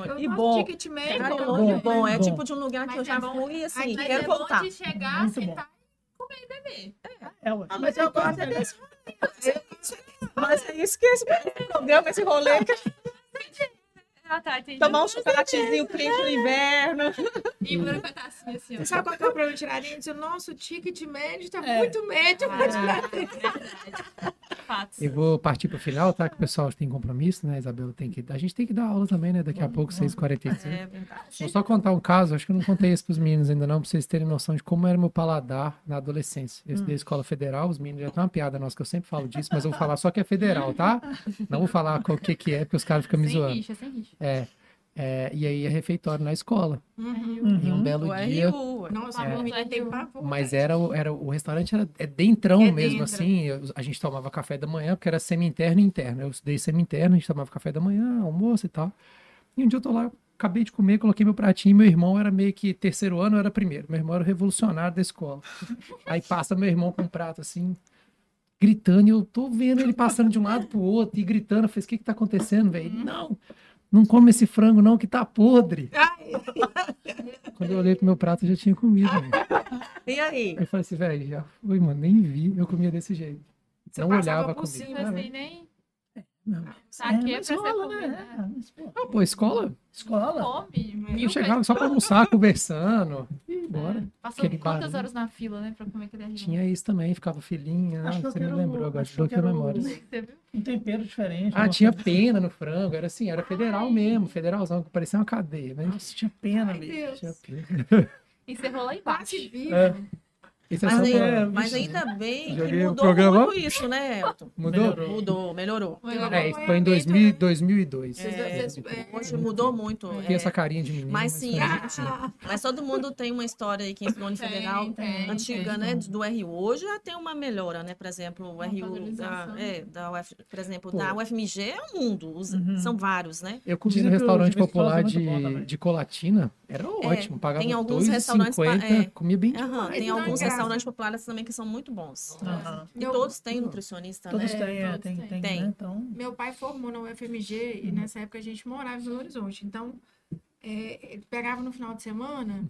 S5: Eu
S8: E
S5: gosto
S8: bom.
S5: de Ticket
S6: É,
S5: Maker,
S6: cara,
S5: eu
S6: é
S5: gosto
S6: longe,
S4: bom,
S6: bom, bom. É
S4: bom.
S6: tipo de um lugar que
S7: Mas
S6: eu já
S7: é bom.
S6: fui, assim,
S7: Mas
S6: quero
S7: é
S6: voltar.
S7: bom de chegar,
S4: Muito bom.
S5: tá
S7: sentar
S4: É, ué.
S8: Ah, mas eu gosto é desse rolê. Mas é isso que esse programa, esse rolê, que é
S7: Ah, tá, entendi.
S8: tomar um chocolatezinho frio no inverno.
S7: E por uma tacinha assim, ó.
S5: Sabe qual que é o problema de Tiradentes? O nosso ticket médio tá
S4: É.
S5: muito médio. pra Tiradentes.
S7: Fatos.
S6: *laughs*
S2: Eu vou partir pro final, tá? Que o pessoal tem compromisso, né? Isabela tem que. A gente tem que dar aula também, né? Daqui a pouco, 6h45.
S6: É verdade.
S2: Vou só contar um caso, acho que eu não contei isso pros meninos ainda não, pra vocês terem noção de como era meu paladar na adolescência. Eu
S6: Hum.
S2: estudei escola federal, os meninos já tem uma piada nossa que eu sempre falo disso, mas eu vou falar só que é federal, tá? Não vou falar qual que, que é, porque os caras ficam me
S7: Sem
S2: zoando.
S7: rixa, sem rixa.
S2: É, é, e aí é refeitório na escola.
S5: Uhum.
S2: E um
S4: Uhum.
S2: belo
S6: O
S2: dia,
S6: RU.
S5: Nossa,
S7: É.
S5: a menina tem pavor.
S2: Mas era o, era o restaurante era é dentrão
S5: É
S2: mesmo,
S5: dentro.
S2: assim. eu- a gente tomava café da manhã, porque era semi-interno e interno. Eu estudei semi-interno, a gente tomava café da manhã, almoço e tal. E um dia eu tô lá, eu acabei de comer, coloquei meu pratinho. Meu irmão era meio que terceiro ano, eu era primeiro. Meu irmão era o revolucionário da escola. Aí passa meu irmão com um prato assim, gritando. E eu tô vendo ele passando de um lado pro outro e gritando. Eu falei: o que que tá acontecendo, velho? Ele, Não! Não come esse frango, não, que tá podre. Quando eu olhei pro meu prato, eu já tinha comido. né? velho.
S8: E aí?
S2: Aí eu falei assim, velho, já fui, mano, nem vi, eu comia desse jeito.
S5: Você
S2: não
S5: passava
S2: olhava
S5: por
S2: comigo.
S5: cima,
S7: Mas
S2: Ah,
S6: assim?
S7: nem nem.
S4: Não.
S6: Ah.
S7: Sabe que
S4: é,
S7: é
S4: mas
S7: pra você
S4: rola,
S7: comer,
S4: né?
S7: né?
S4: É, mas, pô,
S2: Não, pô, escola,
S4: escola?
S7: Come,
S2: eu
S7: mil
S2: chegava só pra almoçar, conversando, e
S6: É.
S2: bora.
S7: Passando
S2: aquele
S7: É. quantas
S2: barulho.
S7: horas na fila, né? Pra comer aquele alimento.
S2: Tinha isso também, ficava filhinha,
S4: Acho
S2: ah,
S4: que eu
S2: você me
S4: quero- um,
S2: lembrou agora,
S4: acho que eu
S2: desbloqueou
S4: quero-
S2: memórias.
S4: *laughs*
S7: Você viu?
S4: Um tempero diferente.
S2: Ah,
S4: uma
S2: tinha
S4: coisa-
S2: pena no frango, era assim, era federal mesmo, federalzão, que parecia uma cadeia, né?
S4: Nossa, tinha pena,
S5: Ai,
S4: bicho.
S5: Deus.
S2: Tinha pena.
S7: Encerrou lá embaixo.
S5: Bate vivo.
S2: É. Esse é
S6: Mas,
S2: só
S6: aí-
S2: pra-
S6: mas ainda bem que
S2: Joguei o
S6: mudou
S2: programa.
S6: muito isso, né, Elton?
S2: Mudou?
S4: Melhorou.
S6: Mudou, melhorou.
S5: Melhorou.
S2: É, isso foi em
S5: Acompanhamento,
S2: 2000,
S5: né?
S2: 2002.
S5: Vocês-
S6: É,
S5: vocês- é.
S6: Hoje mudou muito.
S2: Tem
S6: é.
S2: essa carinha de menino.
S6: Mas sim,
S2: foi-
S6: a gente, mas todo mundo tem uma história aí que ensinou no
S7: Tem,
S6: federal
S5: um
S7: tem,
S6: antiga, né,
S7: tem.
S6: do RU. Hoje já tem uma melhora, né? Por exemplo, o
S7: Uma
S6: RU da,
S7: valorização.
S6: é, da UF, por exemplo,
S2: Pô.
S6: da UFMG é um mundo, os-
S4: Uhum.
S6: são vários, né?
S2: Eu comi
S4: Dizem
S2: no
S4: que o
S2: restaurante
S4: Jimmy Fallon é
S2: popular
S4: muito
S2: de,
S4: bom também.
S2: de Colatina. Era ótimo. Pagava
S6: É, tem alguns
S2: 2,50.
S6: restaurantes pa- é.
S2: Comia bem demais.
S6: Aham, tem
S5: Então,
S6: alguns
S5: é.
S6: restaurantes populares também que são muito bons.
S4: Aham.
S6: E
S5: Eu-
S6: todos têm nutricionista,
S4: Todos
S6: né?
S4: têm, é,
S7: todos
S4: tem,
S7: têm.
S4: tem,
S6: Tem.
S4: né? Então,
S5: Meu pai formou na UFMG e nessa época a gente morava em Belo Horizonte. Então, é, ele pegava no final de semana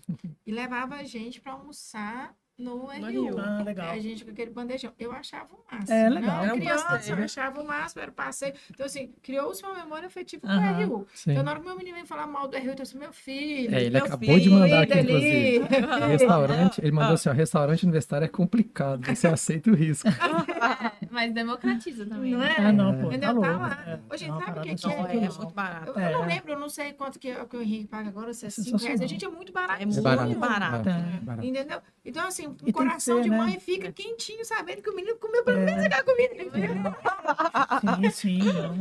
S5: e levava a gente para almoçar no RU.
S4: ah, legal.
S5: A gente com aquele bandejão. Eu achava o máximo.
S4: É, legal.
S5: Não,
S4: Era
S6: um
S5: criança,
S6: passeio.
S5: eu achava o máximo, era passeio. Então, assim, criou-se uma memória afetiva com
S4: Aham.
S5: o RU.
S2: Sim.
S5: Então, na hora que meu menino vem falar mal do RU, eu tô assim, meu filho.
S2: É, ele
S6: meu
S2: acabou de
S6: filho,
S2: mandar
S5: cuida
S2: aqui, inclusive.
S5: ali.
S2: *laughs* Restaurante, ele mandou
S6: Ah.
S2: assim: ó, restaurante universitário é complicado,
S6: *laughs*
S2: você aceita o risco.
S7: É, mas democratiza também.
S5: Não é?
S4: Ah, não, pô.
S5: Entendeu?
S4: Tá louco.
S5: Tá lá. Ô, gente,
S4: é uma
S5: sabe o
S4: parada
S5: que que
S6: Não, é, é
S4: surreal.
S6: muito barato.
S2: Ah,
S5: Eu, eu não
S4: É.
S5: lembro, eu não sei quanto que, é- que o Henrique paga agora, se é 5
S4: Sensacional.
S5: reais. A gente é muito barato.
S6: É muito
S2: barato.
S6: barato.
S4: Tá.
S2: Barato.
S5: Entendeu? Então, assim,
S4: tem que
S5: o coração
S4: ser,
S5: de
S4: né?
S5: mãe fica quentinho sabendo que o menino comeu
S2: É.
S4: É,
S5: pelo menos aquela comida. entendeu?
S4: Sim, sim. não.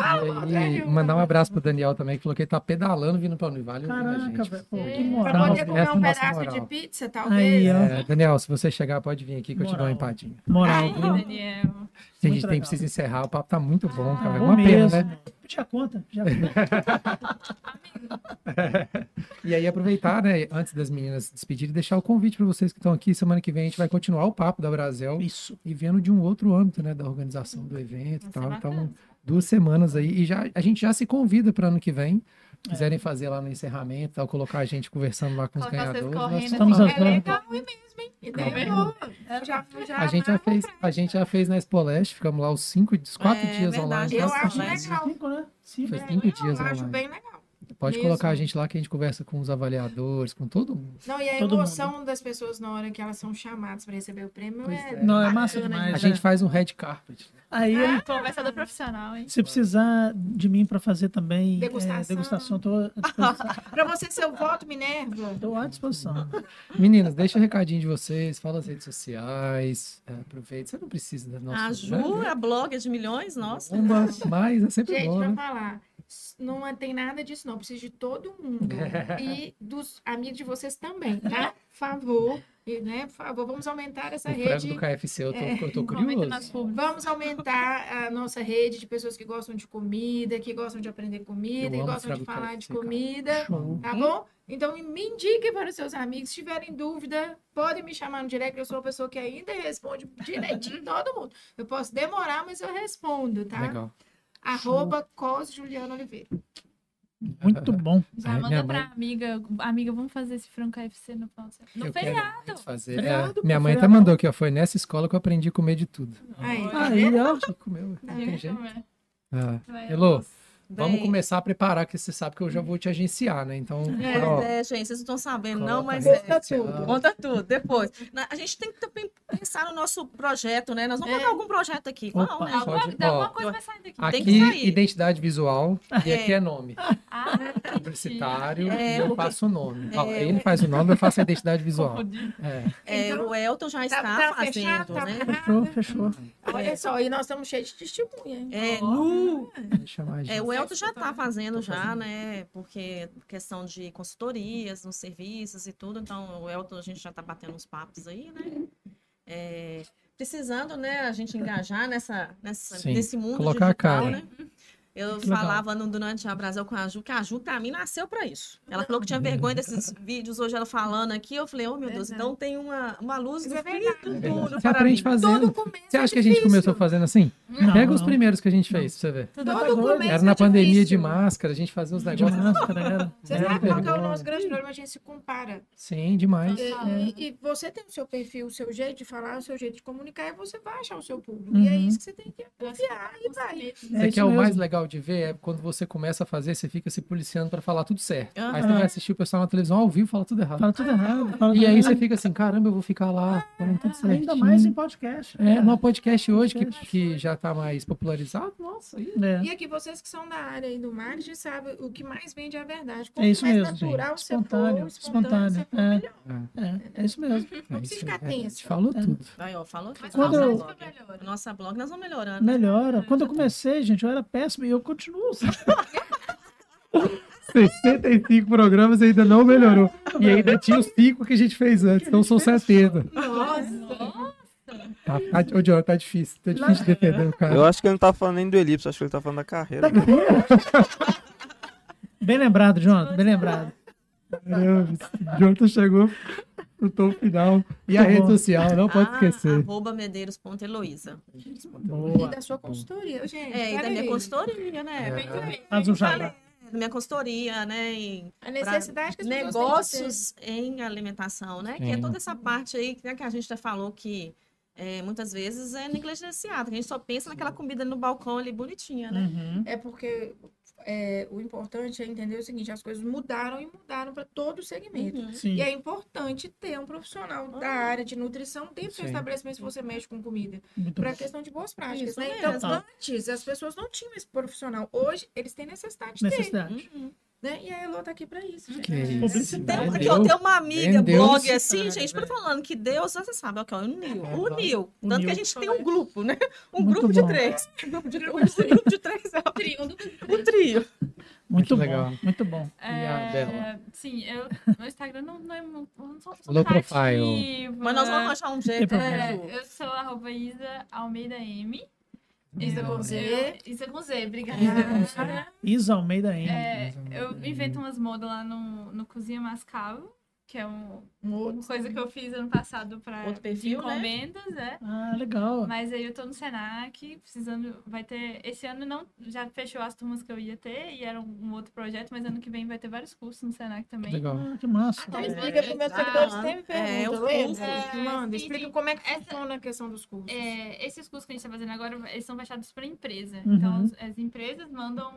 S2: E aí,
S5: Sério?
S2: mandar um abraço pro Daniel também, que falou que ele tá pedalando vindo pra Univale. ouvindo a
S4: Caraca,
S2: gente.
S4: velho. Pô, que
S7: Pra
S5: Pra
S4: moral.
S5: poder
S2: Moral,
S5: comer um
S2: nossa
S5: pedaço de
S2: moral.
S5: pizza,
S4: Aí,
S5: talvez.
S4: ó.
S2: É, Daniel, se você chegar, pode vir aqui que eu te dou uma
S4: Moral.
S2: empadinha.
S4: Moral,
S5: Ai,
S4: viu?
S7: Daniel.
S2: Gente,
S4: Muito
S2: tem
S4: legal.
S2: precisa encerrar, o papo tá muito bom, cara.
S4: Bom
S2: uma pena,
S4: mesmo.
S2: né?
S4: Já conta. Já conta.
S2: E aí aproveitar, né, antes das meninas se despedirem, deixar o convite para vocês que estão aqui. Semana que vem a gente vai continuar o papo da Brasel
S4: Isso.
S2: e vendo de um outro âmbito, né, da organização do evento e
S7: Vai ser
S2: tal. Então,
S7: bacana.
S2: duas semanas aí e já a gente já se convida para ano que vem quiserem fazer lá no encerramento, tal, colocar a gente conversando lá com os
S7: Colocar vocês
S2: ganhadores.
S7: correndo,
S2: nós
S4: Estamos
S2: topamos.
S4: às
S7: É
S4: vamos.
S7: legal mesmo, hein?
S5: É,
S7: Ideia boa. Já, já
S2: A gente já
S7: amava.
S2: fez, a gente já fez na Expoleste, ficamos lá os cinco, os quatro
S6: É
S2: dias
S6: verdade,
S2: online.
S5: Eu
S2: Nossa,
S5: acho
S2: online.
S5: legal.
S4: Cinco, né? Cinco.
S2: Foi
S5: É,
S2: cinco dias
S5: Eu acho
S2: online.
S5: bem legal.
S2: Pode
S5: mesmo.
S2: colocar a gente lá que a gente conversa com os avaliadores, com todo mundo.
S5: Não, e a
S4: Todo
S5: emoção das pessoas na hora que elas são chamadas para receber o prêmio
S2: Pois
S5: é.
S2: é.
S4: Não, é massa
S7: Bacana,
S2: A
S4: demais.
S2: gente
S4: né?
S2: faz um red carpet.
S4: Aí,
S5: Tá?
S7: Ah! Conversador profissional, hein?
S4: se precisar de mim para fazer também
S5: Degustação.
S4: é, degustação, tô à disposição.
S5: Para você ser o voto Minerva.
S4: Tô à disposição.
S2: Meninas, deixa o recadinho de vocês, fala as redes sociais, é, aproveita. Você não precisa da nossa. né?
S6: A Ju, a blogger de milhões, nossa.
S2: Bomba, mas é sempre
S5: Gente,
S2: bom,
S5: pra
S2: né?
S5: falar, s- não é- tem nada disso, não. Preciso de todo mundo.
S2: *laughs*
S5: e dos amigos de vocês também, tá? Por favor. E, né, por favor, vamos aumentar essa
S2: O prêmio do
S5: rede.
S2: KFC, eu tô, eu tô
S7: Aumenta nas
S2: curioso.
S7: públicas.
S5: Vamos aumentar a nossa rede de pessoas que gostam de comida, que gostam de aprender comida,
S2: Eu
S5: que
S2: amo
S5: gostam de
S2: frango
S5: falar de
S2: KFC, cara. Uhum.
S5: comida.
S2: Show.
S5: Tá bom? Então me indique para os seus amigos. Se tiverem dúvida, podem me chamar no direct. Eu sou uma pessoa que ainda responde
S2: *laughs*
S5: direitinho todo mundo. Eu posso demorar, mas eu respondo, tá?
S2: Legal.
S5: Arroba cos Juliana Oliveira.
S4: Muito bom.
S7: Já
S2: Ai, minha
S7: manda pra amiga. Amiga, vamos fazer esse frango KFC no final de semana. No
S2: Eu quero
S7: feriado.
S2: muito fazer. É,
S4: Feriado,
S2: minha mãe até
S4: feriado.
S2: mandou aqui, ó. Foi nessa escola que eu aprendi a comer de tudo.
S5: Aí, tá
S4: Aí,
S5: vendo?
S4: ó.
S2: Que comeu, não tem
S7: Viu
S2: jeito.
S7: como é?
S2: Ah,
S7: Vai,
S2: Elô,
S7: nossa.
S2: vamos
S6: Bem,
S2: começar a preparar, que você sabe que eu já vou te agenciar, né? Então,
S6: Pois
S2: ó,
S6: é, gente, vocês não estão sabendo,
S2: coloca
S6: não, mas
S2: na
S6: é.
S2: rede
S8: Conta
S2: social.
S8: tudo.
S6: Conta tudo, depois. Na- a gente tem que também pensar no nosso projeto, né? Nós
S5: É.
S6: vamos
S5: Então,
S6: botar algum projeto aqui. Qual,
S4: Opa.
S6: né?
S2: Só
S7: Alguma,
S2: de-
S7: dá alguma
S2: ó,
S7: coisa vai sair daqui.
S6: Tem
S2: Ah, Aqui,
S6: que sair.
S2: identidade visual e aqui é nome. *laughs*
S7: Ah,
S2: Publicitário
S6: É,
S2: e eu
S6: porque-
S2: passo o nome.
S6: É.
S2: Ó, ele faz o nome, eu faço a identidade visual.
S7: confundi.
S2: É.
S6: É,
S5: Então,
S6: o Elton já está
S5: tá
S6: fazendo,
S5: fechado, tá
S6: né?
S4: Fechou, fechou.
S5: Olha só, e nós estamos cheios de testemunha. hein?
S6: É,
S2: Deixa eu chamar a gente.
S6: É, o Elton já está fazendo
S2: tá Tô
S6: já,
S2: fazendo.
S6: né? Porque questão de consultorias, nos serviços e tudo. Então, o Elton, a gente já está batendo uns papos aí, né? É, precisando, né, a gente engajar nessa, nessa,
S2: Sim,
S6: nesse mundo
S2: colocar a
S6: digital,
S2: cara.
S6: né? Eu
S4: Que legal.
S6: falava no, durante a Brasil com a Ju, que a Ju, pra mim, nasceu para isso. Ela falou que
S2: Uhum.
S6: tinha
S2: *laughs*
S6: vergonha desses vídeos, hoje ela falando aqui. Eu falei, oh, meu Deus,
S7: Verdade.
S6: então tem uma, uma luz
S5: Isso
S6: do
S5: é
S6: fim
S5: verdade.
S6: do
S2: É verdade.
S6: túnel
S2: Você
S6: para mim.
S2: aprende fazendo.
S5: Todo começo
S2: Você
S5: é
S2: acha que a gente
S5: difícil.
S2: começou fazendo assim?
S4: Não,
S2: Pega os
S4: não.
S2: primeiros que a gente fez, pra você ver.
S4: Tudo tá
S5: Todo
S4: doido.
S5: começo
S2: Era na
S5: é
S2: pandemia de
S5: difícil.
S2: máscara, a gente fazia os
S4: De
S2: negócios.
S4: máscara, galera.
S5: Você
S2: Era
S5: sabe qual que é o
S2: vergonha.
S5: nosso grande problema? A gente se compara.
S2: Sim, demais.
S5: E,
S7: Total.
S5: e- e você tem o seu perfil, o seu jeito de falar, o seu jeito de comunicar, e você vai achar o seu público. E é
S4: Uhum.
S5: isso que você tem que confiar e vai.
S2: Isso aqui é
S4: isso
S2: o mais
S4: mesmo.
S2: legal de ver, é quando você começa a fazer, você fica se policiando pra falar tudo certo. Aí
S6: Aham.
S2: você vai assistir o pessoal na televisão ao vivo, fala tudo errado.
S4: Fala tudo errado. fala
S2: E
S4: tudo
S2: aí
S4: errado.
S2: você fica assim, caramba, eu vou ficar lá, falando tudo certo.
S4: Ainda mais em podcast.
S2: É, no podcast hoje, que, que já tá mais popularizado, nossa, aí
S4: É.
S5: E aqui, vocês que são da área aí do marketing, sabem o que mais vende é a verdade. Quanto
S4: É isso
S5: mais
S4: mesmo,
S5: natural
S4: gente.
S5: você for,
S4: Espontâneo,
S5: espontâneo, você
S4: espontâneo,
S5: for,
S4: é.
S5: melhor.
S4: É, é isso mesmo.
S5: Não
S2: É
S5: precisa
S2: isso
S5: ficar
S2: aí, é,
S5: tenso.
S2: te falou
S4: É.
S2: tudo.
S6: Aí, ó, falou que
S7: Mas
S4: Quando
S7: nossa,
S4: eu-
S7: isso foi melhor.
S6: a nossa blog, nós vamos melhorando.
S4: É Melhora. Quando eu comecei, gente, eu era péssimo e eu continuo. sabe?
S2: 65 programas ainda não melhorou. E ainda tinha os 5 que a gente fez antes, então são 70.
S7: Nossa,
S2: Tá, tá, ô, Diogo, tá difícil. Tá difícil de defender o cara.
S3: Eu acho que ele não tá falando nem do Elipse, acho que ele tá falando da carreira.
S4: Bem lembrado, Jonathan. Bem lembrado.
S2: Caramba, esse Jonathan chegou no topo final. E a
S4: Muito
S2: rede
S4: bom.
S2: social, não pode
S6: Ah,
S2: esquecer.
S6: Arroba medeiros.heloísa.
S5: E
S4: Boa.
S5: da sua consultoria, gente.
S6: É, e da
S5: olha
S6: minha
S5: aí.
S6: consultoria, né?
S2: É.
S4: Faz um jabá.
S6: Da Minha consultoria, né? Em
S5: A necessidade que as pessoas têm de ter.
S6: negócios em alimentação, né? Que é
S2: Sim.
S6: toda essa parte aí né, que a gente já falou que é, muitas vezes é negligenciada. que A gente só pensa naquela comida no balcão ali bonitinha, né?
S4: Uhum.
S5: É porque é, o importante é entender o seguinte, as coisas mudaram e mudaram para todo o segmento.
S6: Uhum.
S4: Sim.
S5: E é importante ter um profissional da área de nutrição dentro do seu
S2: Sim.
S5: estabelecimento se você mexe com comida.
S4: Muito
S5: para
S4: bom.
S5: a questão de boas práticas,
S6: Isso
S5: né?
S6: mesmo.
S5: Então,
S4: Tá.
S5: antes as pessoas não tinham esse profissional. Hoje eles têm necessidade de ter,
S4: Necessidade.
S6: Uhum.
S5: né? E a Elo tá aqui para isso. gente.
S2: Que isso.
S6: Tem,
S4: Publicidade.
S6: uma- aqui,
S2: Vendeu.
S6: ó,
S8: um
S6: tem uma amiga,
S2: Vendeu
S6: blog
S2: esse
S6: assim,
S2: cara,
S6: gente, por falando que Deus, você sabe, ó, que, ó, uniu,
S2: É,
S6: uniu. Tanto
S4: Uniu.
S6: que a gente tem um grupo, né? Um
S4: Muito
S6: grupo de
S4: bom.
S6: três. Um grupo de três. Um grupo de três, ó.
S7: trio do
S6: Um trio.
S4: Muito
S2: Que
S4: bom.
S2: legal.
S4: Muito bom.
S2: E a
S7: É,
S2: Bela?
S7: Sim, eu, meu Instagram não, não é muito. eu Não sou, sou
S2: Low profile. Uhum.
S7: criativa.
S6: Mas nós vamos achar um jeito, né, Ju?
S7: É, eu sou arroba Isa Almeida M.
S5: Isa
S7: Eu-
S5: com Z.
S7: eu- Isa com Z, obrigada.
S4: Isa Almeida M.
S7: É, eu invento umas modas lá no, no Cozinha Mascavo. que é um-
S8: Um
S7: uma
S8: outro.
S7: coisa que eu fiz ano passado para
S6: Outro perfil, né?
S7: encomendas, né?
S4: Ah, legal.
S7: Mas aí eu tô no Senac, precisando. Vai ter. Esse ano não. Já fechou as turmas que eu ia ter e era um, um outro projeto, mas ano que vem vai ter vários cursos no Senac também.
S2: Legal.
S4: Ah, que massa.
S8: Então
S6: É.
S8: explica para meus
S6: Ah,
S8: seguidores, sempre me
S6: é, os
S8: pergunta, lembra?
S6: cursos.
S8: Manda,
S7: É,
S8: explica
S7: sim.
S8: como é que
S7: Essa-
S8: funciona a questão dos cursos. Um
S7: É, esses cursos que a gente está fazendo agora, eles são fechados para empresa.
S4: Uhum.
S7: Então, as, as empresas mandam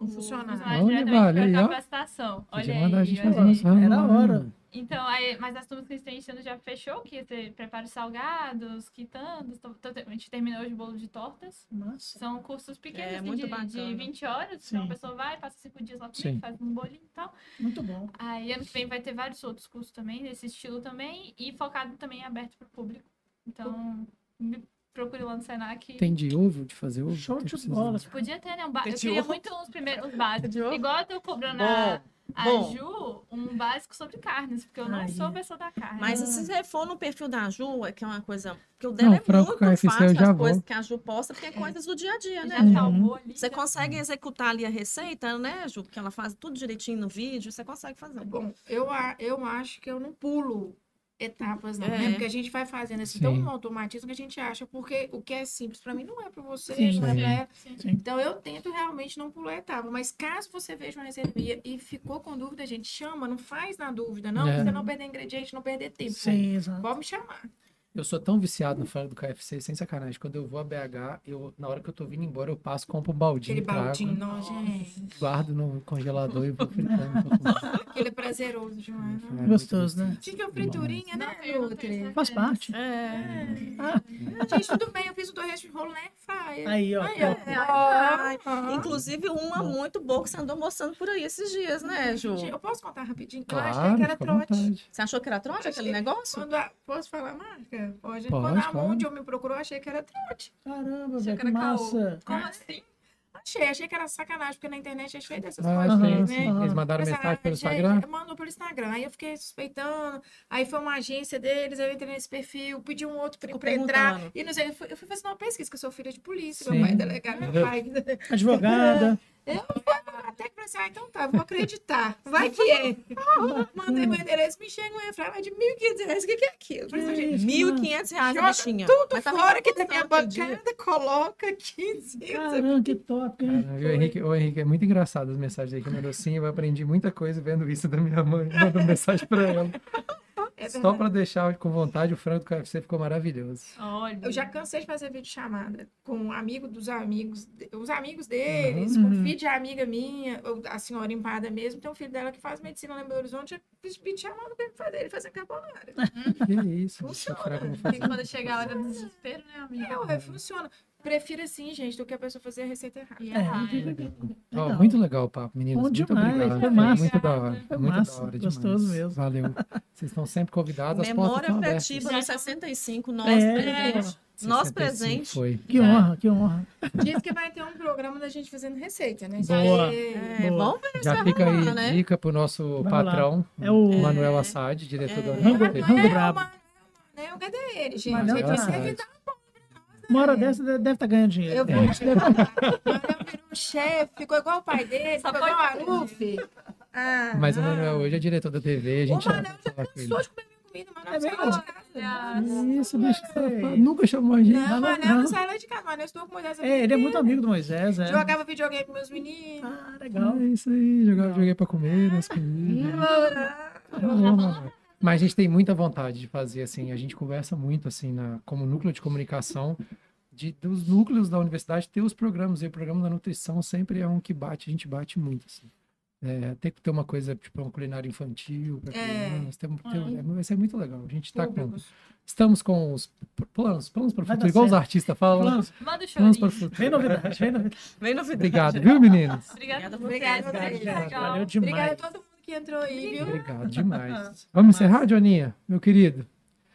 S8: Um
S7: o
S8: funcionário.
S2: Olha,
S7: diretamente
S2: vale,
S7: para
S2: ó.
S7: capacitação.
S2: Podia
S7: Olha aí,
S2: mandar a gente
S7: olha
S2: fazer
S7: aí.
S2: umas vamos
S4: Era
S2: lá,
S4: hora.
S2: né?
S7: Então, aí, mas as turmas que a gente tem esse ano já fechou, que ia ter preparos salgados, quitandos, tô- tô- a gente terminou hoje o bolo de tortas.
S4: Massa.
S7: São cursos pequenos,
S6: É,
S7: assim,
S6: muito
S7: de, de
S6: bacana.
S7: 20 horas.
S4: Sim.
S7: Então a pessoa vai, passa cinco dias lá comigo,
S2: Sim.
S7: faz um bolinho e tal.
S4: Muito bom.
S7: Aí ano que vem vai ter vários outros cursos também, desse estilo também, e focado também aberto para o público. Então, me procure lá no Senac.
S2: Tem de ovo de fazer ovo?
S4: Show
S2: Tô
S4: de
S2: precisando.
S4: bola.
S7: Podia ter, né? Um ba... Eu
S8: de
S7: queria
S8: ovo.
S7: muito os primeiros os básicos.
S8: De ovo.
S7: Igual eu tô cobrando a,
S8: Bom,
S7: a
S8: bom.
S7: Ju um básico sobre carnes, porque eu não
S4: Aí.
S7: sou pessoa da carne.
S6: Mas assim,
S4: Ah.
S6: se você for no perfil da Ju, é que é uma coisa. Porque o dela
S2: Não,
S6: é
S2: Franco,
S6: muito
S2: KFC, eu
S6: fácil
S2: já
S6: as
S2: vou.
S6: coisas que a Ju posta, porque é coisas do dia a dia, né?
S7: já salvou ali.
S6: Você
S7: já-
S6: consegue executar ali a receita, né, Ju? Porque ela faz tudo direitinho no vídeo, você consegue fazer.
S5: Bom, eu, a- eu acho que eu não pulo etapas, não,
S6: É.
S5: né? Porque a gente vai fazendo assim,
S2: Sim.
S5: tão no automatismo que a gente acha, porque o que é simples pra mim não é pra você,
S2: Sim.
S5: não é
S2: Sim.
S5: pra ela.
S4: Sim.
S5: Então eu tento realmente não pular etapa, mas caso você veja uma reservia e ficou com dúvida, gente, chama, não faz na dúvida, não,
S2: É.
S5: pra você não perder ingrediente, não perder tempo.
S4: Sim, exato.
S5: Pode me chamar.
S2: Eu sou tão viciado no frango do KFC, sem sacanagem. Quando eu vou a BH, eu, na hora que eu tô vindo embora, eu passo, compro um
S5: Aquele
S2: baldinho,
S5: baldinho, né?
S2: trago,
S5: não, gente.
S2: guardo no congelador e vou
S5: *laughs*
S2: fritando. pra comer.
S5: Aquele é prazeroso demais.
S2: É
S5: não?
S2: muito
S4: Gostoso, né?
S5: Tinha que uma friturinha,
S7: Não,
S5: né,
S7: eu não tenho
S5: Nutri?
S7: essa
S4: Faz parte.
S6: É.
S5: Gente, tudo bem, eu fiz o torresmo de rolê, faz.
S4: Aí, ó.
S5: Ai,
S4: top.
S5: ai, ai,
S6: ai.
S5: ai.
S6: É, Inclusive, uma muito boa que você andou mostrando por aí esses dias, né, Ju?
S5: Gente, eu posso contar rapidinho? que eu achei
S2: Claro,
S5: que era
S2: fica à
S5: trote.
S2: vontade.
S6: Você achou que era trote aquele negócio?
S5: Quando a- Posso falar a marca? Pode.
S2: Pode,
S5: Quando a
S2: claro.
S5: Mundi me procurou, eu achei que era trote.
S4: Caramba,
S7: Achei
S4: velho,
S7: que
S4: que
S7: era caô.
S4: massa.
S7: Como assim?
S5: Achei, achei que era sacanagem, porque na internet é cheio dessas
S2: Ah,
S5: coisas,
S2: sim,
S5: né?
S2: sim. Eles mandaram
S5: Mas,
S2: mensagem pelo
S5: ah, gente,
S2: Instagram.
S5: Mandou pelo Instagram. Aí eu fiquei suspeitando. Aí foi uma agência deles, aí eu entrei nesse perfil, pedi um outro perigo
S6: Ficou
S5: pra entrar.
S6: perguntando.
S5: E não sei, eu fui, eu fui fazer uma pesquisa, que eu sou filha de polícia,
S2: Sim.
S5: meu pai é delegado, meu pai.
S6: *laughs*
S4: Advogada.
S5: Até que eu falei assim, ah, então tá, vou acreditar. Vai que
S6: *laughs*
S5: é. Mandei meu endereço, me chegou e falei, "Ah, mas de 1.500 reais, o que que é aquilo? Eu falei assim, gente,
S4: Isso,
S6: R$
S4: mano.
S6: 1.500 reais,
S5: Joga
S6: bichinha.
S5: tudo
S6: Mas tá
S5: fora aqui da minha
S6: vendo todo dia.
S5: bancada, coloca 15
S4: é
S5: euros.
S4: Caramba, que top, hein?
S2: Cara, o, Henrique, o Henrique é muito engraçado as mensagens aí que mandou assim. Eu aprendi muita coisa vendo isso da minha mãe.
S5: *laughs*
S2: Mandou mensagem pra ela.
S5: É
S2: Só
S5: verdade.
S2: pra deixar com vontade, o frango do KFC ficou maravilhoso.
S7: Olha.
S5: Eu já cansei de fazer vídeo chamada com um amigo dos amigos, de- os amigos deles,
S4: Uhum.
S5: com o filho de amiga minha, ou a senhora empada mesmo, tem um filho dela que faz medicina lá em Belo Horizonte, eu fiz vídeo chamada pra ele fazer, ele fazer carbonara.
S2: Que isso, bicho, o
S5: Funciona. né?
S2: frango não faz
S7: Porque quando chega a hora do desespero, né, amiga?
S5: É, ué, funciona. Prefiro assim, gente, do que a pessoa fazer a receita errada.
S7: E
S4: É,
S7: errar,
S4: muito
S7: né?
S4: legal.
S2: Ó,
S4: Legal.
S2: muito legal o papo, meninas.
S4: Bom
S2: muito
S4: demais,
S2: obrigado.
S4: foi massa.
S2: Muito da hora.
S7: Foi
S2: muito
S4: massa,
S2: da hora
S4: gostoso
S2: demais.
S4: mesmo.
S2: Valeu. Vocês estão sempre convidados. As portas
S6: Memória
S2: estão abertas.
S6: afetiva no 65, nosso
S4: É,
S6: presente. Nosso
S2: 65
S6: presente.
S2: Foi.
S4: Que honra, que honra.
S5: Diz que vai ter um programa da gente fazendo receita, né? Isso
S4: Boa.
S5: aí é-
S6: É,
S4: Boa.
S6: vamos ver se
S2: Já
S6: vai
S2: fica
S6: rolar,
S2: aí
S6: né?
S2: dica pro nosso
S4: Vai lá.
S2: patrão,
S4: É o-
S2: Manuel Assad, diretor da
S6: É.
S2: União
S4: Rango-
S2: TV.
S4: rango
S5: Não, é né?
S4: brabo.
S5: mano, não, cadê é ele, gente?
S4: Mas não
S5: Ele
S4: tá.
S5: disse que tá-
S4: Uma hora dessa deve estar ganhando dinheiro. É.
S5: Eu vou te falar. Agora virou um chefe, ficou igual o pai dele,
S7: Só
S5: ficou igual o
S7: pode-
S5: Aruf. Ah,
S2: Mas o
S5: não.
S2: Manuel hoje é diretor da TV, a gente
S5: Manuel
S2: ama falar com ele.
S5: Sou de comer minha comida, mas não
S4: É
S5: sai lá de casa.
S2: Isso, bicho, safado.
S4: Ei.
S2: nunca chamou a gente.
S5: Não,
S4: não,
S5: mas não,
S4: não.
S5: não sai lá de casa, mas eu estou com mulheres.
S4: É, ele é muito amigo do Moisés, é.
S5: Jogava videogame com meus meninos.
S4: Ah, legal.
S2: É isso aí, jogar,
S4: Não.
S2: joguei pra comer,
S6: Ah,
S2: nas comidas. Não, mano. Mas a gente tem muita vontade de fazer assim, a gente conversa muito assim, na, como núcleo de comunicação, de, dos núcleos da universidade ter os programas, e o programa da nutrição sempre é um que bate, a gente bate muito assim. É, tem que ter uma coisa, tipo, uma culinária infantil, pra
S5: É.
S2: crianças, tem- um, tem-
S4: Ai.
S2: vai ser muito legal. A gente tá com,
S5: Públicos.
S2: estamos com os planos, planos para o
S4: Vai dar
S2: futuro, igual os
S4: certo.
S2: artistas falam,
S4: Vamos,
S7: Manda o
S2: planos para o
S7: chorinho.
S4: Vem
S2: futuro.
S4: novidade, vem novidade.
S6: Vem novidade.
S2: Obrigado, viu, meninos?
S7: Obrigada a
S5: Obrigada,
S7: vocês.
S5: obrigada.
S7: Muito legal.
S4: Valeu demais.
S5: Obrigada a todo mundo que entrou aí, viu?
S2: Obrigado
S8: *laughs* Ah,
S2: demais. Vamos encerrar, Joninha, meu querido?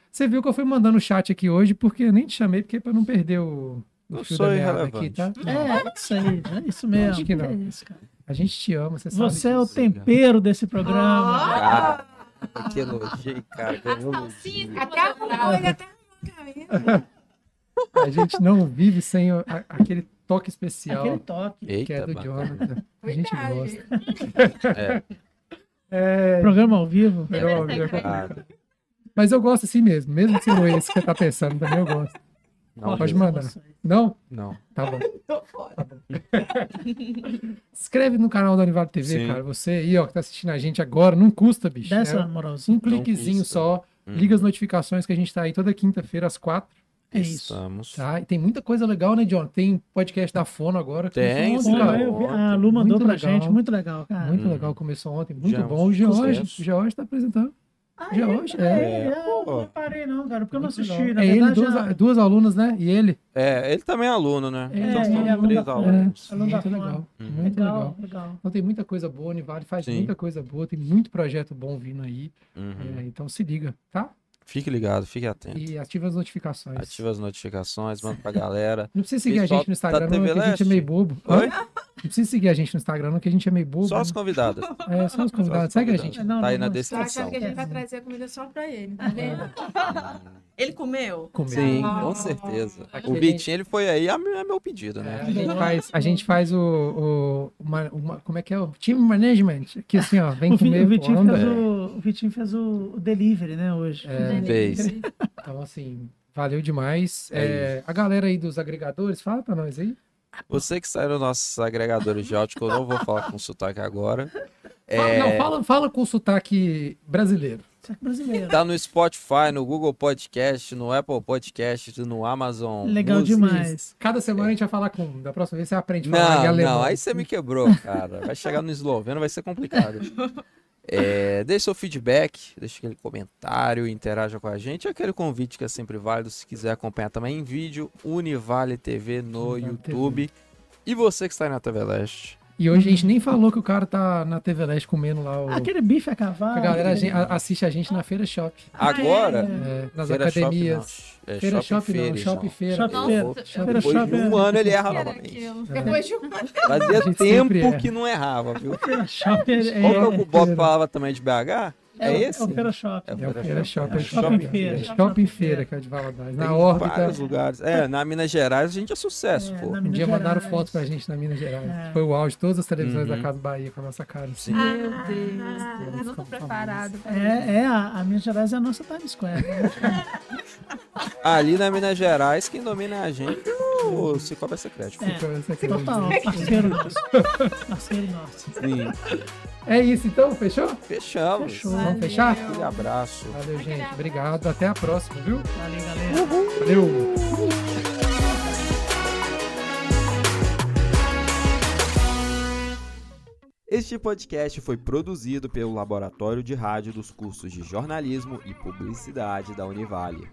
S2: Você viu que eu fui mandando o chat aqui hoje, porque eu nem te chamei, porque para não perder o, o
S3: Eu
S2: fio
S3: sou
S2: da meada aqui,
S3: irrelevante.
S2: tá?
S4: É, isso aí, é isso mesmo.
S2: Acho que não.
S4: É isso, cara.
S2: A gente te ama, você sabe.
S4: Você é o
S2: disso.
S4: tempero desse programa.
S3: Cara, que elogio, é cara. que
S7: As
S3: elogio.
S7: salsichas.
S5: Até arrumou, ele até arrumou a camisa.
S2: A gente não vive sem o- a- aquele toque especial
S4: Aquele toque.
S2: que é
S3: Eita,
S2: do
S8: *laughs*
S3: bacana.
S2: Jonathan. A gente
S5: Cuidado,
S2: gosta.
S5: gente.
S3: É,
S2: É,
S4: Programa ao vivo.
S2: eu-
S7: Deveria ser
S2: eu-
S7: crédito.
S3: Ah,
S2: é mas eu gosto assim mesmo, mesmo que não é esse que você tá pensando também, eu gosto.
S3: não,
S2: Pode
S3: mesmo.
S2: mandar. Não?
S3: Não.
S2: Tá bom.
S8: *laughs* Tô fora.
S2: Se Inscreve no canal da Anivado TV,
S3: Sim.
S2: cara. Você aí, ó, que tá assistindo a gente agora, não custa, bicho.
S4: Dá essa
S2: É
S4: moralzinha.
S2: um cliquezinho
S3: Não custa.
S2: só.
S3: Hum.
S2: Liga as notificações que a gente tá aí toda quinta-feira às quatro,
S4: É isso.
S3: Estamos.
S2: tá? E tem muita coisa legal, né, John? Tem podcast da Fono agora.
S3: Tem,
S2: Começou
S4: Pô,
S3: sim.
S2: ontem, cara.
S4: eu vi- a Lu mandou
S2: Muito
S4: pra
S2: legal.
S4: gente, muito legal, cara.
S2: Muito
S3: Hum.
S2: legal, começou ontem. Muito
S3: Já é um
S2: bom. O George,
S3: sucesso.
S2: o George tá apresentando.
S4: Ah,
S2: Já
S4: é?
S2: hoje?
S3: É.
S4: É, eu
S3: Pô.
S4: não parei não, cara, porque eu não
S2: Muito
S4: assisti.
S2: legal.
S4: Na
S2: é ele,
S4: verdade,
S2: duas,
S4: a-
S2: duas alunas, né? E ele.
S3: É, ele também é aluno, né?
S2: É,
S3: então
S2: ele
S3: são
S2: é aluno
S3: três
S4: da-
S3: alunos.
S4: é. Aluno da
S2: muito
S4: Fona.
S2: legal.
S3: Uhum.
S2: Muito legal.
S4: legal, legal.
S2: Então tem muita coisa boa, o Univale faz
S3: Sim.
S2: muita coisa boa, tem muito projeto bom vindo aí.
S3: Uhum.
S2: É, então se liga, tá?
S3: Fique ligado, fique atento.
S2: E ativa as notificações.
S3: Ativa as notificações, manda
S2: *laughs*
S3: pra galera.
S2: Não precisa seguir
S3: Pessoal
S2: a gente no
S3: da
S2: Instagram, não,
S3: TV
S2: que a gente
S3: Leste?
S2: é meio bobo.
S3: Oi?
S2: Não precisa seguir a gente no Instagram, não, que a gente é meio bobo.
S3: Só as
S2: né?
S3: convidadas.
S2: É, só os convidados. Segue a gente.
S4: É, não,
S3: Tá aí na
S4: não, não.
S5: Tô achando
S3: descrição.
S5: que a gente vai trazer comida só pra ele, tá vendo?
S6: Ele comeu?
S2: Comer.
S3: Sim,
S5: Ah.
S3: com certeza.
S2: Tá Aqui
S3: O
S2: a
S3: Vitinho, ele foi aí, a meu- é meu pedido,
S2: É,
S3: né?
S2: a, gente faz, a gente faz o, o, uma- uma- Como é que é? O team management. Aqui assim, ó. Vem
S4: *laughs* O, Vi-
S2: comer.
S4: o Vitinho
S2: Wanda.
S4: fez o, o Vitinho fez o, o delivery, né, hoje.
S7: É.
S3: Fez.
S2: Então, assim, valeu demais.
S3: É
S2: É, a galera aí dos agregadores, fala pra nós aí.
S3: Você que saiu nos nossos agregadores de áudio, que eu não vou falar com sotaque agora.
S2: Fala, não,
S3: É,
S2: fala, fala com sotaque brasileiro.
S4: Só é
S3: *laughs*
S4: que brasileiro.
S3: tá no Spotify, no Google Podcast, no Apple Podcast, no Amazon.
S4: Legal
S3: Music.
S4: demais.
S2: Cada semana a gente vai falar com um. Da próxima vez você aprende a falar em
S3: Não,
S2: alemão.
S3: não, aí você me quebrou, cara. Vai chegar no esloveno, vai ser complicado. É, deixe seu feedback, deixe aquele comentário, interaja com a gente. Aquele convite que é sempre válido, se quiser acompanhar também em vídeo, Univale TV no
S2: Univale
S3: YouTube. E você que está aí na TV Leste.
S2: E hoje a gente nem falou que o cara tá na TV Leste comendo lá o.
S4: Aquele bife a cavalo.
S2: A galera a
S4: aquele-
S2: gente- a- assiste a gente na Feira Shop.
S3: Agora,
S2: é, nas
S3: Feira Shop,
S2: academias.
S3: não. É,
S2: feira
S3: Shopping
S2: Shop,
S3: Feira,
S2: não, Shop
S3: irmão.
S2: Feira.
S4: Shop
S3: Eu
S7: Feira.
S3: vou-
S4: Feira
S3: Depois
S4: Shop
S3: de um
S4: é-
S3: ano ele erra
S7: Que era
S3: novamente.
S7: aquilo?
S5: Depois de um
S3: Fazia
S2: A gente sempre
S3: tempo
S2: erra.
S3: que não errava, viu?
S4: Feira Shop é, é,
S3: Qual que
S4: é,
S3: o Bob falava também de BH? É,
S4: o-
S3: esse?
S4: É o Feira Shop.
S3: É o
S2: É o Feira Shop.
S3: É
S2: É
S3: Shopping
S2: Shopping
S4: Feira.
S2: Feira. Shopping Feira, que é de Valadares. Na órbita.
S3: vários lugares. É, na Minas Gerais a gente é sucesso,
S4: É,
S3: pô.
S4: na
S2: Um
S4: Minas
S2: dia mandaram
S4: Gerais.
S2: foto pra gente na Minas Gerais.
S4: É.
S2: Foi o auge, todas as televisões
S3: Uhum.
S2: da Casa Bahia com a nossa cara. assim.
S3: Sim.
S7: Meu Deus.
S5: Eu não tô preparado pra isso.
S4: É, é a, a Minas Gerais é a nossa Times Square. né?
S3: Ali na Minas Gerais, quem domina é a gente é o Cicobi Secreto.
S4: É.
S2: Então, essa aqui.
S4: Total, parceiro nosso. Parceiro nosso.
S3: Sim.
S2: É isso então, fechou? Então,
S3: Fechamos.
S4: Fechou.
S2: Vamos fechar?
S3: Aquele abraço.
S2: Valeu, gente. Obrigado. Até a próxima, viu?
S4: Valeu, tá galera.
S2: Valeu.
S3: Este podcast foi produzido pelo Laboratório de Rádio dos Cursos de Jornalismo e Publicidade da Univale.